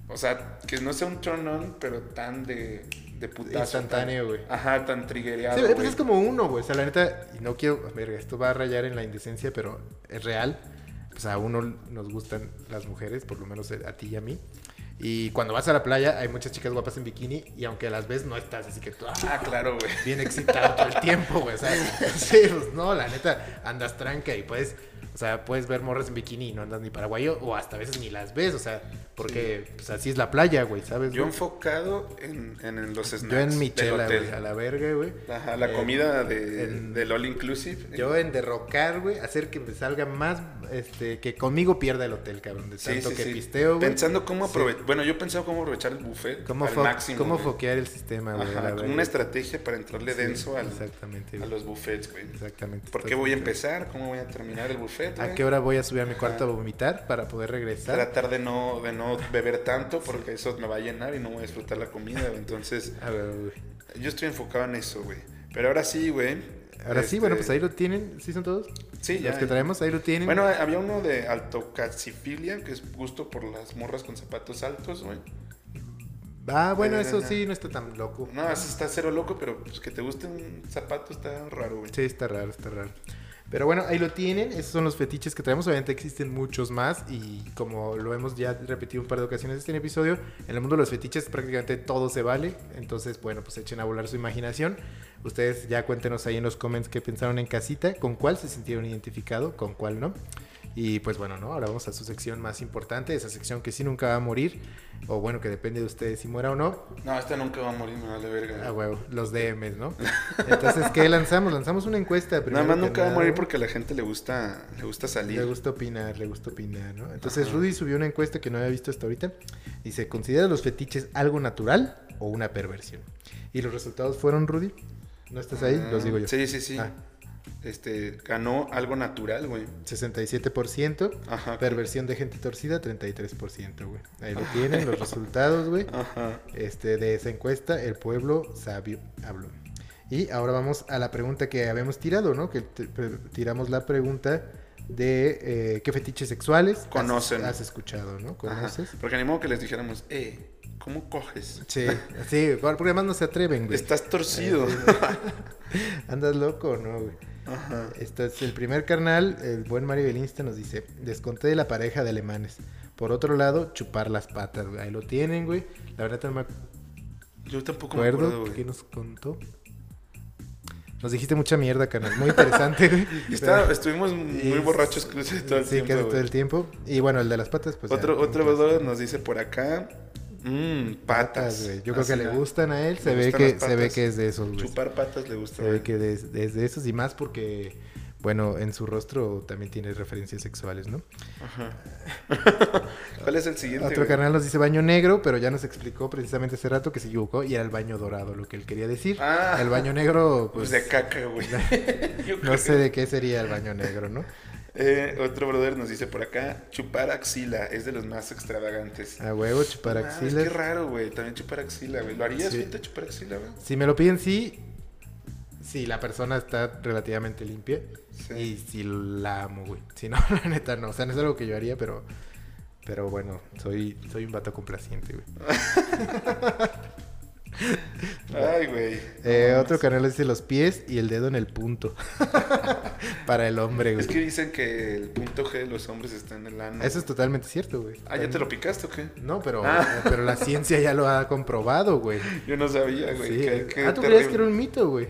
[SPEAKER 3] O sea, que no sea un turn on, pero tan de, de putazo.
[SPEAKER 1] Instantáneo,
[SPEAKER 3] tan-
[SPEAKER 1] güey.
[SPEAKER 3] Ajá, tan triggereado.
[SPEAKER 1] Sí, pues
[SPEAKER 3] güey.
[SPEAKER 1] es como uno, güey. O sea, la neta, y no quiero. Verga, esto va a rayar en la indecencia, pero es real. Pues a uno nos gustan las mujeres, por lo menos a ti y a mí. Y cuando vas a la playa, hay muchas chicas guapas en bikini. Y aunque las ves, no estás así que tú. ah,
[SPEAKER 3] Ah, claro, güey.
[SPEAKER 1] bien excitado todo el tiempo, güey. O
[SPEAKER 3] [laughs]
[SPEAKER 1] sea, sí, pues no, la neta, andas tranca y puedes. O sea, puedes ver morras en bikini y no andas ni paraguayo. O hasta a veces ni las ves, o sea, porque pues así es la playa, güey, ¿sabes?
[SPEAKER 3] Yo
[SPEAKER 1] güey?
[SPEAKER 3] enfocado en, en, en los snacks.
[SPEAKER 1] Yo en
[SPEAKER 3] del
[SPEAKER 1] Michela,
[SPEAKER 3] hotel.
[SPEAKER 1] güey, a la verga, güey.
[SPEAKER 3] Ajá, la
[SPEAKER 1] Eh,
[SPEAKER 3] comida de,
[SPEAKER 1] en-
[SPEAKER 3] del All Inclusive.
[SPEAKER 1] Yo en derrocar, güey, hacer que me salga más, este, que conmigo pierda el hotel, cabrón, de
[SPEAKER 3] Sí,
[SPEAKER 1] tanto
[SPEAKER 3] sí,
[SPEAKER 1] que
[SPEAKER 3] sí.
[SPEAKER 1] pisteo, güey.
[SPEAKER 3] Pensando cómo
[SPEAKER 1] Sí.
[SPEAKER 3] aprovechar. Bueno, yo pensaba cómo aprovechar el buffet
[SPEAKER 1] cómo,
[SPEAKER 3] al
[SPEAKER 1] fo-
[SPEAKER 3] máximo.
[SPEAKER 1] cómo
[SPEAKER 3] güey.
[SPEAKER 1] foquear el sistema, güey.
[SPEAKER 3] Ajá,
[SPEAKER 1] la
[SPEAKER 3] como
[SPEAKER 1] verdad.
[SPEAKER 3] una estrategia para entrarle
[SPEAKER 1] Sí,
[SPEAKER 3] denso al,
[SPEAKER 1] Exactamente,
[SPEAKER 3] a
[SPEAKER 1] güey.
[SPEAKER 3] los buffets, güey.
[SPEAKER 1] Exactamente.
[SPEAKER 3] ¿Por qué
[SPEAKER 1] Entonces,
[SPEAKER 3] voy a empezar? ¿Cómo voy a terminar el buffet?
[SPEAKER 1] ¿A
[SPEAKER 3] güey?
[SPEAKER 1] qué hora voy a subir a mi cuarto a vomitar para poder regresar?
[SPEAKER 3] Tratar de no, de no beber tanto porque eso me va a llenar y no voy a disfrutar la comida. güey. Entonces,
[SPEAKER 1] A ver, güey.
[SPEAKER 3] yo estoy enfocado en eso, güey. Pero ahora sí, güey.
[SPEAKER 1] Ahora sí,
[SPEAKER 3] Este,
[SPEAKER 1] bueno, pues ahí lo tienen. ¿Sí son todos?
[SPEAKER 3] Sí, ya.
[SPEAKER 1] Los que
[SPEAKER 3] ya.
[SPEAKER 1] traemos, ahí lo tienen.
[SPEAKER 3] Bueno, había uno de altocalcifilia, que es gusto por las morras con zapatos altos, güey.
[SPEAKER 1] ah, bueno,
[SPEAKER 3] eh,
[SPEAKER 1] eso
[SPEAKER 3] no.
[SPEAKER 1] sí, no está tan loco.
[SPEAKER 3] No, así está cero loco, pero pues que te guste un zapato está raro, güey.
[SPEAKER 1] Sí, está raro, está raro. Pero bueno, ahí lo tienen. Esos son los fetiches que traemos. Obviamente existen muchos más. Y como lo hemos ya repetido un par de ocasiones en este episodio, en el mundo de los fetiches prácticamente todo se vale. Entonces, bueno, pues echen a volar su imaginación. Ustedes ya cuéntenos ahí en los comments qué pensaron en casita, con cuál se sintieron identificado, con cuál no. Y pues bueno, ¿no? Ahora vamos a su sección más importante, esa sección que sí nunca va a morir. O bueno, que depende de ustedes si muera o no.
[SPEAKER 3] No, esta nunca va a morir, me vale verga. güey.
[SPEAKER 1] Ah, huevo, los DMs, ¿no? Entonces, ¿qué lanzamos? Lanzamos una encuesta.
[SPEAKER 3] Nada
[SPEAKER 1] primero
[SPEAKER 3] más
[SPEAKER 1] que
[SPEAKER 3] nunca va a
[SPEAKER 1] nada.
[SPEAKER 3] morir porque a la gente le gusta, le gusta salir.
[SPEAKER 1] Le gusta opinar, le gusta opinar, ¿no? Entonces
[SPEAKER 3] Ajá.
[SPEAKER 1] Rudy subió una encuesta que no había visto hasta ahorita. Dice, ¿considera los fetiches algo natural o una perversión? Y los resultados fueron, Rudy. ¿No estás ahí?
[SPEAKER 3] Ah,
[SPEAKER 1] los digo yo.
[SPEAKER 3] Sí, sí, sí.
[SPEAKER 1] Ah.
[SPEAKER 3] Este, ganó algo natural, güey.
[SPEAKER 1] 67%.
[SPEAKER 3] Ajá.
[SPEAKER 1] Perversión de gente torcida, 33%, güey. Ahí lo tienen, los resultados, güey.
[SPEAKER 3] Ajá.
[SPEAKER 1] Este, de esa encuesta, el pueblo sabio habló. Y ahora vamos a la pregunta que habíamos tirado, ¿no? Que te- pre- tiramos la pregunta de eh, qué fetiches sexuales has-
[SPEAKER 3] Conocen.
[SPEAKER 1] Has, escuchado, ¿no?
[SPEAKER 3] Ajá.
[SPEAKER 1] ¿Conoces?
[SPEAKER 3] Porque ni modo que les dijéramos, eh, ¿cómo coges?
[SPEAKER 1] Sí, [laughs] sí, por- porque además no se atreven, güey. Eh,
[SPEAKER 3] Estás torcido.
[SPEAKER 1] Andas loco, o ¿no, güey?
[SPEAKER 3] [laughs] Ajá.
[SPEAKER 1] Este es el primer carnal, el buen Mario Belinsta nos dice, desconté de la pareja de alemanes. Por otro lado, chupar las patas, güey. Ahí lo tienen, güey. La verdad no me
[SPEAKER 3] Yo tampoco me acuerdo,
[SPEAKER 1] acuerdo
[SPEAKER 3] güey.
[SPEAKER 1] qué nos contó. Nos dijiste mucha mierda, carnal. Muy interesante, güey.
[SPEAKER 3] [laughs] Y está-
[SPEAKER 1] Pero-
[SPEAKER 3] estuvimos muy
[SPEAKER 1] es-
[SPEAKER 3] borrachos casi todo el
[SPEAKER 1] sí,
[SPEAKER 3] tiempo.
[SPEAKER 1] casi todo
[SPEAKER 3] güey.
[SPEAKER 1] el tiempo. Y bueno, el de las patas, pues. ya,
[SPEAKER 3] otro
[SPEAKER 1] un
[SPEAKER 3] otro
[SPEAKER 1] clásico.
[SPEAKER 3] Eduardo nos dice por acá, mmm, patas.
[SPEAKER 1] güey. Yo creo
[SPEAKER 3] Así
[SPEAKER 1] que le
[SPEAKER 3] ya.
[SPEAKER 1] gustan a él. Se
[SPEAKER 3] Le
[SPEAKER 1] ve,
[SPEAKER 3] gustan las
[SPEAKER 1] que, se ve
[SPEAKER 3] patas.
[SPEAKER 1] que es de esos, güey.
[SPEAKER 3] Chupar patas le gusta.
[SPEAKER 1] Se ve
[SPEAKER 3] güey.
[SPEAKER 1] que des- desde esos y más porque, bueno, en su rostro también tiene referencias sexuales, ¿no?
[SPEAKER 3] Ajá. ¿Cuál es el siguiente?
[SPEAKER 1] Otro
[SPEAKER 3] güey?
[SPEAKER 1] canal nos dice baño negro, pero ya nos explicó precisamente hace rato que se equivocó y era el baño dorado lo que él quería decir.
[SPEAKER 3] Ah.
[SPEAKER 1] El baño negro,
[SPEAKER 3] [laughs] Pues
[SPEAKER 1] pues,
[SPEAKER 3] de caca,
[SPEAKER 1] [laughs]
[SPEAKER 3] güey. Yo creo.
[SPEAKER 1] no sé de qué sería el baño negro, ¿no?
[SPEAKER 3] Eh, otro brother nos dice por acá, chupar axila es de los más extravagantes.
[SPEAKER 1] A huevo, Ah, chupar
[SPEAKER 3] Mames,
[SPEAKER 1] axilas.
[SPEAKER 3] Qué raro, güey. También chupar axila, güey. ¿Lo harías,
[SPEAKER 1] Sí.
[SPEAKER 3] gente, chupar axila, güey?
[SPEAKER 1] Si me lo piden, sí. Si la persona está relativamente limpia.
[SPEAKER 3] Sí.
[SPEAKER 1] Y si la amo, güey. Si no, [laughs] la neta no. O sea, no es algo que yo haría, pero. Pero bueno, soy, soy un vato complaciente, güey.
[SPEAKER 3] Ay, güey.
[SPEAKER 1] Eh,
[SPEAKER 3] No,
[SPEAKER 1] otro canal dice los pies y el dedo en el punto. [laughs] Para el hombre, güey.
[SPEAKER 3] Es que dicen que el punto G de los hombres está en el ano.
[SPEAKER 1] Eso es totalmente cierto, güey.
[SPEAKER 3] Ah, ¿ya te lo picaste o qué?
[SPEAKER 1] No, pero,
[SPEAKER 3] Ah.
[SPEAKER 1] pero la ciencia ya lo ha comprobado, güey.
[SPEAKER 3] Yo no sabía, güey.
[SPEAKER 1] Sí.
[SPEAKER 3] qué- qué
[SPEAKER 1] ah, tú creías
[SPEAKER 3] terrible.
[SPEAKER 1] que era un mito, güey.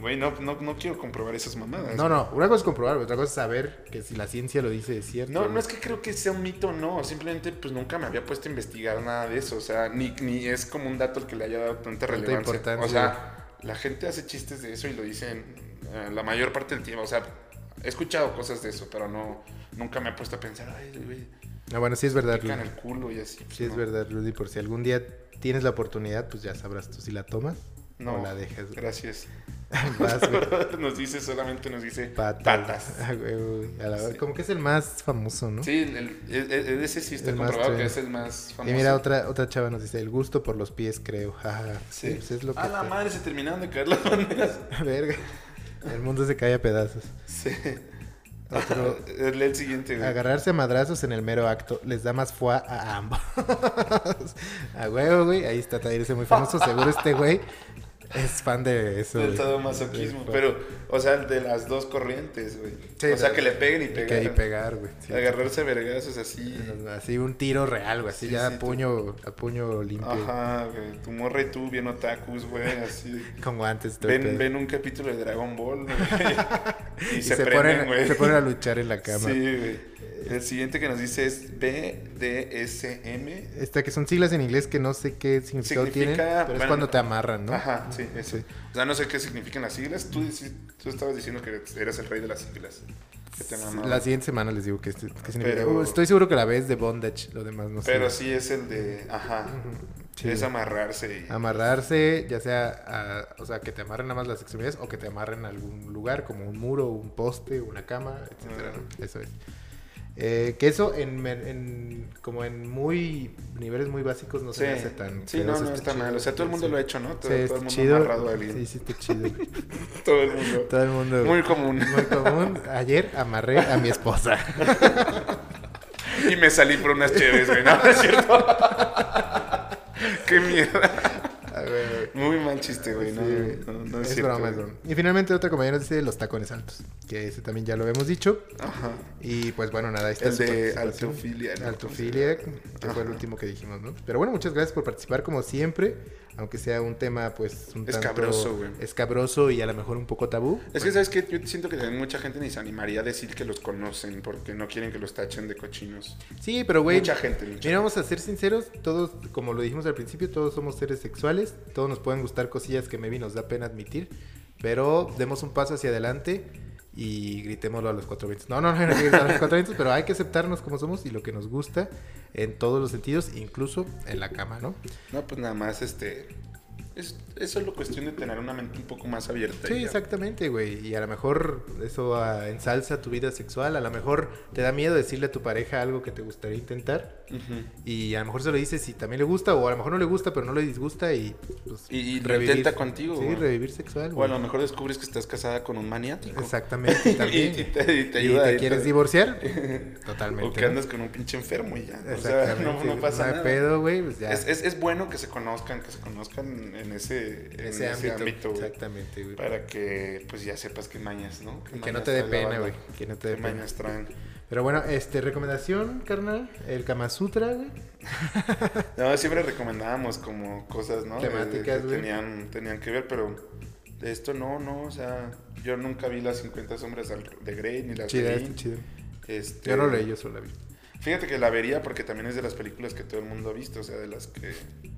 [SPEAKER 3] Güey, no, no, no quiero comprobar esas mamadas.
[SPEAKER 1] No, no, una cosa es comprobar, otra cosa es saber que si la ciencia lo dice es cierto.
[SPEAKER 3] No,
[SPEAKER 1] güey.
[SPEAKER 3] no es que creo que sea un mito, no. Simplemente, pues nunca me había puesto a investigar nada de eso. O sea, ni, ni es como un dato el que le haya dado tanta relevancia.
[SPEAKER 1] importancia.
[SPEAKER 3] O sea, la gente hace chistes de eso y lo dicen eh, la mayor parte del tiempo. O sea, he escuchado cosas de eso, pero no, nunca me he puesto a pensar, ay, güey,
[SPEAKER 1] Ah, bueno, sí es verdad,
[SPEAKER 3] pican
[SPEAKER 1] Rudy.
[SPEAKER 3] el culo y así. Pues,
[SPEAKER 1] Sí es
[SPEAKER 3] no.
[SPEAKER 1] verdad, Rudy. Por si algún día tienes la oportunidad, pues ya sabrás tú si la tomas
[SPEAKER 3] No,
[SPEAKER 1] o la dejas. güey.
[SPEAKER 3] gracias.
[SPEAKER 1] [laughs]
[SPEAKER 3] [laughs]
[SPEAKER 1] Vas, güey.
[SPEAKER 3] nos dice, solamente nos dice
[SPEAKER 1] Patas. [laughs] Ah, güey, güey. A la-
[SPEAKER 3] Sí.
[SPEAKER 1] Como que es el más famoso, ¿no?
[SPEAKER 3] Sí, el, el- el- ese sí está
[SPEAKER 1] El más
[SPEAKER 3] comprobado que
[SPEAKER 1] trend.
[SPEAKER 3] es el más famoso.
[SPEAKER 1] Y mira, otra, otra chava nos dice, el gusto por los pies, creo. [laughs] Jaja.
[SPEAKER 3] Sí.
[SPEAKER 1] Sí, pues es lo que
[SPEAKER 3] a
[SPEAKER 1] está.
[SPEAKER 3] la madre se terminaron de caer las banderas.
[SPEAKER 1] [laughs] Verga. El mundo se cae a pedazos.
[SPEAKER 3] Sí. [laughs]
[SPEAKER 1] Otro-
[SPEAKER 3] Lee el siguiente, güey.
[SPEAKER 1] Agarrarse a madrazos en el mero acto les da más fuá a ambos. [laughs] a huevo, güey. Ahí está Tair, ese muy famoso. Seguro este güey es fan de eso.
[SPEAKER 3] Del
[SPEAKER 1] güey.
[SPEAKER 3] sadomasoquismo.
[SPEAKER 1] Sí,
[SPEAKER 3] Pero, o sea, de las dos corrientes, güey.
[SPEAKER 1] Sí,
[SPEAKER 3] o sea,
[SPEAKER 1] de-
[SPEAKER 3] que le peguen y
[SPEAKER 1] que
[SPEAKER 3] pegar.
[SPEAKER 1] ahí pegar, güey. Sí.
[SPEAKER 3] Agarrarse a vergazos así.
[SPEAKER 1] Así un tiro real, güey. Así
[SPEAKER 3] Sí,
[SPEAKER 1] ya
[SPEAKER 3] sí,
[SPEAKER 1] a
[SPEAKER 3] tú-
[SPEAKER 1] puño, a puño limpio.
[SPEAKER 3] Ajá, güey. Tu morra y tú bien otakus, güey. Así.
[SPEAKER 1] Con guantes. todo el
[SPEAKER 3] Ven,
[SPEAKER 1] pedo.
[SPEAKER 3] ven un capítulo de Dragon Ball, güey. Y,
[SPEAKER 1] [laughs] Y
[SPEAKER 3] se,
[SPEAKER 1] se, ponen,
[SPEAKER 3] prenden, güey.
[SPEAKER 1] se
[SPEAKER 3] [laughs]
[SPEAKER 1] ponen a luchar en la cama.
[SPEAKER 3] Sí, güey. El siguiente que nos dice es BDSM.
[SPEAKER 1] Esta que son siglas en inglés que no sé qué significado
[SPEAKER 3] Significa-
[SPEAKER 1] tienen, pero es
[SPEAKER 3] bueno,
[SPEAKER 1] cuando te amarran, ¿no?
[SPEAKER 3] Ajá, sí, eso.
[SPEAKER 1] Sí.
[SPEAKER 3] O sea, no sé qué significan las siglas. Tú, dici- tú estabas diciendo que eras el rey de las siglas. Que te mamaba.
[SPEAKER 1] La siguiente semana les digo que, este- que significa.
[SPEAKER 3] Pero-
[SPEAKER 1] Uh, Estoy seguro que la vez de bondage, lo demás no sé.
[SPEAKER 3] Pero sí es el de. Ajá.
[SPEAKER 1] Sí. Ah,
[SPEAKER 3] Es amarrarse. y-
[SPEAKER 1] Amarrarse, ya sea, a- o sea, que te amarren nada más las extremidades o que te amarren a algún lugar como un muro, un poste, una cama, etcétera. ¿no? Eso es. Eh, que eso en, en- como en muy niveles muy básicos no
[SPEAKER 3] Sí,
[SPEAKER 1] se me hace tan
[SPEAKER 3] sí no,
[SPEAKER 1] pedoso,
[SPEAKER 3] no está
[SPEAKER 1] chido.
[SPEAKER 3] mal. O sea, todo el mundo
[SPEAKER 1] Sí.
[SPEAKER 3] lo ha hecho, ¿no?
[SPEAKER 1] Sí,
[SPEAKER 3] Todo, todo
[SPEAKER 1] está
[SPEAKER 3] el mundo ha amarrado a
[SPEAKER 1] chido. Sí,
[SPEAKER 3] alguien.
[SPEAKER 1] sí, está
[SPEAKER 3] [laughs]
[SPEAKER 1] chido.
[SPEAKER 3] Todo el mundo.
[SPEAKER 1] Todo el mundo.
[SPEAKER 3] Muy [laughs] común.
[SPEAKER 1] Muy común. Ayer amarré a mi esposa.
[SPEAKER 3] Y me salí por unas chéves, güey. No, [laughs] no es
[SPEAKER 1] [laughs]
[SPEAKER 3] cierto. Qué mierda.
[SPEAKER 1] A ver,
[SPEAKER 3] Muy mal chiste, [laughs] güey. No,
[SPEAKER 1] Ah, Sí, güey.
[SPEAKER 3] no, no es,
[SPEAKER 1] es
[SPEAKER 3] cierto.
[SPEAKER 1] broma, es
[SPEAKER 3] güey.
[SPEAKER 1] broma. Y finalmente otra compañera nos dice los tacones altos, que ese también ya lo habíamos dicho.
[SPEAKER 3] Ajá.
[SPEAKER 1] Y pues bueno, nada, esta
[SPEAKER 3] El
[SPEAKER 1] es su
[SPEAKER 3] de
[SPEAKER 1] participación.
[SPEAKER 3] altofilia, ¿no?
[SPEAKER 1] Altofilia, que fue el último que dijimos, ¿no? Pero bueno, muchas gracias por participar como siempre, aunque sea un tema pues un
[SPEAKER 3] Escabroso,
[SPEAKER 1] tanto
[SPEAKER 3] güey.
[SPEAKER 1] escabroso y a lo mejor un poco tabú.
[SPEAKER 3] Es que, ¿sabes qué? Yo siento que también mucha gente ni se animaría a decir que los conocen porque no quieren que los tachen de cochinos.
[SPEAKER 1] Sí, pero güey,
[SPEAKER 3] mucha gente, mucha
[SPEAKER 1] mira, vamos a ser sinceros, todos, como lo dijimos al principio, todos somos seres sexuales, todos nos pueden gustar cosillas que maybe nos da pena admitir, pero demos un paso hacia adelante y gritémoslo a los cuatro vientos. No, no, no, no hay que gritar a los cuatro vientos, pero hay que aceptarnos como somos y lo que nos gusta en todos los sentidos, incluso en la cama, ¿no?
[SPEAKER 3] No, pues nada más, este. Es, es solo cuestión de tener una mente un poco más abierta.
[SPEAKER 1] Sí,
[SPEAKER 3] y ya.
[SPEAKER 1] exactamente, güey. Y a lo mejor eso ah, ensalza tu vida sexual, a lo mejor te da miedo decirle a tu pareja algo que te gustaría intentar.
[SPEAKER 3] Ujú.
[SPEAKER 1] Y a lo mejor se lo dice si también le gusta, o a lo mejor no le gusta, pero no le disgusta y pues,
[SPEAKER 3] Y- y lo intenta contigo,
[SPEAKER 1] Sí,
[SPEAKER 3] güey.
[SPEAKER 1] revivir sexual.
[SPEAKER 3] O a lo
[SPEAKER 1] güey.
[SPEAKER 3] mejor descubres que estás casada con un maniático.
[SPEAKER 1] Exactamente,
[SPEAKER 3] [laughs] Y,
[SPEAKER 1] también.
[SPEAKER 3] y te, y te
[SPEAKER 1] ¿Y
[SPEAKER 3] ayuda. y
[SPEAKER 1] te quieres
[SPEAKER 3] [laughs]
[SPEAKER 1] divorciar? Totalmente.
[SPEAKER 3] O que
[SPEAKER 1] ¿no?
[SPEAKER 3] andas con un pinche enfermo y ya. O sea,
[SPEAKER 1] Exactamente.
[SPEAKER 3] no, no pasa
[SPEAKER 1] hay
[SPEAKER 3] nada.
[SPEAKER 1] pedo, güey, pues ya.
[SPEAKER 3] Es, es, es bueno que se conozcan, que se conozcan en ese, en
[SPEAKER 1] en ese ámbito.
[SPEAKER 3] güey.
[SPEAKER 1] exactamente, güey.
[SPEAKER 3] Para que pues ya sepas qué mañas, ¿no?
[SPEAKER 1] Y
[SPEAKER 3] Qué
[SPEAKER 1] que no
[SPEAKER 3] mañas
[SPEAKER 1] te dé
[SPEAKER 3] trae la
[SPEAKER 1] pena,
[SPEAKER 3] banda,
[SPEAKER 1] güey. Que no te
[SPEAKER 3] Qué
[SPEAKER 1] dé pena.
[SPEAKER 3] mañas traen.
[SPEAKER 1] Pero bueno, este, recomendación, carnal. El Kama Sutra, güey.
[SPEAKER 3] No, siempre recomendábamos como cosas, ¿no? De- de-
[SPEAKER 1] Temáticas,
[SPEAKER 3] que
[SPEAKER 1] güey.
[SPEAKER 3] tenían, tenían que ver, pero de esto no, no, o sea, yo nunca vi las 50 sombras al- de Grey ni las
[SPEAKER 1] Chida,
[SPEAKER 3] leí.
[SPEAKER 1] está chido.
[SPEAKER 3] Este,
[SPEAKER 1] Yo no leí, yo solo la vi.
[SPEAKER 3] Fíjate que la vería porque también es de las películas que todo el mundo ha visto, o sea, de las que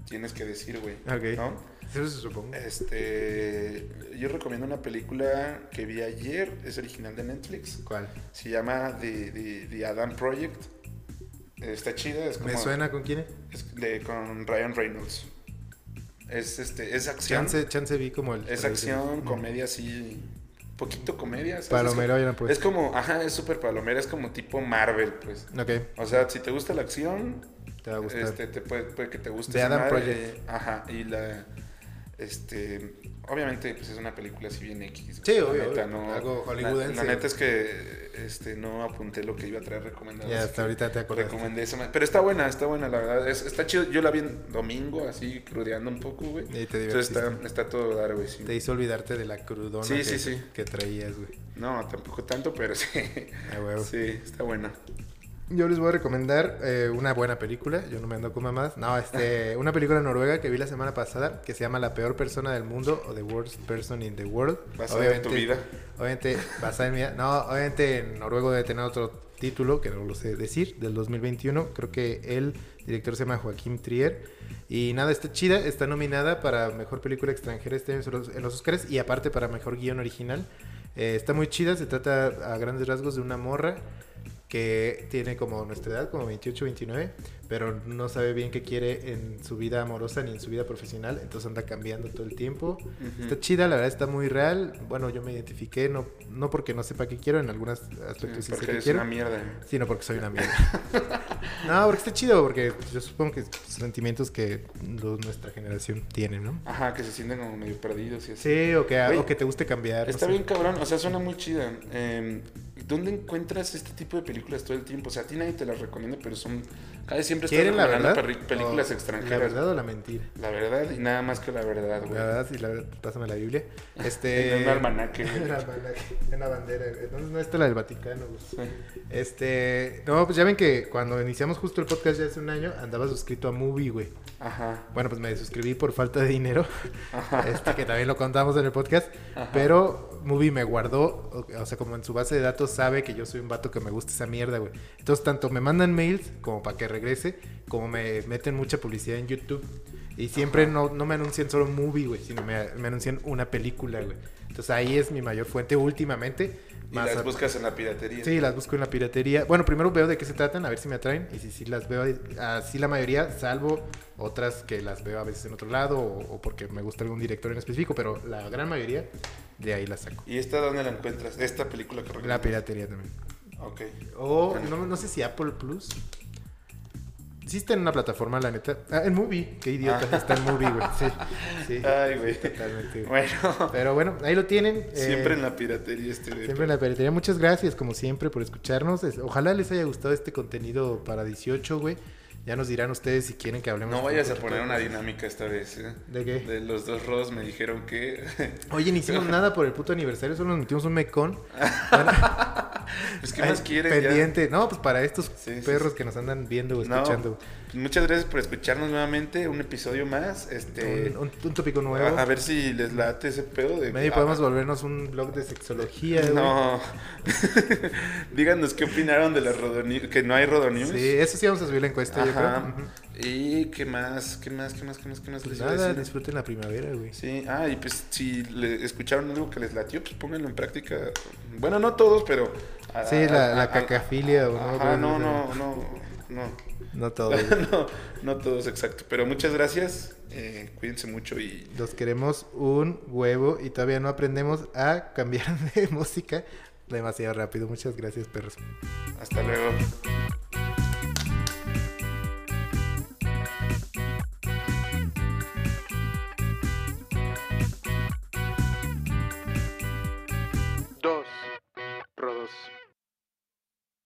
[SPEAKER 3] tienes que decir, güey.
[SPEAKER 1] Ok.
[SPEAKER 3] ¿No?
[SPEAKER 1] Eso se supongo.
[SPEAKER 3] Eh, Este, yo recomiendo una película que vi ayer, es original de Netflix,
[SPEAKER 1] ¿Cuál?
[SPEAKER 3] se llama The, The- The Adam Project. Está chida, es como...
[SPEAKER 1] ¿Me suena con quién? es?
[SPEAKER 3] es de- con Ryan Reynolds. Es, este, es acción.
[SPEAKER 1] Chance, chance vi como el.
[SPEAKER 3] Es acción, comedia así. Poquito comedia. ¿sabes?
[SPEAKER 1] Palomero, pues. ya no
[SPEAKER 3] es, como,
[SPEAKER 1] puedes.
[SPEAKER 3] es como, ajá, es súper palomera, es como tipo Marvel, pues.
[SPEAKER 1] Ok,
[SPEAKER 3] O sea, si te gusta la acción,
[SPEAKER 1] te va a gustar.
[SPEAKER 3] este, te puede, puede que te guste.
[SPEAKER 1] The
[SPEAKER 3] esa
[SPEAKER 1] Adam
[SPEAKER 3] madre.
[SPEAKER 1] Project.
[SPEAKER 3] Ajá, y la. Este. Obviamente, pues es una película así bien X.
[SPEAKER 1] Sí,
[SPEAKER 3] la
[SPEAKER 1] obvio,
[SPEAKER 3] neta,
[SPEAKER 1] obvio.
[SPEAKER 3] no-
[SPEAKER 1] Algo
[SPEAKER 3] la-
[SPEAKER 1] hollywoodense.
[SPEAKER 3] La, neta es que este, no apunté lo que iba a traer recomendado.
[SPEAKER 1] Ya,
[SPEAKER 3] así
[SPEAKER 1] hasta
[SPEAKER 3] que-
[SPEAKER 1] ahorita te acuerdas.
[SPEAKER 3] Recomendé esa ma- Pero está buena, está buena, la verdad. Es- está chido. Yo la vi en domingo, así crudeando un poco, güey.
[SPEAKER 1] Y te
[SPEAKER 3] Entonces
[SPEAKER 1] divertiste.
[SPEAKER 3] está, está todo dar, güey. sí.
[SPEAKER 1] Te hizo olvidarte de la crudona
[SPEAKER 3] Sí,
[SPEAKER 1] que,
[SPEAKER 3] sí, sí.
[SPEAKER 1] que traías, güey.
[SPEAKER 3] No, tampoco tanto, pero sí.
[SPEAKER 1] A huevo.
[SPEAKER 3] Sí, está buena.
[SPEAKER 1] Yo les voy a recomendar eh, una buena película. Yo no me ando con mamadas. No,
[SPEAKER 3] [laughs]
[SPEAKER 1] este, una película noruega que vi la semana pasada que se llama La peor persona del mundo o The Worst Person in the World.
[SPEAKER 3] Basada en tu vida.
[SPEAKER 1] Obviamente, basada en mi vida. No, obviamente en noruego debe tener otro título que no lo sé decir, del 2021. Creo que el director se llama Joaquín Trier. Y nada, está chida, está nominada para mejor película extranjera este año en los- en los Oscars y aparte para mejor guión original. Eh, está muy chida, se trata a grandes rasgos de una morra que tiene como nuestra edad, como 28, 29, pero no sabe bien qué quiere en su vida amorosa ni en su vida profesional, entonces anda cambiando todo el tiempo. Está chida, la verdad está muy real. Bueno, yo me identifiqué, no, no porque no sepa qué quiero, en algunos aspectos sí, sé
[SPEAKER 3] Mm, Porque
[SPEAKER 1] qué
[SPEAKER 3] es
[SPEAKER 1] quiero,
[SPEAKER 3] una mierda.
[SPEAKER 1] sino porque soy una mierda.
[SPEAKER 3] [laughs]
[SPEAKER 1] no, porque está chido, porque yo supongo que son sentimientos que lo- nuestra generación tiene, ¿no?
[SPEAKER 3] Ajá, que se sienten como medio perdidos y así.
[SPEAKER 1] Sí, o que,
[SPEAKER 3] Güey,
[SPEAKER 1] o que te guste cambiar. no
[SPEAKER 3] Está
[SPEAKER 1] sé.
[SPEAKER 3] bien cabrón, o sea, suena muy chida. Eh, ¿Dónde encuentras este tipo de películas todo el tiempo? O sea, a ti nadie te las recomienda, pero son... Cada vez siempre estás
[SPEAKER 1] ¿Quieren la
[SPEAKER 3] recomendando
[SPEAKER 1] verdad?
[SPEAKER 3] perri- películas
[SPEAKER 1] ¿O ¿La
[SPEAKER 3] extranjeras.
[SPEAKER 1] verdad o la mentira?
[SPEAKER 3] La verdad y nada más que la verdad,
[SPEAKER 1] La
[SPEAKER 3] güey.
[SPEAKER 1] verdad, sí, la verdad, pásame la
[SPEAKER 3] [laughs]
[SPEAKER 1] Biblia. Este...
[SPEAKER 3] En un
[SPEAKER 1] [laughs]
[SPEAKER 3] almanaque, güey.
[SPEAKER 1] En la bandera, en la bandera, güey. No, no está la del Vaticano, güey.
[SPEAKER 3] Sí.
[SPEAKER 1] Este, no, pues ya ven que cuando iniciamos justo el podcast ya hace un año, andaba suscrito a Movie, güey.
[SPEAKER 3] Ajá.
[SPEAKER 1] Bueno, pues me suscribí por falta de
[SPEAKER 3] [laughs]
[SPEAKER 1] dinero,
[SPEAKER 3] Ajá.
[SPEAKER 1] este, que también lo contamos en el podcast,
[SPEAKER 3] Ajá.
[SPEAKER 1] pero Movie me guardó, o, o sea, como en su base de datos sabe que yo soy un vato que me gusta esa mierda, güey. Entonces, tanto me mandan mails como para que regrese, como me meten mucha publicidad en YouTube. Y siempre no, no me anuncian solo Movie, güey, sino me, me anuncian una película, güey. Entonces, ahí es mi mayor fuente últimamente.
[SPEAKER 3] Y
[SPEAKER 1] más
[SPEAKER 3] las
[SPEAKER 1] a-
[SPEAKER 3] buscas en la piratería.
[SPEAKER 1] Sí, las busco en la piratería. Bueno, primero veo de qué se tratan, a ver si me atraen. Y si sí las veo, así la mayoría, salvo otras que las veo a veces en otro lado o, o porque me gusta algún director en específico, pero la gran mayoría de ahí las saco.
[SPEAKER 3] ¿Y esta dónde la encuentras? Esta película que
[SPEAKER 1] La
[SPEAKER 3] recomiendas.
[SPEAKER 1] piratería también.
[SPEAKER 3] Ok.
[SPEAKER 1] O no, no sé si Apple Plus. Sí está en una plataforma, la neta. Ah, en Movie. Qué idiota. Está en Movie, güey. Sí. sí.
[SPEAKER 3] Ah. Ay, güey.
[SPEAKER 1] Totalmente, güey.
[SPEAKER 3] Bueno,
[SPEAKER 1] Pero bueno, ahí lo tienen. eh,
[SPEAKER 3] siempre en la piratería este güey.
[SPEAKER 1] Siempre en la piratería. Muchas gracias, como siempre, por escucharnos. Es- Ojalá les haya gustado este contenido para 18, güey. Ya nos dirán ustedes si quieren que hablemos.
[SPEAKER 3] No
[SPEAKER 1] un
[SPEAKER 3] vayas a
[SPEAKER 1] poquito
[SPEAKER 3] poner
[SPEAKER 1] de-
[SPEAKER 3] una dinámica esta vez. ¿eh?
[SPEAKER 1] ¿De qué?
[SPEAKER 3] De los dos rodos me dijeron que. [laughs]
[SPEAKER 1] Oye, no hicimos nada por el puto aniversario, solo nos metimos un mecón.
[SPEAKER 3] pues, ¿qué más
[SPEAKER 1] Ay,
[SPEAKER 3] quieren? ya?
[SPEAKER 1] Pendiente. No, pues para estos
[SPEAKER 3] Sí, sí,
[SPEAKER 1] perros que nos andan viendo o
[SPEAKER 3] No, pues,
[SPEAKER 1] escuchando.
[SPEAKER 3] Muchas gracias por escucharnos nuevamente. Un episodio más. Este.
[SPEAKER 1] Un, un- un tópico nuevo.
[SPEAKER 3] a, a ver si les late ese pedo de.
[SPEAKER 1] Maybe
[SPEAKER 3] ah,
[SPEAKER 1] podemos volvernos un blog de sexología, güey.
[SPEAKER 3] No. [laughs] Díganos qué opinaron de la Rodonews. Que no hay Rodonews.
[SPEAKER 1] Sí, eso sí vamos a subir la encuesta, Este, yo creo.
[SPEAKER 3] Ajá.
[SPEAKER 1] Ujú.
[SPEAKER 3] ¿Y qué más? ¿Qué más? ¿Qué más? ¿Qué más? ¿Qué más
[SPEAKER 1] Pues
[SPEAKER 3] les iba a
[SPEAKER 1] nada,
[SPEAKER 3] decir?
[SPEAKER 1] disfruten la primavera, güey.
[SPEAKER 3] Sí, ah, y pues si le escucharon algo que les latió, pues pónganlo en práctica. Bueno, no todos, pero. a-
[SPEAKER 1] Sí, la-
[SPEAKER 3] a-
[SPEAKER 1] la
[SPEAKER 3] a-
[SPEAKER 1] cacafilia, ¿o no?
[SPEAKER 3] Ajá, no,
[SPEAKER 1] Bueno,
[SPEAKER 3] no, no, no.
[SPEAKER 1] No
[SPEAKER 3] [laughs]
[SPEAKER 1] todos. güey.
[SPEAKER 3] No, no todos, exacto. Pero muchas gracias. eh, cuídense mucho y.
[SPEAKER 1] Los queremos un huevo y todavía no aprendemos a [laughs] cambiar de música demasiado rápido. Muchas gracias, perros.
[SPEAKER 3] Hasta luego.